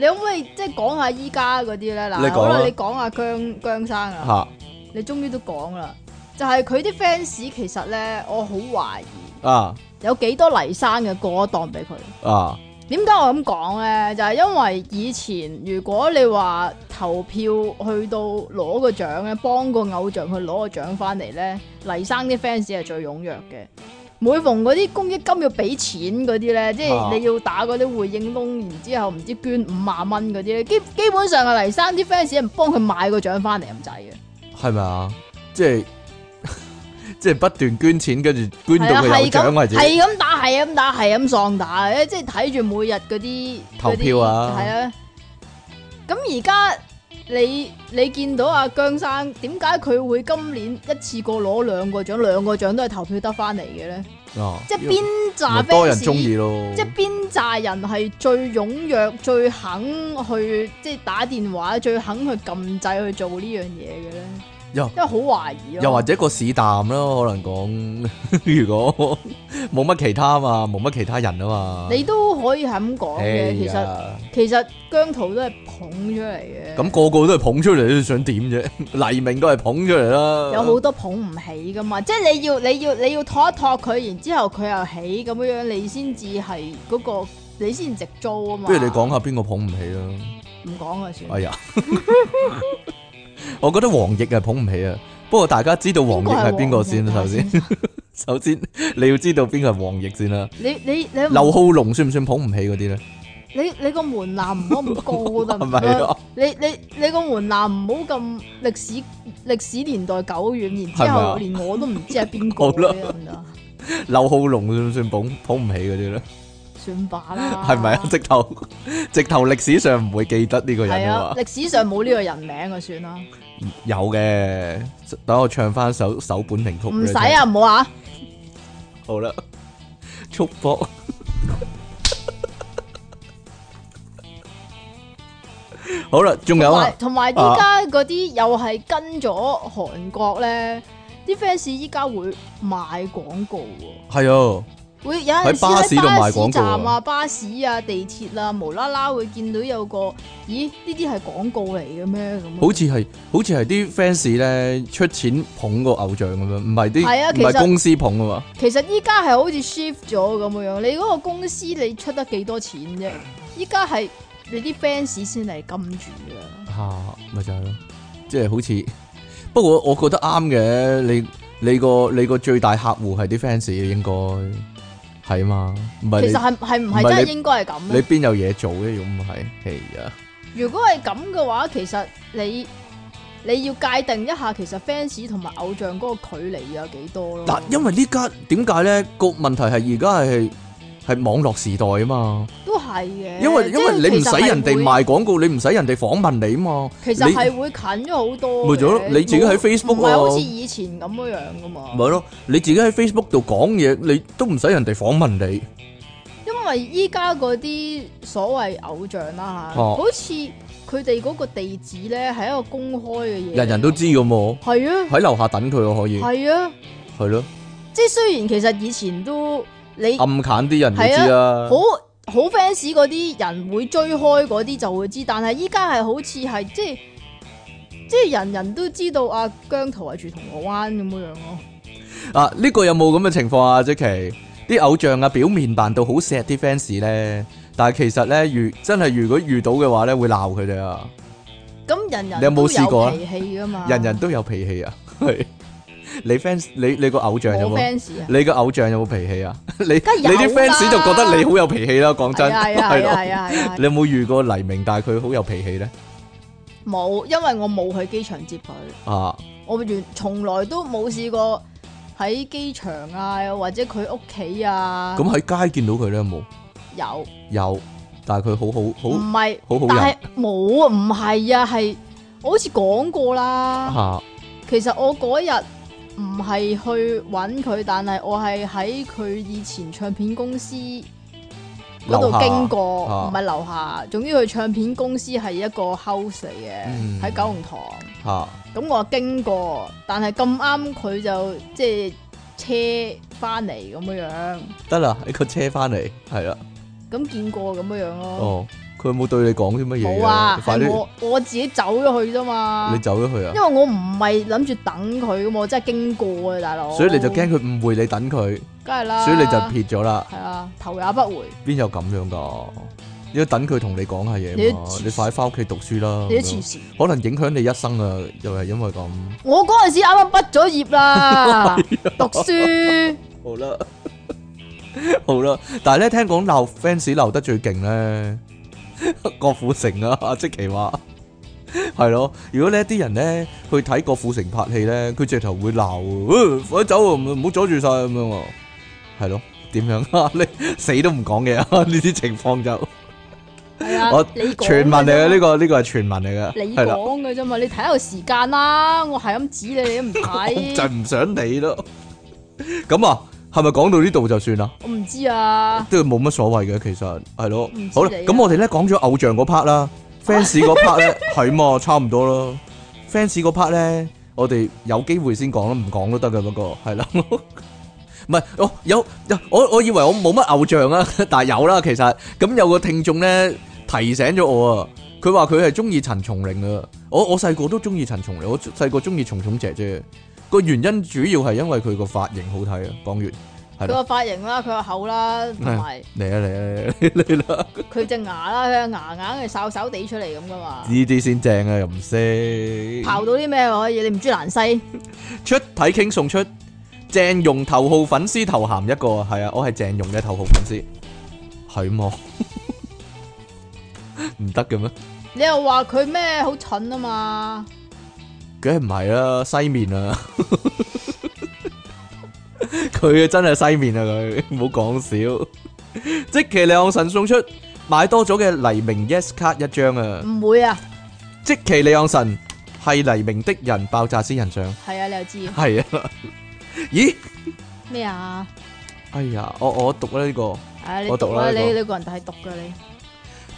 你可唔可以即係講下依家嗰啲咧？嗱，
你講啊
好
啦
啦，你講下姜姜生啊。
吓
你終於都講啦，就係佢啲 fans 其實咧，我好懷疑
啊
有幾多黎生嘅歌當俾佢，
啊
點解我咁講呢？就係、因為以前如果你話投票去到攞個獎咧，幫個偶像去攞個獎翻嚟呢，黎生啲 fans 係最踴躍嘅。每逢嗰啲公益金要俾錢嗰啲呢，即
啊
係你要打嗰啲回應窿，然之後唔知捐五萬蚊嗰啲咧，基基本上係黎生啲 fans 係幫佢買個獎翻嚟咁滯嘅。
系咪啊？即系 即系不断捐钱，跟住捐
係
到
啊，
佢有
係
奖为
咁
止。
係咁打，係咁打，係咁喪打嘅，即係睇住每日嗰啲
投票啊
係啊。咁而家你你見到阿姜生點解佢會今年一次過攞兩個獎，兩個獎都係投票得翻嚟嘅咧？
哦
即係邊扎
咪多人中意
fans？
咯，
即係邊扎人係最踴躍、最肯去即係打電話、最肯去撳掣去做呢樣嘢嘅咧？
又
因為好懷疑啊咯。
又或者個市淡咯，可能講 如果 冇乜其他嘛，冇乜其他人啊嘛。
你都可以係咁講
哎呀
嘅，其實。其實姜濤都係捧出嚟嘅，
咁個個都係捧出嚟，你想點啫？ 黎明都係捧出嚟啦。
有好多捧唔起噶嘛，即係你要你要你要托一托佢，然之後佢又起咁樣樣，你先至係嗰個你先值租啊嘛。
不如你講下邊個捧唔起啦？
唔講啊算
哎。呀， 我覺得黃奕係捧唔起啊。不過大家知道黃奕係邊個先啦？啊首先，
先，
首先你要知道邊個係黃奕先啦。
你你你
劉浩龍算唔算捧唔起嗰啲咧？
你你個門檻唔好咁高
係
得唔
咪
得？
啊？
你你你個門檻唔好咁歷史歷史年代久遠，然之
係咪啊
後連我都唔知係邊個
好啦
得唔啊得？
劉浩龍算唔算捧捧唔起嗰啲咧？
算吧啦，
系咪啊？ 直头直头历史上唔会记得呢个
係
人
啊
啊，嘛？
歷史上冇呢個人名啊，算啦。
有嘅，等我唱翻首首本名曲。
唔使啊，！唔好啊，
好啦，束縛。 好啦，仲有啊，
同埋依家嗰啲又係跟咗韓國咧，啲 fans 依家會賣廣告喎，
系啊，
會有陣時
喺巴士度賣廣告啊
喺巴士站啊、巴士啊、地鐵啊，無啦啦會見到有個，咦呢啲係廣告嚟嘅咩
好似
咁？
系好似系啲 fans 咧出钱捧个偶像咁样，唔系
係啊
啲
其實
唔系公司捧啊嘛。
其實依家係好似 shift 咗咁樣，你嗰個公司你出得幾多錢啫？依家係你啲 fans 先嚟金主啊！
吓，咪就係咯，即係好似。不過我覺得啱嘅，你你個你個最大客户係啲 fans 應該係啊嘛，唔係
其實
你
係係唔
唔係
係真
你
係應該係咁
你
咧？
邊有嘢做嘅，如果唔係，係啊，
如果係咁嘅話，其實你你要界定一下，其實 fans 同埋偶像嗰個距離有幾多咯？
嗱，因為呢家點解咧個問題係而家係係網絡時代啊嘛，
都係嘅，
因為因為
為
你唔使人哋，賣廣告，你唔使人哋訪問你啊嘛，
其實係會近咗好多嘅。
咪就係咯你自己喺 Facebook
唔係好
喎
似以前咁樣樣噶嘛
咪？係咯，你自己喺 Facebook 度講嘢，你都唔使人哋訪問你，
啊因為依家嗰啲所謂偶像啦嚇，
哦
好似佢哋嗰個地址咧係一個公開嘅嘢，
人人都知咁喎，
係啊，
喺樓下等佢我可以，
係啊，
係咯，
即係雖然其實以前都你。
暗砍啲人你
係啊
知啦。
好好 fans 嗰啲人會追開嗰啲就會知，但係依家係好似係即係即係人人都知道阿姜濤係住銅鑼灣咁樣咯。
啊，呢、個有冇咁嘅情況啊？即其啲偶像啊，表面扮到好錫啲 fans 咧，但係其實咧遇真係如果遇到嘅話咧，會鬧佢哋啊！
咁人人
你有冇試
試
過啊
脾氣噶嘛？
人人都有脾氣啊，係你 fans 你你個偶像有
冇
冇？
fans 啊？
你個偶像有冇脾氣啊？ 你你
梗係有
啲 fans 就覺得你
啦
好有脾氣啦，講真
係啊係啊係啊
係
係啊係
咯。
啊
你！有冇遇過黎明，但係佢好有脾氣咧？
冇，因為我冇去機場接佢，
啊，
我完從來都冇試過喺機場啊，又或者佢屋企啊，
咁喺街見到佢咧有冇？
有
有，但係佢好
唔
好
係？
好好
但
好
係冇啊，唔係啊，係我好似講過啦。
人
其實我嗰日唔係去揾佢，但係我係喺佢以前唱片公司嗰
樓下
度經過，
啊
唔係樓下。總之佢唱片公司係一個 house 嚟嘅，
嗯
喺、九龍塘。
嚇嚇
咁我經過，但係咁啱佢就即係車翻嚟咁樣樣，
得啦，喺個車翻嚟係啦。
咁見過咁樣樣咯。
哦，佢有冇對你講啲乜嘢
冇啊，
快
係
啲，
我我自己走咗去啫嘛
你。走咗去
因
啊！
為我唔係諗住等佢噶嘛，我真係經過啊，大佬。
所以你就驚佢誤會你等佢，
梗係啦。
所以你就撇咗啦。
係啊。啊，頭也不回，
邊有咁樣噶？你要等佢同你講下嘢
你
嘛
都，
你快翻屋企讀書啦。
你都
哦咁樣
黐線。
可能影響你一生啊！又係因為咁。
我嗰阵时啱啱畢咗 業啦，讀書
好啦， 好啦，但系咧聽講鬧 fans 鬧得最勁咧， 郭富城啊， 阿即奇話係咯。如果呢啲人咧去睇郭富城拍戲咧，佢直頭會鬧，呃快走啊，唔唔好阻住晒咁樣喎。係咯，點樣 啊？你死都唔講嘢啊！ 呢啲情況就
係啊
我，
你講
傳聞嚟嘅，呢
嘅啫嘛，
個呢個係傳聞嚟嘅，
你
係啦。
講啊嘅啫嘛，你睇下個時間啦，我係咁指你，你都唔
就
睇，
唔想理咯。咁啊，係咪講到呢度就算啦？
我唔知啊，
都冇乜所謂嘅，其實係咯
唔知你。啊
好啦，咁我哋咧講咗偶像嗰 part 啦，fans 嗰 part 咧係嘛，差唔多咯。fans 嗰 part 咧，我哋有機會先講啦，唔講都得嘅不過係啦。 唔係，我有有我我以為我冇乜偶像啊， 但係有啦，其實咁有個聽眾咧提醒咗我啊，佢話佢係中意陳松伶啊，我我細個都中意陳松伶，我細個中意松松姐姐，個原因主要係因為佢個髮型好睇啊。講完
佢
係啦
個髮型啦，佢個口啦，同埋
嚟啊嚟啊嚟啊嚟啦！
佢隻牙啦，佢個牙硬係哨哨地出嚟咁噶嘛，
呢啲先正啊，又唔識。
刨到啲咩可以？你唔中意蘭西？
出體傾送出鄭融頭號粉絲頭鹹一個啊，係啊，我係鄭融嘅頭號粉絲，係麼？唔得嘅咩？
你又話佢咩好蠢啊嘛？
梗 係唔係啦，西面啊， 佢啊真係西面啊，佢唔好講笑。即其兩神送出買多咗嘅黎明 Yes 卡一張啊！
唔會啊，
即其兩神係黎明的人爆炸私人相，
係啊，你又知
係啊，咦？
咩啊？
哎呀，我我讀啦呢、個
唉，你
我
讀
讀
啦，
啦呢
你
個
你個人係讀噶你。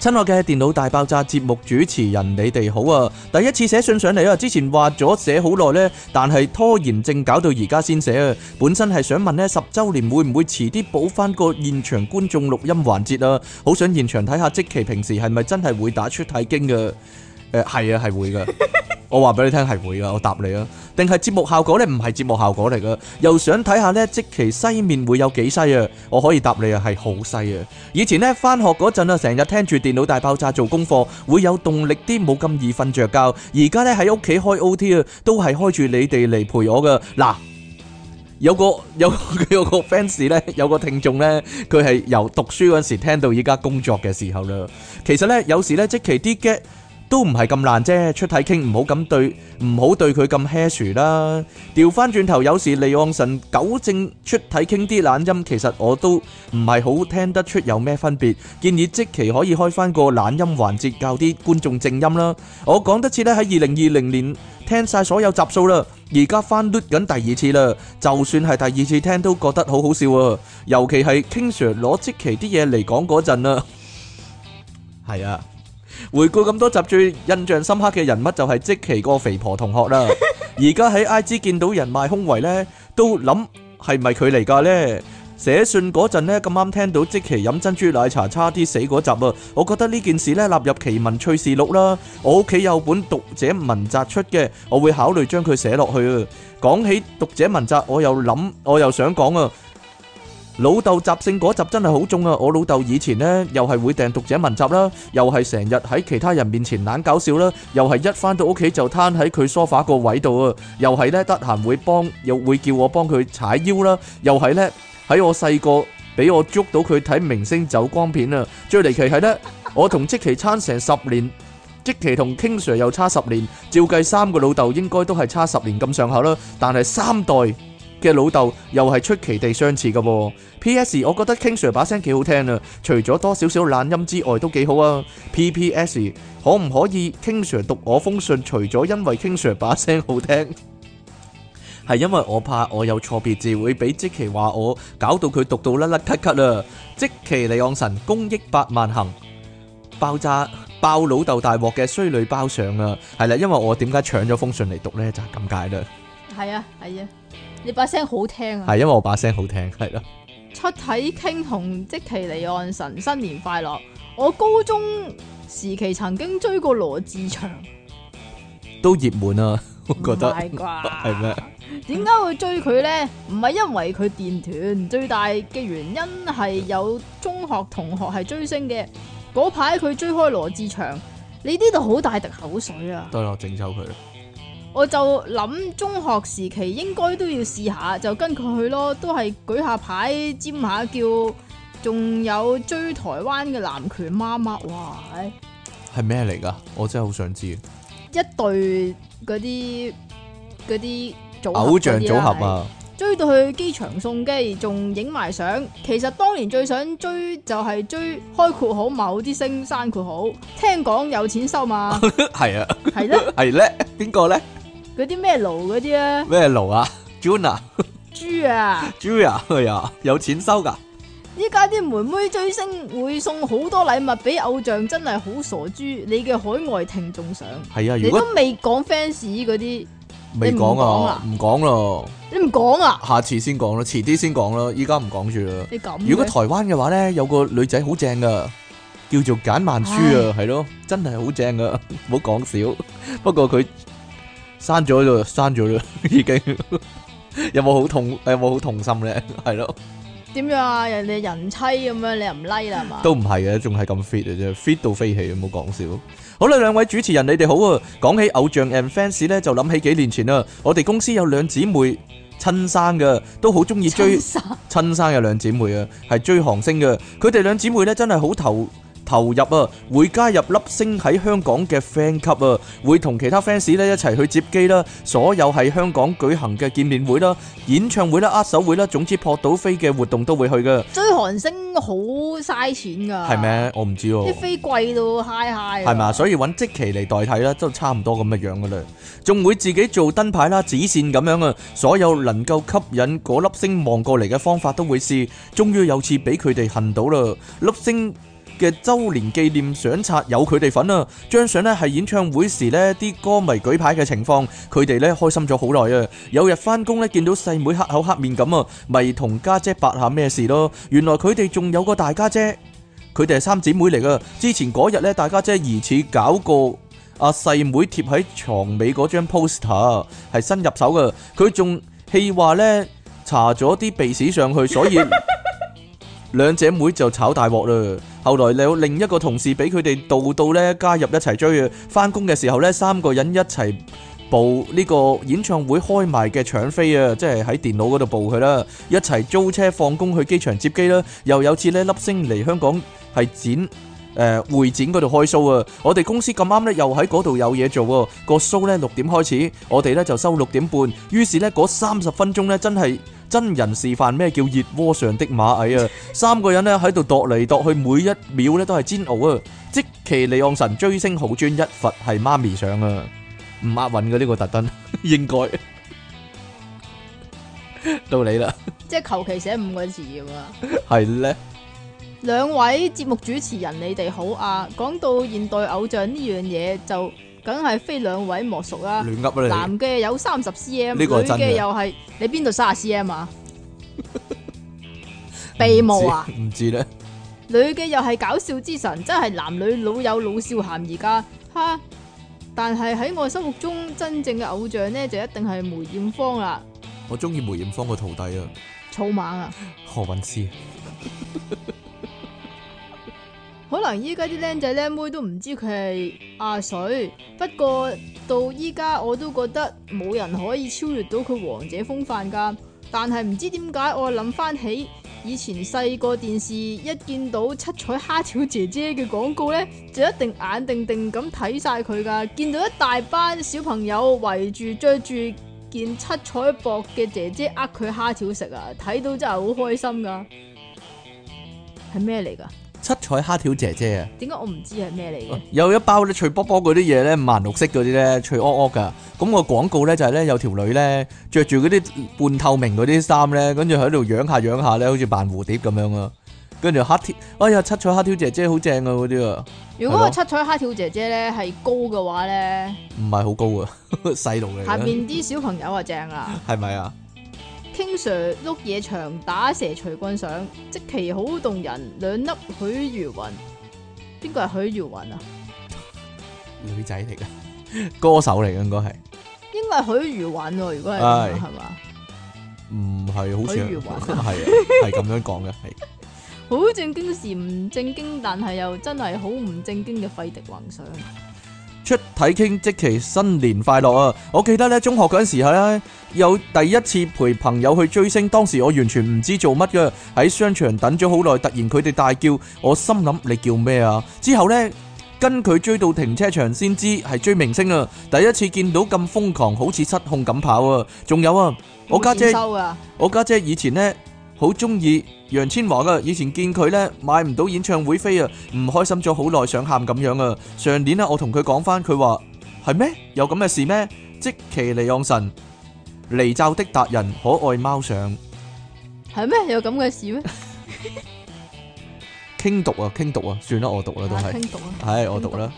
親愛嘅電腦大爆炸節目主持人，你哋好啊！第一次寫信上嚟啊，之前話咗寫好耐呢，但係拖延症搞到而家先寫啊。本身係想問呢，十週年會唔會遲啲補翻個現場觀眾錄音環節啊？好想現場睇下即期平時係咪真係會打出太經嘅？誒、係啊，係會噶。我話俾你聽係會噶，我答你啊。定係節目效果呢？唔係節目效果嚟噶，又想睇下呢，即期西面會有幾西啊？我可以答你啊，係好西啊！以前咧翻學嗰陣啊，成日聽住電腦大爆炸做功課，會有動力啲，冇咁易瞓着覺。而家咧喺屋企開 OT 啊，都係開住你哋嚟陪我噶。嗱， 有個有有個 fans 咧， 有個聽眾咧，佢係由讀書嗰時聽到依家工作嘅時候啦。其實咧，有時咧即其啲 get 都唔係咁難啫，出體傾唔好咁對，唔好對佢咁 hash 啦。調翻轉頭，有時利昂神糾正出體傾啲懶音，其實我都唔係好聽得出有咩分別。建議即期可以開翻個懶音環節，教啲觀眾正音啦。我講得切咧，喺二零二零年聽晒所有集數啦，而家翻 loop 緊第二次啦。就算係第二次聽都覺得好好笑啊！尤其係 King Sir 攞即期啲嘢嚟講嗰陣啊，係啊。回顧咁多集最印象深刻嘅人物就係即期個肥婆同 學啦。而家喺 IG 見到人賣胸圍呢，都諗係咪佢嚟㗎呢？寫信嗰陣呢，咁啱聽到即期飲珍珠奶茶差啲死嗰集啊！我覺得呢件事呢，納入奇聞趣事錄啦。我屋企有本讀者文摘出嘅，我會考慮將佢寫落去啊。講起讀者文摘，我又諗，我又想講啊。老豆集性嗰集真係好重啊！我老豆以前呢，又係會訂讀者文集啦，又係成日喺其他人面前懶搞笑啦，又係一翻到屋企就攤喺佢 sofa 個位度啊，又係呢，得閒會幫，又會叫我幫佢踩腰啦，又係呢，喺我細個俾我捉到佢睇明星走光片啊！最離奇係呢，我同即期差成十年，即期同 King Sir 又差十年，照計三個老豆應該都係差十年咁上下啦，但係三代嘅老豆又係出奇地相似嘅喎、P.S. 我覺得 King Sir 把聲幾好聽啊，除咗多少少懶音之外都幾好啊。P.P.S. 可唔可以 King Sir 讀我封信？除咗因為 King Sir 把聲好聽，係因為我怕我有錯別字會俾即奇話我，搞到佢讀到甩甩咳咳啊！即奇利昂神公益百萬行，爆炸爆老豆大鑊嘅衰女包上啊！係啦，因為我點解搶咗封信嚟讀呢？就係咁解啦，
係啊，係啊，你把聲好聽啊！
係因為我把聲好聽，係啦。
出體傾同即其離岸神新年快樂。我高中時期曾經追過羅志祥，
都熱門啊，我覺得
唔係啩？
係咩？
點解會追佢呢？唔係因為佢電團，最大嘅原因係有中學同學係追星嘅。嗰排佢追開羅志祥，你呢度好大滴口水啊！
得啦，我整走佢啦。
我就諗中學時期應該都要試下，就跟佢去咯，都係舉下牌、尖下叫，仲有追台灣嘅南拳媽媽，哇！
係咩嚟噶？我真係好想知。
一隊嗰啲嗰啲組合
偶像
嗰啲
組
啦
合，啊，
係追到去機場送機，仲影埋相。其實當年最想追就係追開括號某啲星山括號，聽講有錢 收嘛，
係啊，
係啦，
係咧，邊個咧？
嗰啲咩奴嗰啲啊，
咩奴啊？Juna、
豬啊！
Julia，哎呀，有錢收噶。
依家啲妹妹追星會送好多禮物俾偶像，真係好傻豬！你嘅海外聽眾上，
係啊，
你
如
都
果
未講 fans 嗰啲，
未講啊，
你
唔講咯，
你唔講啊？
下次先講咯，遲啲先講咯，依家唔講住啦。
你咁
如果
嘅
台灣嘅話咧，有個女仔好正噶，叫做簡曼書啊，係咯，真係好正噶， 唔好講少。不過佢刪咗咯，刪咗咯，已經 有冇好痛？有冇好痛心咧？係咯，
點樣啊？人哋人妻咁樣，你又唔 like 啦係嘛？
都唔係嘅，仲係咁 fit 嘅啫，fit 到飛起，唔好講少。好啦，兩位主持人，你哋好啊！講起偶像 and fans 咧，就諗起幾年前啦，我哋公司有兩姊妹親生嘅，都好中意追
親。生
親生有兩姊妹啊，係追韓星嘅。佢哋兩姊妹咧真係好投投入啊，會加入粒星喺香港嘅 fan 級啊，會同其他 fans 咧一齊去接機啦，所有喺香港舉行嘅見面會啦、演唱會啦、握手會啦，總之撲到飛嘅活動都會去嘅。
追韓星好嘥錢㗎，
係？咩？我唔知喎
啲。飛貴到啊嗨嗨，
係啊嘛，所以揾即期嚟代替啦，都差唔多咁嘅樣噶啦，仲會自己做燈牌啦、紙線咁樣啊，所有能夠吸引嗰粒星望過嚟嘅方法都會試，終於有次俾佢哋恨到啦，粒星。嘅周年紀念相冊有佢哋份啊！張相呢係演唱會時呢啲歌迷舉牌嘅情況，佢哋呢開心咗好耐啊！有日翻工呢，見到細妹黑口黑面咁啊，咪同家姐八下咩事咯。原來佢哋仲有個大家姐，佢哋係三姊妹嚟噶。之前嗰日呢，大家姐疑似搞過阿細妹貼喺床尾嗰張 poster，係新入手噶。佢仲氣話呢，搽咗啲鼻屎上去，所以兩姐妹就炒大鑊啦。後來有另一個同事俾佢哋導到呢，加入一齊追啊。翻工嘅時候呢，三個人一齊。報呢個演唱會開賣嘅搶飛啊，即係喺電腦嗰度報佢啦，一齊租車放工去機場接機啦。又有次呢粒星嚟香港係展誒、會展嗰度開 show 啊！我哋公司咁啱呢，又喺嗰度有嘢做喎、個 show 呢，六點開始，我哋呢就收六點半。於是呢，嗰三十分鐘呢，真係真人示範咩叫熱鍋上的螞蟻啊！ 三個人呢喺度度嚟度去，每一秒呢都係煎熬啊！即其利昂神追星好專一佛係媽咪上啊！唔押韻嘅呢個特登， 應該到你啦，
即係求其寫五個字咁啊！
係咧。
兩位節目主持人，你哋好啊！講到現代偶像呢樣嘢，就梗係非兩位莫屬啦。
亂噏啊
男嘅有三十 cm，
呢
女
個係真嘅
嘅又係你邊度三十 cm 啊？
你！
鼻毛啊！
唔知唔知咧，
女嘅又係搞笑之神，真係男女老友老少咸而家哈。但係喺我心目中真正嘅偶像呢，就一定係梅艷芳啦，
我中意梅艷芳個徒弟啊，
草蜢啊！
何韻詩。
可能依家啲僆仔僆妹都唔知佢係阿水，不過到依家我都覺得冇人可以超越到佢王者風範㗎。但係唔知點解，我諗翻起以前細個電視一見到七彩蝦條姐姐嘅廣告呢，就一定眼定定咁睇晒佢㗎。見到一大班小朋友圍住追住件七彩薄嘅姐姐呃佢蝦條食啊，睇到真係好開心㗎。係咩嚟㗎？
七彩蝦條姐姐啊，
點解我唔知係咩嚟嘅？
有一包咧脆卜卜嗰啲嘢咧，五顏六色嗰啲咧，脆屙屙噶。咁個廣告咧就係咧有條女咧着住嗰啲半透明嗰啲衫咧，跟住喺度仰下仰下咧，好似扮蝴蝶咁樣啊。跟住黑條，哎呀七彩蝦條姐姐好正啊嗰啲啊，
如果
係咯
個七彩蝦條姐姐咧係高嘅話咧，
唔係好高啊， 細路嚟
下
嘅，
面啲小朋友啊 正啦。
係咪啊？
King Sir 碌嘢長打蛇隨棍上，即其好動人，兩粒許如雲。邊個係許如雲啊？
女仔嚟嘅，歌手嚟嘅應該係
應該係許如雲喎，如果
係
係咁係嘛？
唔係好似
許 願
係
望
啊，係咁樣講嘅，係啊
好正經時唔正經，但係又真係好唔正經嘅費迪幻想。
出體傾即期新年快樂啊！我記得咧中學嗰陣時係咧有第一次陪朋友去追星，當時我完全唔知做乜嘅，喺商場等咗好耐，突然佢哋大叫，我心諗你叫咩啊？之後呢，跟佢追到停車場先知係追明星啊！第一次見到咁瘋狂，好似失控咁跑啊！仲有啊，我家姐
冇錢收啊噶，
我家姐以前呢，好中意楊千嬅噶，以前見佢呢，買唔到演唱會飛啊，唔開心咗好耐，想喊咁樣啊。上年呢，我同佢講翻，佢話係咩？有咁嘅事咩？即其尼昂神，尼罩的達人，可愛貓上，
係咩？有咁嘅事咩？
傾讀啊，傾讀啊，算啦，我讀啦都係。
聽到啊！
唉，我讀啦。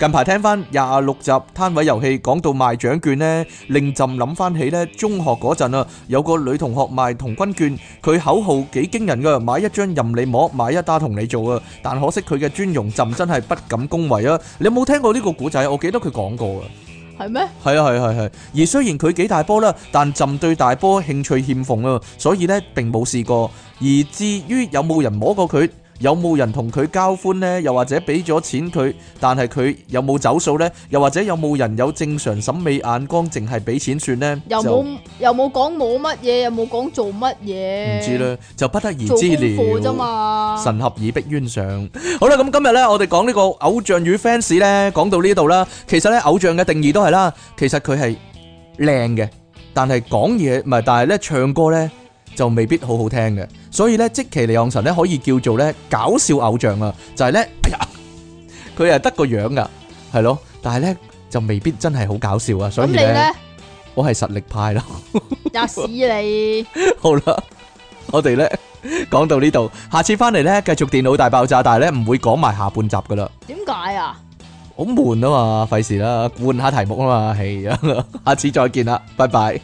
近排聽翻廿六集攤位遊戲，講到賣獎券呢，令朕諗翻起呢中學嗰陣啊，有個女同學賣童軍券，佢口號幾驚人噶，買一張任你摸，買一打同你做啊！但可惜佢嘅尊容，朕真係不敢恭維啊！你有冇聽過呢個古仔？我記得佢講過啊。
係咩？
係啊係啊係啊係，而雖然佢幾大波啦，但朕對大波興趣欠奉啊，所以呢並冇試過。而至於有冇人摸過佢，有冇人同佢交歡呢？又或者俾咗錢佢，但係佢有冇走數呢？又或者有冇人有正常審美眼光，淨係俾錢算呢？
又
就
冇又冇講冇乜嘢，又冇講做乜
唔
嘢。
知，啦，就不得而
做功
知
課啫
了。
嘛。
神合以逼冤上。好啦，咁今日呢，我哋講呢個偶像與 fans 呢，講到呢度啦。其實呢，偶像嘅定義都係啦，其實佢係靚嘅，但係講嘢唔係，但係呢唱歌呢，就未必好好聽嘅。所以呢，即其利昂神呢，可以叫做呢搞笑偶像啊，就係呢，哎呀，佢係得個樣噶，係咯，但係呢，就未必真係好搞笑啊。所
咁
以
你
呢，
咧，
我係實力派啦。
吔屎你！
好啦，我哋呢講到呢度，下次翻嚟呢，繼續電腦大爆炸，但係呢唔會講埋下半集噶啦，
點解啊？
好悶啊嘛，費事啦，換下題目啊嘛，係啊，下次再見啦，拜拜。